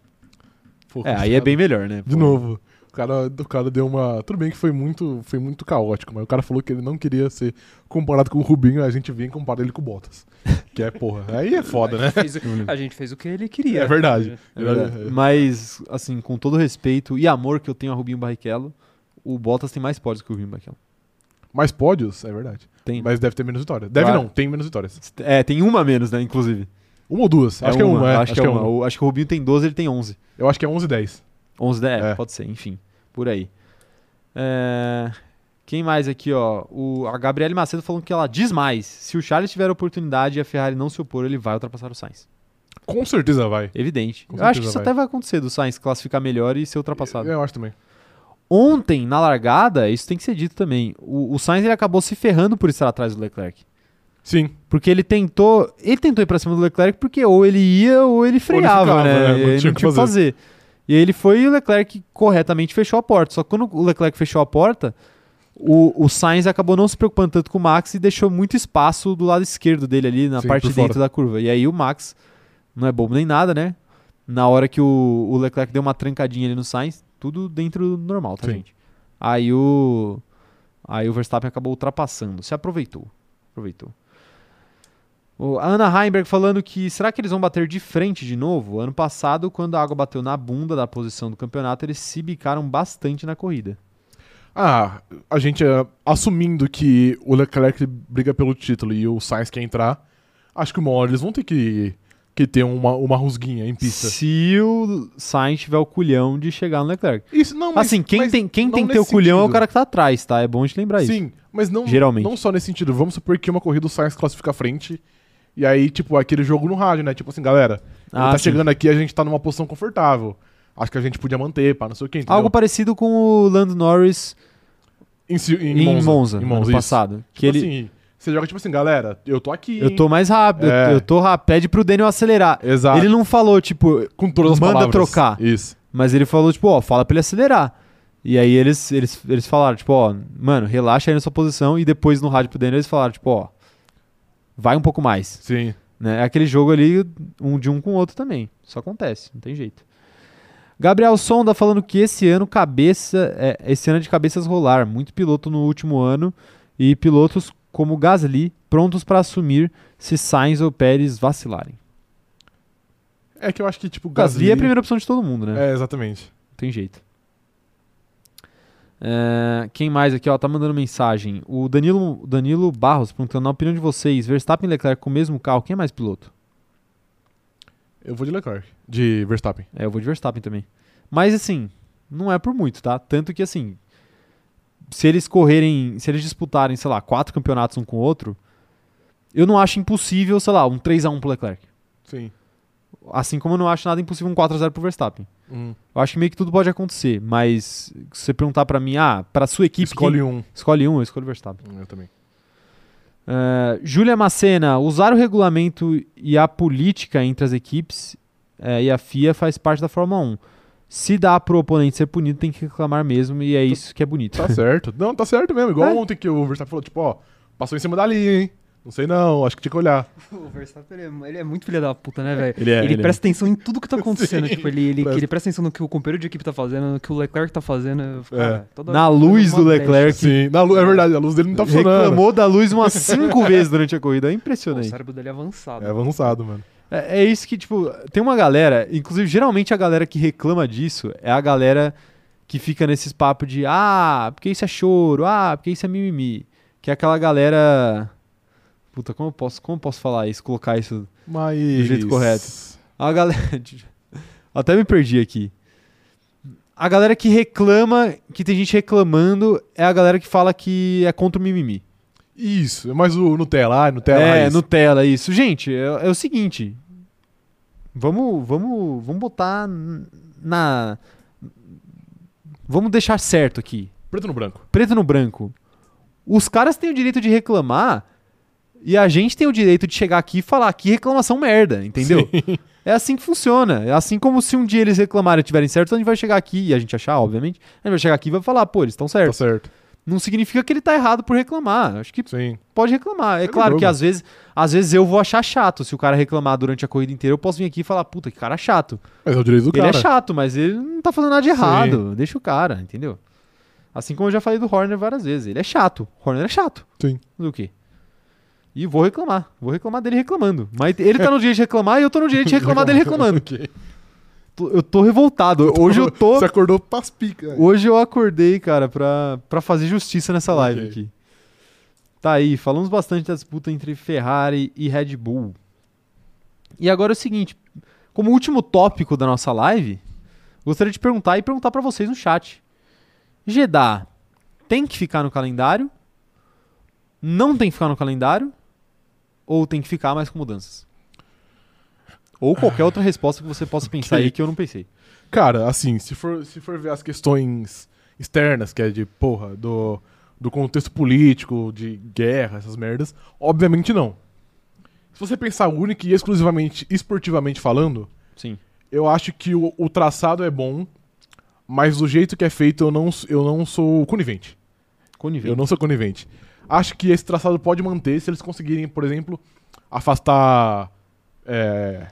Speaker 2: Pô,
Speaker 1: É, aí é bem melhor, né?
Speaker 2: De novo. O cara, o cara deu uma. Tudo bem que foi muito, foi muito caótico, mas o cara falou que ele não queria ser comparado com o Rubinho, a gente vinha e compara ele com o Bottas. Que é, porra. Aí é foda,
Speaker 1: (laughs)
Speaker 2: né?
Speaker 3: a gente fez o que ele queria.
Speaker 2: É verdade.
Speaker 1: É verdade. Mas, assim, com todo o respeito e amor que eu tenho a Rubinho Barrichello, o Bottas tem mais pódios que o Rubinho Barrichello.
Speaker 2: Mais pódios? É verdade.
Speaker 1: Tem.
Speaker 2: Mas deve ter menos vitórias. Deve
Speaker 1: Claro.
Speaker 2: não, tem menos vitórias.
Speaker 1: É, tem uma a menos, né, inclusive.
Speaker 2: Uma ou duas? acho que é uma, é.
Speaker 1: Acho, que é uma.
Speaker 2: uma.
Speaker 1: O- Acho que o Rubinho tem 12, ele tem 11.
Speaker 2: Eu acho que é 11 e 10.
Speaker 1: 11, né? É,
Speaker 2: É.
Speaker 1: pode ser, enfim. Por aí. É, Quem mais aqui, ó? O... A Gabriele Macedo falando que ela diz mais. Se o Charles tiver a oportunidade e a Ferrari não se opor, ele vai ultrapassar o Sainz.
Speaker 2: Com certeza vai.
Speaker 1: Evidente.
Speaker 2: Com
Speaker 1: Eu acho que
Speaker 2: certeza
Speaker 1: isso
Speaker 2: vai. É,
Speaker 1: até vai acontecer do Sainz classificar melhor e ser ultrapassado.
Speaker 2: Eu acho também.
Speaker 1: Ontem, na largada, isso tem que ser dito também. O, o Sainz ele acabou se ferrando por estar atrás do Leclerc.
Speaker 2: Sim.
Speaker 1: Porque ele tentou. Ele tentou ir pra cima do Leclerc porque ou ele ia ou ele freava,
Speaker 2: ficava,
Speaker 1: né?
Speaker 2: né? Não
Speaker 1: E aí não
Speaker 2: tinha o que
Speaker 1: tinha o que fazer. E aí ele foi e o Leclerc corretamente fechou a porta. Só que quando o Leclerc fechou a porta, o, o Sainz acabou não se preocupando tanto com o Max e deixou muito espaço do lado esquerdo dele ali, na
Speaker 2: Sim,
Speaker 1: parte de
Speaker 2: por
Speaker 1: dentro
Speaker 2: fora.
Speaker 1: da curva. E aí o Max não é bobo nem nada, né? Na hora que o, o Leclerc deu uma trancadinha ali no Sainz, tudo dentro do normal, tá,
Speaker 2: Sim.
Speaker 1: gente? Aí o. Aí o Verstappen acabou ultrapassando. Se aproveitou. Aproveitou. O- a Ana Heimberg falando que será que eles vão bater de frente de novo? Ano passado, quando a água bateu na bunda da posição do campeonato, eles se bicaram bastante na corrida.
Speaker 2: Ah, a gente é, assumindo que o Leclerc briga pelo título e o Sainz quer entrar, acho que uma hora eles vão ter que, que ter uma, uma rusguinha em pista.
Speaker 1: Se o Sainz tiver o culhão de chegar no Leclerc.
Speaker 2: Isso, não, mas-
Speaker 1: assim, quem
Speaker 2: mas
Speaker 1: tem, quem
Speaker 2: não
Speaker 1: tem que ter
Speaker 2: nesse
Speaker 1: o culhão é o
Speaker 2: sentido.
Speaker 1: cara que tá atrás, tá? É bom a gente lembrar isso.
Speaker 2: Sim, mas não,
Speaker 1: Geralmente.
Speaker 2: não só nesse sentido. Vamos supor que uma corrida o Sainz classifica à frente. E aí, tipo, aquele jogo no rádio, né? Tipo assim, galera, ele
Speaker 1: Ah,
Speaker 2: tá
Speaker 1: sim.
Speaker 2: chegando aqui, a gente tá numa posição confortável. Acho que a gente podia manter, pá, não sei o quê. entendeu?
Speaker 1: Algo parecido com o Lando Norris
Speaker 2: em, si- em
Speaker 1: em, Monza,
Speaker 2: Em
Speaker 1: no
Speaker 2: Monza,
Speaker 1: ano
Speaker 2: isso.
Speaker 1: passado. que ele,
Speaker 2: Tipo assim, você joga tipo assim, galera, eu tô aqui.
Speaker 1: eu tô mais rápido, eu-
Speaker 2: É.
Speaker 1: eu tô rápido. Pede pro Daniel acelerar.
Speaker 2: Exato.
Speaker 1: Ele não falou, tipo,
Speaker 2: com todas as
Speaker 1: manda
Speaker 2: palavras.
Speaker 1: trocar.
Speaker 2: Isso.
Speaker 1: Mas ele falou, tipo, ó, fala pra ele acelerar. E aí eles, eles, eles falaram, tipo, ó, mano, relaxa aí na sua posição. E depois no rádio pro Daniel eles falaram, tipo, ó, vai um pouco mais.
Speaker 2: Sim.
Speaker 1: Né? É aquele jogo ali, um de um com o outro também. Isso acontece, não tem jeito. Gabriel Sonda falando que esse ano cabeça, é, esse ano é de cabeças rolar, muito piloto no último ano e pilotos como Gasly prontos pra assumir se Sainz ou Pérez vacilarem.
Speaker 2: É que eu acho que, tipo,
Speaker 1: Gasly é a primeira opção de todo mundo, né?
Speaker 2: É, exatamente.
Speaker 1: tem jeito. É, quem mais aqui, ó, tá mandando mensagem. O Danilo, Danilo Barros perguntando, na opinião de vocês, Verstappen e Leclerc com o mesmo carro, quem é mais piloto?
Speaker 2: Eu vou de Leclerc. De Verstappen.
Speaker 1: É, eu vou de Verstappen também. Mas assim, não é por muito, tá? Tanto que assim, se eles correrem, se eles disputarem, sei lá, quatro campeonatos um com o outro, eu não acho impossível, sei lá, um 3x1 pro Leclerc.
Speaker 2: Sim.
Speaker 1: Assim como eu não acho nada impossível um 4x0 pro Verstappen.
Speaker 2: Um,
Speaker 1: Eu acho que meio que tudo pode acontecer, mas se você perguntar pra mim, ah, pra sua equipe,
Speaker 2: Escolhe um.
Speaker 1: Escolhe um, eu escolho o Verstappen.
Speaker 2: Eu também.
Speaker 1: É, Júlia Macena, usar o regulamento e a política entre as equipes é, e a FIA faz parte da Fórmula 1. Se dá pro oponente ser punido, tem que reclamar mesmo, e é isso que é bonito. (laughs)
Speaker 2: Tá certo. (laughs) Não, tá certo mesmo. Igual
Speaker 1: É.
Speaker 2: ontem que o Verstappen falou, tipo, ó, passou em cima da linha, hein? Não sei não, acho que tinha que olhar.
Speaker 3: (laughs) O Verstappen, ele é, ele é muito filha da puta, né, velho?
Speaker 2: Ele é, ele é.
Speaker 3: presta atenção em tudo que tá acontecendo.
Speaker 2: Sim.
Speaker 3: tipo, ele, ele,
Speaker 2: Presta.
Speaker 3: ele presta atenção no que o companheiro de equipe tá fazendo, no que o Leclerc tá fazendo. eu fico,
Speaker 2: É.
Speaker 3: cara, toda-
Speaker 1: Na
Speaker 3: toda
Speaker 1: luz
Speaker 3: uma
Speaker 1: do
Speaker 3: brecha.
Speaker 1: Leclerc.
Speaker 2: Sim, na lu- é verdade, a luz dele não tá funcionando.
Speaker 1: (laughs) Reclamou da luz umas cinco vezes durante a corrida, é
Speaker 3: Pô, O
Speaker 1: impressionante.
Speaker 3: cérebro dele é avançado.
Speaker 2: É avançado, mano.
Speaker 1: É, é isso que, tipo, tem uma galera, inclusive geralmente a galera que reclama disso é a galera que fica nesses papos de ah, porque isso é choro, ah, porque isso é mimimi. Que é aquela galera. Puta, como eu posso, como eu posso falar isso, colocar isso.
Speaker 2: Mas.
Speaker 1: jeito correto. A galera. (laughs) Até me perdi aqui. A galera que reclama, que tem gente reclamando, é a galera que fala que é contra o mimimi.
Speaker 2: Isso, mas o Nutella, ah, Nutella.
Speaker 1: É,
Speaker 2: ah, isso.
Speaker 1: Nutella, isso. Gente, é, é o seguinte. Vamos, vamos, vamos botar n- na. Vamos deixar certo aqui.
Speaker 2: Preto no branco.
Speaker 1: Preto no branco. Os caras têm o direito de reclamar e a gente tem o direito de chegar aqui e falar que reclamação merda, entendeu? É assim que funciona. É assim como se um dia eles reclamarem e tiverem certo, a gente vai chegar aqui e a gente achar, obviamente. A gente vai chegar aqui e vai falar, pô, eles estão
Speaker 2: Tá
Speaker 1: certos.
Speaker 2: certo.
Speaker 1: Não significa que ele tá errado por reclamar. Acho que
Speaker 2: Sim.
Speaker 1: pode reclamar. É
Speaker 2: no
Speaker 1: claro que
Speaker 2: jogo.
Speaker 1: às vezes, às vezes eu vou achar chato. Se o cara reclamar durante a corrida inteira, eu posso vir aqui e falar, puta, que cara chato.
Speaker 2: Mas é o direito do
Speaker 1: ele
Speaker 2: cara.
Speaker 1: é chato, mas ele não tá fazendo nada de
Speaker 2: Sim.
Speaker 1: errado. Deixa o cara, entendeu? Assim como eu já falei do Horner várias vezes. Ele é chato. Horner é chato.
Speaker 2: Sim.
Speaker 1: Do que? E vou reclamar. Vou reclamar dele reclamando. Mas ele
Speaker 2: É.
Speaker 1: tá no direito de reclamar e eu tô no
Speaker 2: (laughs)
Speaker 1: direito de reclamar dele reclamando.
Speaker 2: Ok.
Speaker 1: Tô- Eu tô revoltado.
Speaker 2: (laughs)
Speaker 1: Hoje eu tô.
Speaker 2: Você acordou né? paspica.
Speaker 1: Hoje eu acordei, cara, pra, pra fazer justiça nessa live
Speaker 2: Ok.
Speaker 1: aqui. Tá aí, falamos bastante da disputa entre Ferrari e Red Bull. E agora é o seguinte, como último tópico da nossa live, gostaria de perguntar e perguntar pra vocês no chat. Jeddah tem que ficar no calendário? Não tem que ficar no calendário? Ou tem que ficar mais com mudanças? Ou qualquer outra resposta que você possa pensar aí que eu não pensei.
Speaker 2: Cara, assim, se for, se for ver as questões externas, que é de, porra, do, do contexto político, de guerra, essas merdas, obviamente não. Se você pensar única e exclusivamente esportivamente falando,
Speaker 1: Sim.
Speaker 2: eu acho que o, o traçado é bom, mas do jeito que é feito eu não, s- eu não sou conivente.
Speaker 1: Conivente.
Speaker 2: Eu não sou conivente. Acho que esse traçado pode manter se eles conseguirem, por exemplo, afastar é,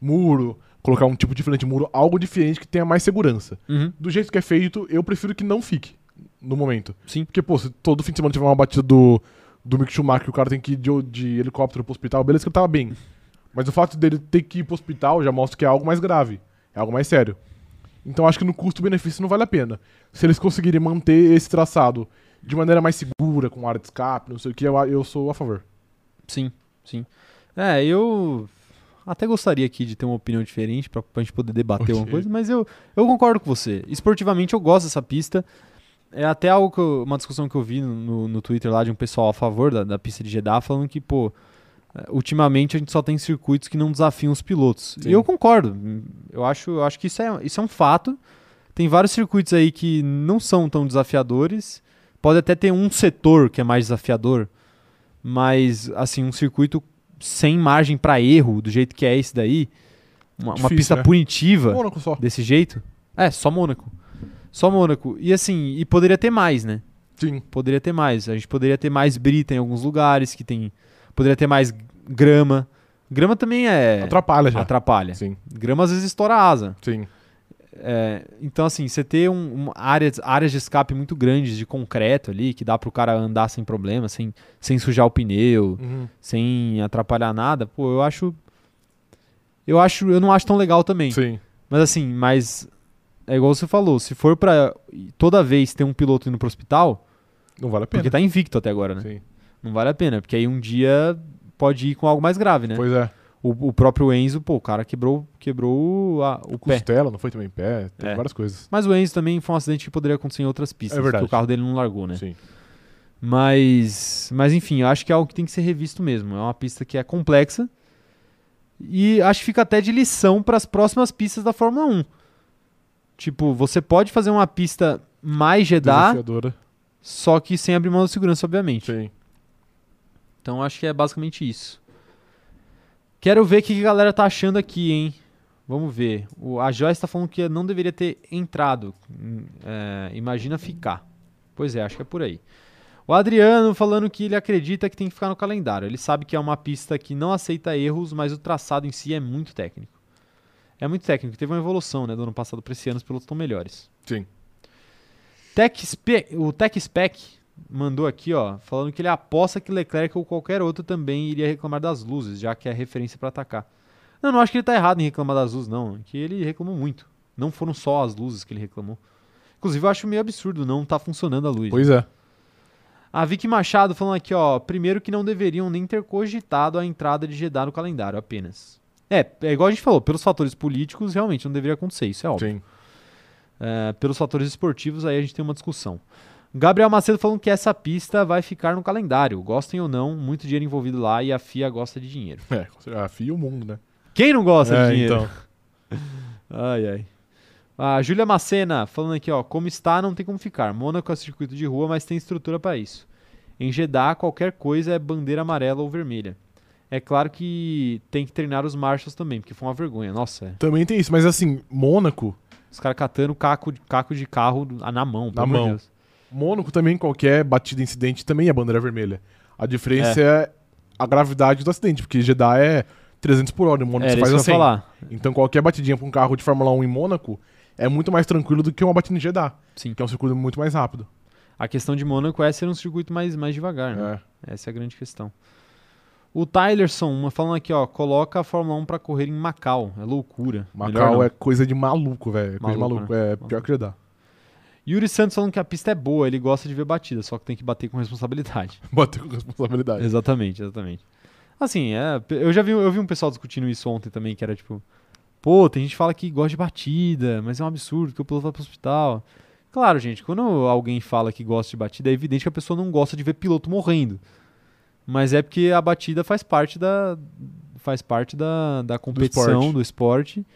Speaker 2: muro, colocar um tipo diferente de muro, algo diferente que tenha mais segurança.
Speaker 1: Uhum,
Speaker 2: Do jeito que é feito, eu prefiro que não fique no momento.
Speaker 1: Sim.
Speaker 2: Porque, pô, se todo fim de semana tiver uma batida do, do Mick Schumacher e o cara tem que ir de, de helicóptero pro hospital, beleza que ele tava bem. Mas o fato dele ter que ir pro hospital já mostra que é algo mais grave, é algo mais sério. Então acho que no custo-benefício não vale a pena. Se eles conseguirem manter esse traçado de maneira mais segura, com área de escape, não sei o que, eu, a- eu sou a favor.
Speaker 1: Sim, sim. É, eu até gostaria aqui de ter uma opinião diferente pra, pra gente poder debater
Speaker 2: Ok.
Speaker 1: uma coisa, mas eu, eu concordo com você. Esportivamente eu gosto dessa pista. É até algo que eu- uma discussão que eu vi no- no, no Twitter lá de um pessoal a favor da, da pista de Jeddah falando que, pô, eh, ultimamente a gente só tem circuitos que não desafiam os pilotos.
Speaker 2: Sim.
Speaker 1: E eu concordo. Eu acho, eu acho que isso é, isso é um fato. Tem vários circuitos aí que não são tão desafiadores. Pode até ter um setor que é mais desafiador, mas assim, um circuito sem margem pra erro, do jeito que é esse daí, uma, uma
Speaker 2: Difícil,
Speaker 1: pista
Speaker 2: né?
Speaker 1: punitiva
Speaker 2: Mônaco só.
Speaker 1: desse jeito. É, só Mônaco. Só Mônaco. E assim, e poderia ter mais, né?
Speaker 2: Sim.
Speaker 1: Poderia ter mais. A gente poderia ter mais brita em alguns lugares que tem. Poderia ter mais grama. Grama também é.
Speaker 2: Atrapalha já.
Speaker 1: Atrapalha.
Speaker 2: Sim,
Speaker 1: Grama às vezes estoura a asa.
Speaker 2: sim.
Speaker 1: É, então, assim, você ter um, um áreas, áreas de escape muito grandes de concreto ali, que dá pro cara andar sem problema, sem, sem sujar o pneu,
Speaker 2: Uhum.
Speaker 1: sem atrapalhar nada, pô, eu acho. Eu acho. Eu não acho tão legal também.
Speaker 2: Sim.
Speaker 1: Mas assim, mas. É igual você falou, se for pra toda vez ter um piloto indo pro hospital,
Speaker 2: Não vale a pena.
Speaker 1: porque tá invicto até agora, né?
Speaker 2: Sim.
Speaker 1: Não vale a pena, porque aí um dia pode ir com algo mais grave, né?
Speaker 2: Pois é.
Speaker 1: O, o próprio Enzo, pô, o cara quebrou, quebrou a- o pé.
Speaker 2: Costela, não foi também pé, tem
Speaker 1: É.
Speaker 2: várias coisas.
Speaker 1: Mas o Enzo também foi um acidente que poderia acontecer em outras pistas,
Speaker 2: É verdade.
Speaker 1: porque o carro dele não largou, né?
Speaker 2: Sim.
Speaker 1: Mas, mas enfim, eu acho que é algo que tem que ser revisto mesmo. É uma pista que é complexa e acho que fica até de lição para as próximas pistas da Fórmula 1. Tipo, você pode fazer uma pista mais Jeddah,
Speaker 2: Desafiadora.
Speaker 1: só que sem abrir mão da segurança, obviamente.
Speaker 2: Sim.
Speaker 1: Então acho que é basicamente isso. Quero ver o que que a galera tá achando aqui, hein? Vamos ver. O- a Joyce tá falando que não deveria ter entrado. Hum, é, imagina ficar. Pois é, acho que é por aí. O Adriano falando que ele acredita que tem que ficar no calendário. Ele sabe que é uma pista que não aceita erros, mas o traçado em si é muito técnico. É muito técnico. Teve uma evolução, né? Do ano passado para esse ano, os pilotos estão melhores.
Speaker 2: Sim.
Speaker 1: Tech Spe- o Tech Spec mandou aqui, ó, falando que ele aposta que Leclerc ou qualquer outro também iria reclamar das luzes, já que é referência para atacar. Não, não acho que ele tá errado em reclamar das luzes, não. É que ele reclamou muito. Não foram só as luzes que ele reclamou. Inclusive, eu acho meio absurdo não tá funcionando a luz.
Speaker 2: Pois é.
Speaker 1: A Vicky Machado falando aqui, ó. Primeiro que não deveriam nem ter cogitado a entrada de Jeddah no calendário, apenas. É, é igual a gente falou, pelos fatores políticos, realmente não deveria acontecer, isso é óbvio.
Speaker 2: Sim.
Speaker 1: É, pelos fatores esportivos, aí a gente tem uma discussão. Gabriel Macedo falando que essa pista vai ficar no calendário. Gostem ou não, muito dinheiro envolvido lá e a FIA gosta de dinheiro.
Speaker 2: É, com certeza. a FIA e o mundo, né?
Speaker 1: Quem não gosta
Speaker 2: é,
Speaker 1: de dinheiro?
Speaker 2: então.
Speaker 1: Ai, ai. A Júlia Macena falando aqui, ó. Como está, não tem como ficar. Mônaco é circuito de rua, mas tem estrutura para isso. Em Jeddah, qualquer coisa é bandeira amarela ou vermelha. É claro que tem que treinar os marchas também, porque foi uma vergonha. Nossa, é.
Speaker 2: Também tem isso, mas assim, Mônaco,
Speaker 1: os caras catando caco, de- caco de carro do- ah, na mão. pelo amor de
Speaker 2: mão.
Speaker 1: Deus.
Speaker 2: Mônaco também, qualquer batida, incidente, também é bandeira vermelha. A diferença é, a gravidade do acidente, porque Jeddah é 300 por hora, e Mônaco
Speaker 1: É, Era
Speaker 2: você
Speaker 1: isso
Speaker 2: faz
Speaker 1: que eu
Speaker 2: a
Speaker 1: ia
Speaker 2: 100.
Speaker 1: falar.
Speaker 2: Então qualquer batidinha pra um carro de Fórmula 1 em Mônaco é muito mais tranquilo do que uma batida em Jeddah,
Speaker 1: Sim.
Speaker 2: que é um circuito muito mais rápido.
Speaker 1: A questão de Mônaco é ser um circuito mais, mais devagar, né?
Speaker 2: É.
Speaker 1: Essa é a grande questão. O Tylerson uma falando aqui, ó, coloca a Fórmula 1 pra correr em Macau. É loucura. Melhor
Speaker 2: Macau
Speaker 1: não.
Speaker 2: é coisa de maluco, velho. É coisa de
Speaker 1: Maluco, né?
Speaker 2: maluco. É pior
Speaker 1: Maluco.
Speaker 2: que Jeddah. (laughs)
Speaker 1: Yuri Santos falando que a pista é boa, ele gosta de ver batida, só que tem que bater com responsabilidade.
Speaker 2: Bota com
Speaker 1: É.
Speaker 2: responsabilidade.
Speaker 1: Exatamente, exatamente. Assim, é, pe- eu já vi, eu vi um pessoal discutindo isso ontem também, que era tipo, pô, tem gente que fala que gosta de batida, mas é um absurdo que o piloto vai pro hospital. Claro, gente, quando alguém fala que gosta de batida, é evidente que a pessoa não gosta de ver piloto morrendo. Mas é porque a batida faz parte da faz parte da, da competição,
Speaker 2: esporte.
Speaker 1: do esporte.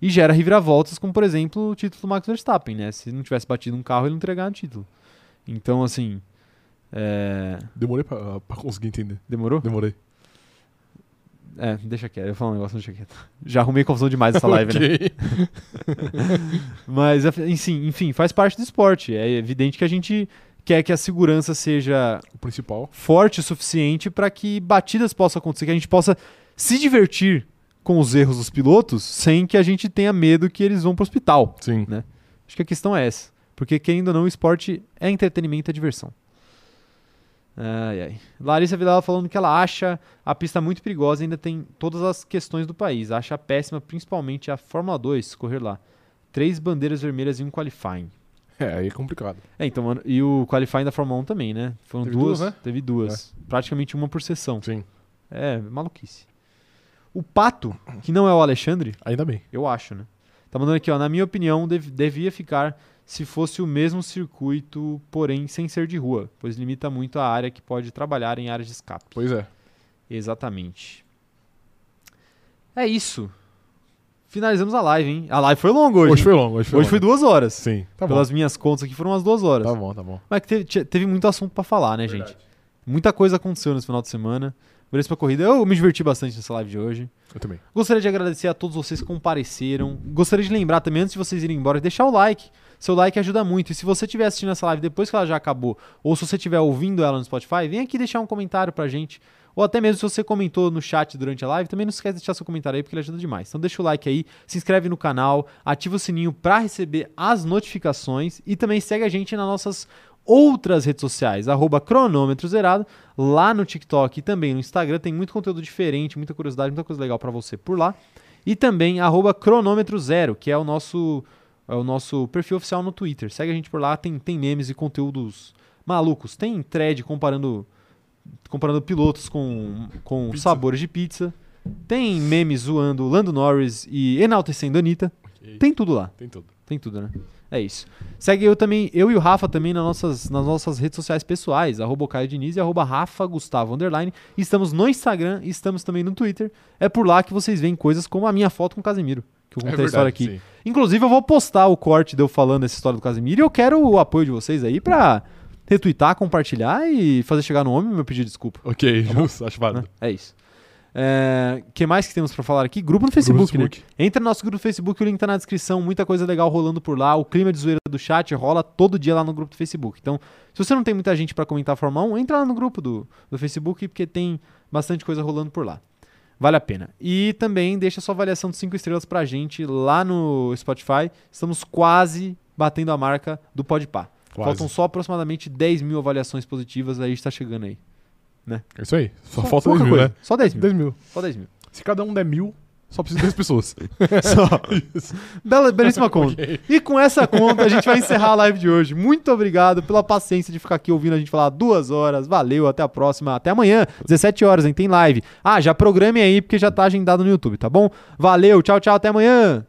Speaker 1: e gera reviravoltas, como por exemplo o título do Max Verstappen, né? Se não tivesse batido um carro, ele não teria ganhado o título. Então, assim, é,
Speaker 2: Demorei pra, pra conseguir entender.
Speaker 1: demorou?
Speaker 2: Demorei.
Speaker 1: É, deixa quieto. Eu falo um negócio, deixa quieto. (laughs) Já arrumei confusão demais
Speaker 2: (laughs)
Speaker 1: essa live, né? Mas, é, enfim, enfim, faz parte do esporte. É evidente que a gente quer que a segurança seja
Speaker 2: O principal.
Speaker 1: forte o suficiente para que batidas possam acontecer, que a gente possa se divertir com os erros dos pilotos sem que a gente tenha medo que eles vão pro hospital.
Speaker 2: Sim.
Speaker 1: Acho que a questão é essa. Porque, querendo ou não, o esporte é entretenimento, é diversão. Ai, ai. Larissa Vidal falando que ela acha a pista muito perigosa e ainda tem todas as questões do país. Acha péssima, principalmente a Fórmula 2 correr lá. Três bandeiras vermelhas e um qualifying.
Speaker 2: É, aí é complicado.
Speaker 1: É, então, mano, e o qualifying da Fórmula 1 também, né? Foram
Speaker 2: Teve
Speaker 1: duas,
Speaker 2: duas, né?
Speaker 1: Teve duas. Praticamente uma por sessão.
Speaker 2: Sim.
Speaker 1: É, maluquice. O Pato, que não é o Alexandre,
Speaker 2: Ainda bem.
Speaker 1: eu acho, né? Tá mandando aqui, ó. Na minha opinião, dev- devia ficar se fosse o mesmo circuito, porém sem ser de rua, pois limita muito a área que pode trabalhar em áreas de escape.
Speaker 2: Pois é.
Speaker 1: Exatamente. É isso. Finalizamos a live, hein? A live foi longa hoje.
Speaker 2: Hoje foi longo, hoje foi
Speaker 1: Hoje foi
Speaker 2: longo.
Speaker 1: duas horas.
Speaker 2: Sim. Tá
Speaker 1: Pelas minhas contas aqui foram umas duas
Speaker 2: bom.
Speaker 1: horas.
Speaker 2: Tá bom, tá bom.
Speaker 1: Mas é que teve, tinha- teve muito assunto pra falar, né, gente? Muita coisa aconteceu nesse final de semana. Obrigado pra corrida. Eu me diverti bastante nessa live de hoje.
Speaker 2: Eu também.
Speaker 1: Gostaria de agradecer a todos vocês que compareceram. Gostaria de lembrar também, antes de vocês irem embora, deixar o like. Seu like ajuda muito. E se você estiver assistindo essa live depois que ela já acabou, ou se você estiver ouvindo ela no Spotify, vem aqui deixar um comentário pra gente. Ou até mesmo se você comentou no chat durante a live, também não esquece de deixar seu comentário aí, porque ele ajuda demais. Então deixa o like aí, se inscreve no canal, ativa o sininho pra receber as notificações e também segue a gente nas nossas outras redes sociais, arroba cronômetro zerado, lá no TikTok e também no Instagram. Tem muito conteúdo diferente, muita curiosidade, muita coisa legal pra você por lá. E também arroba cronômetro zero, que é o nosso é o nosso perfil oficial no Twitter. Segue a gente por lá, tem, tem memes e conteúdos malucos. Tem thread comparando comparando pilotos com, com
Speaker 2: Pizza.
Speaker 1: sabores de pizza. Tem memes zoando Lando Norris e enaltecendo a Anitta. Tem tudo lá.
Speaker 2: Tem tudo.
Speaker 1: Tem tudo, né? É isso. Segue eu também, eu e o Rafa também nas nossas, nas nossas redes sociais pessoais, arroba o Caio Diniz e arroba Rafa Gustavo Underline. Estamos no Instagram, estamos também no Twitter. É por lá que vocês veem coisas como a minha foto com o Casemiro, que eu contei
Speaker 2: É
Speaker 1: a história É aqui.
Speaker 2: sim.
Speaker 1: Inclusive, eu vou postar o corte de eu falando essa história do Casemiro e eu quero o apoio de vocês aí pra retweetar, compartilhar e fazer chegar no homem meu pedido de desculpa.
Speaker 2: Ok, justo, acho
Speaker 1: né?
Speaker 2: válido.
Speaker 1: É isso. É, que mais que temos pra falar aqui? Grupo no Facebook,
Speaker 2: Grupo
Speaker 1: né? Entra no nosso grupo do Facebook, o link tá na descrição, muita coisa legal rolando por lá. O clima de zoeira do chat rola todo dia lá no grupo do Facebook. Então, se você não tem muita gente pra comentar a Fórmula 1, entra lá no grupo do, do Facebook, porque tem bastante coisa rolando por lá. Vale a pena. E também deixa sua avaliação de 5 estrelas pra gente lá no Spotify. Estamos quase batendo a marca do Podpah.
Speaker 2: Quase.
Speaker 1: Faltam só aproximadamente 10 mil avaliações positivas, aí está chegando aí.
Speaker 2: É isso aí. Só,
Speaker 1: Só
Speaker 2: falta
Speaker 1: pouca
Speaker 2: 10 mil,
Speaker 1: coisa.
Speaker 2: né?
Speaker 1: Só 10 mil.
Speaker 2: 10 mil.
Speaker 1: Só 10 mil.
Speaker 2: Se cada um der mil, Só precisa de duas pessoas.
Speaker 1: (laughs) Só.
Speaker 2: Isso.
Speaker 1: Bela, belíssima conta. E com essa conta a gente vai encerrar a live de hoje. Muito obrigado pela paciência de ficar aqui ouvindo a gente falar duas horas. Valeu, até a próxima. Até amanhã, 17 horas, hein? Tem live. Ah, já programe aí porque já tá agendado no YouTube, tá bom? Valeu, tchau, tchau, até amanhã.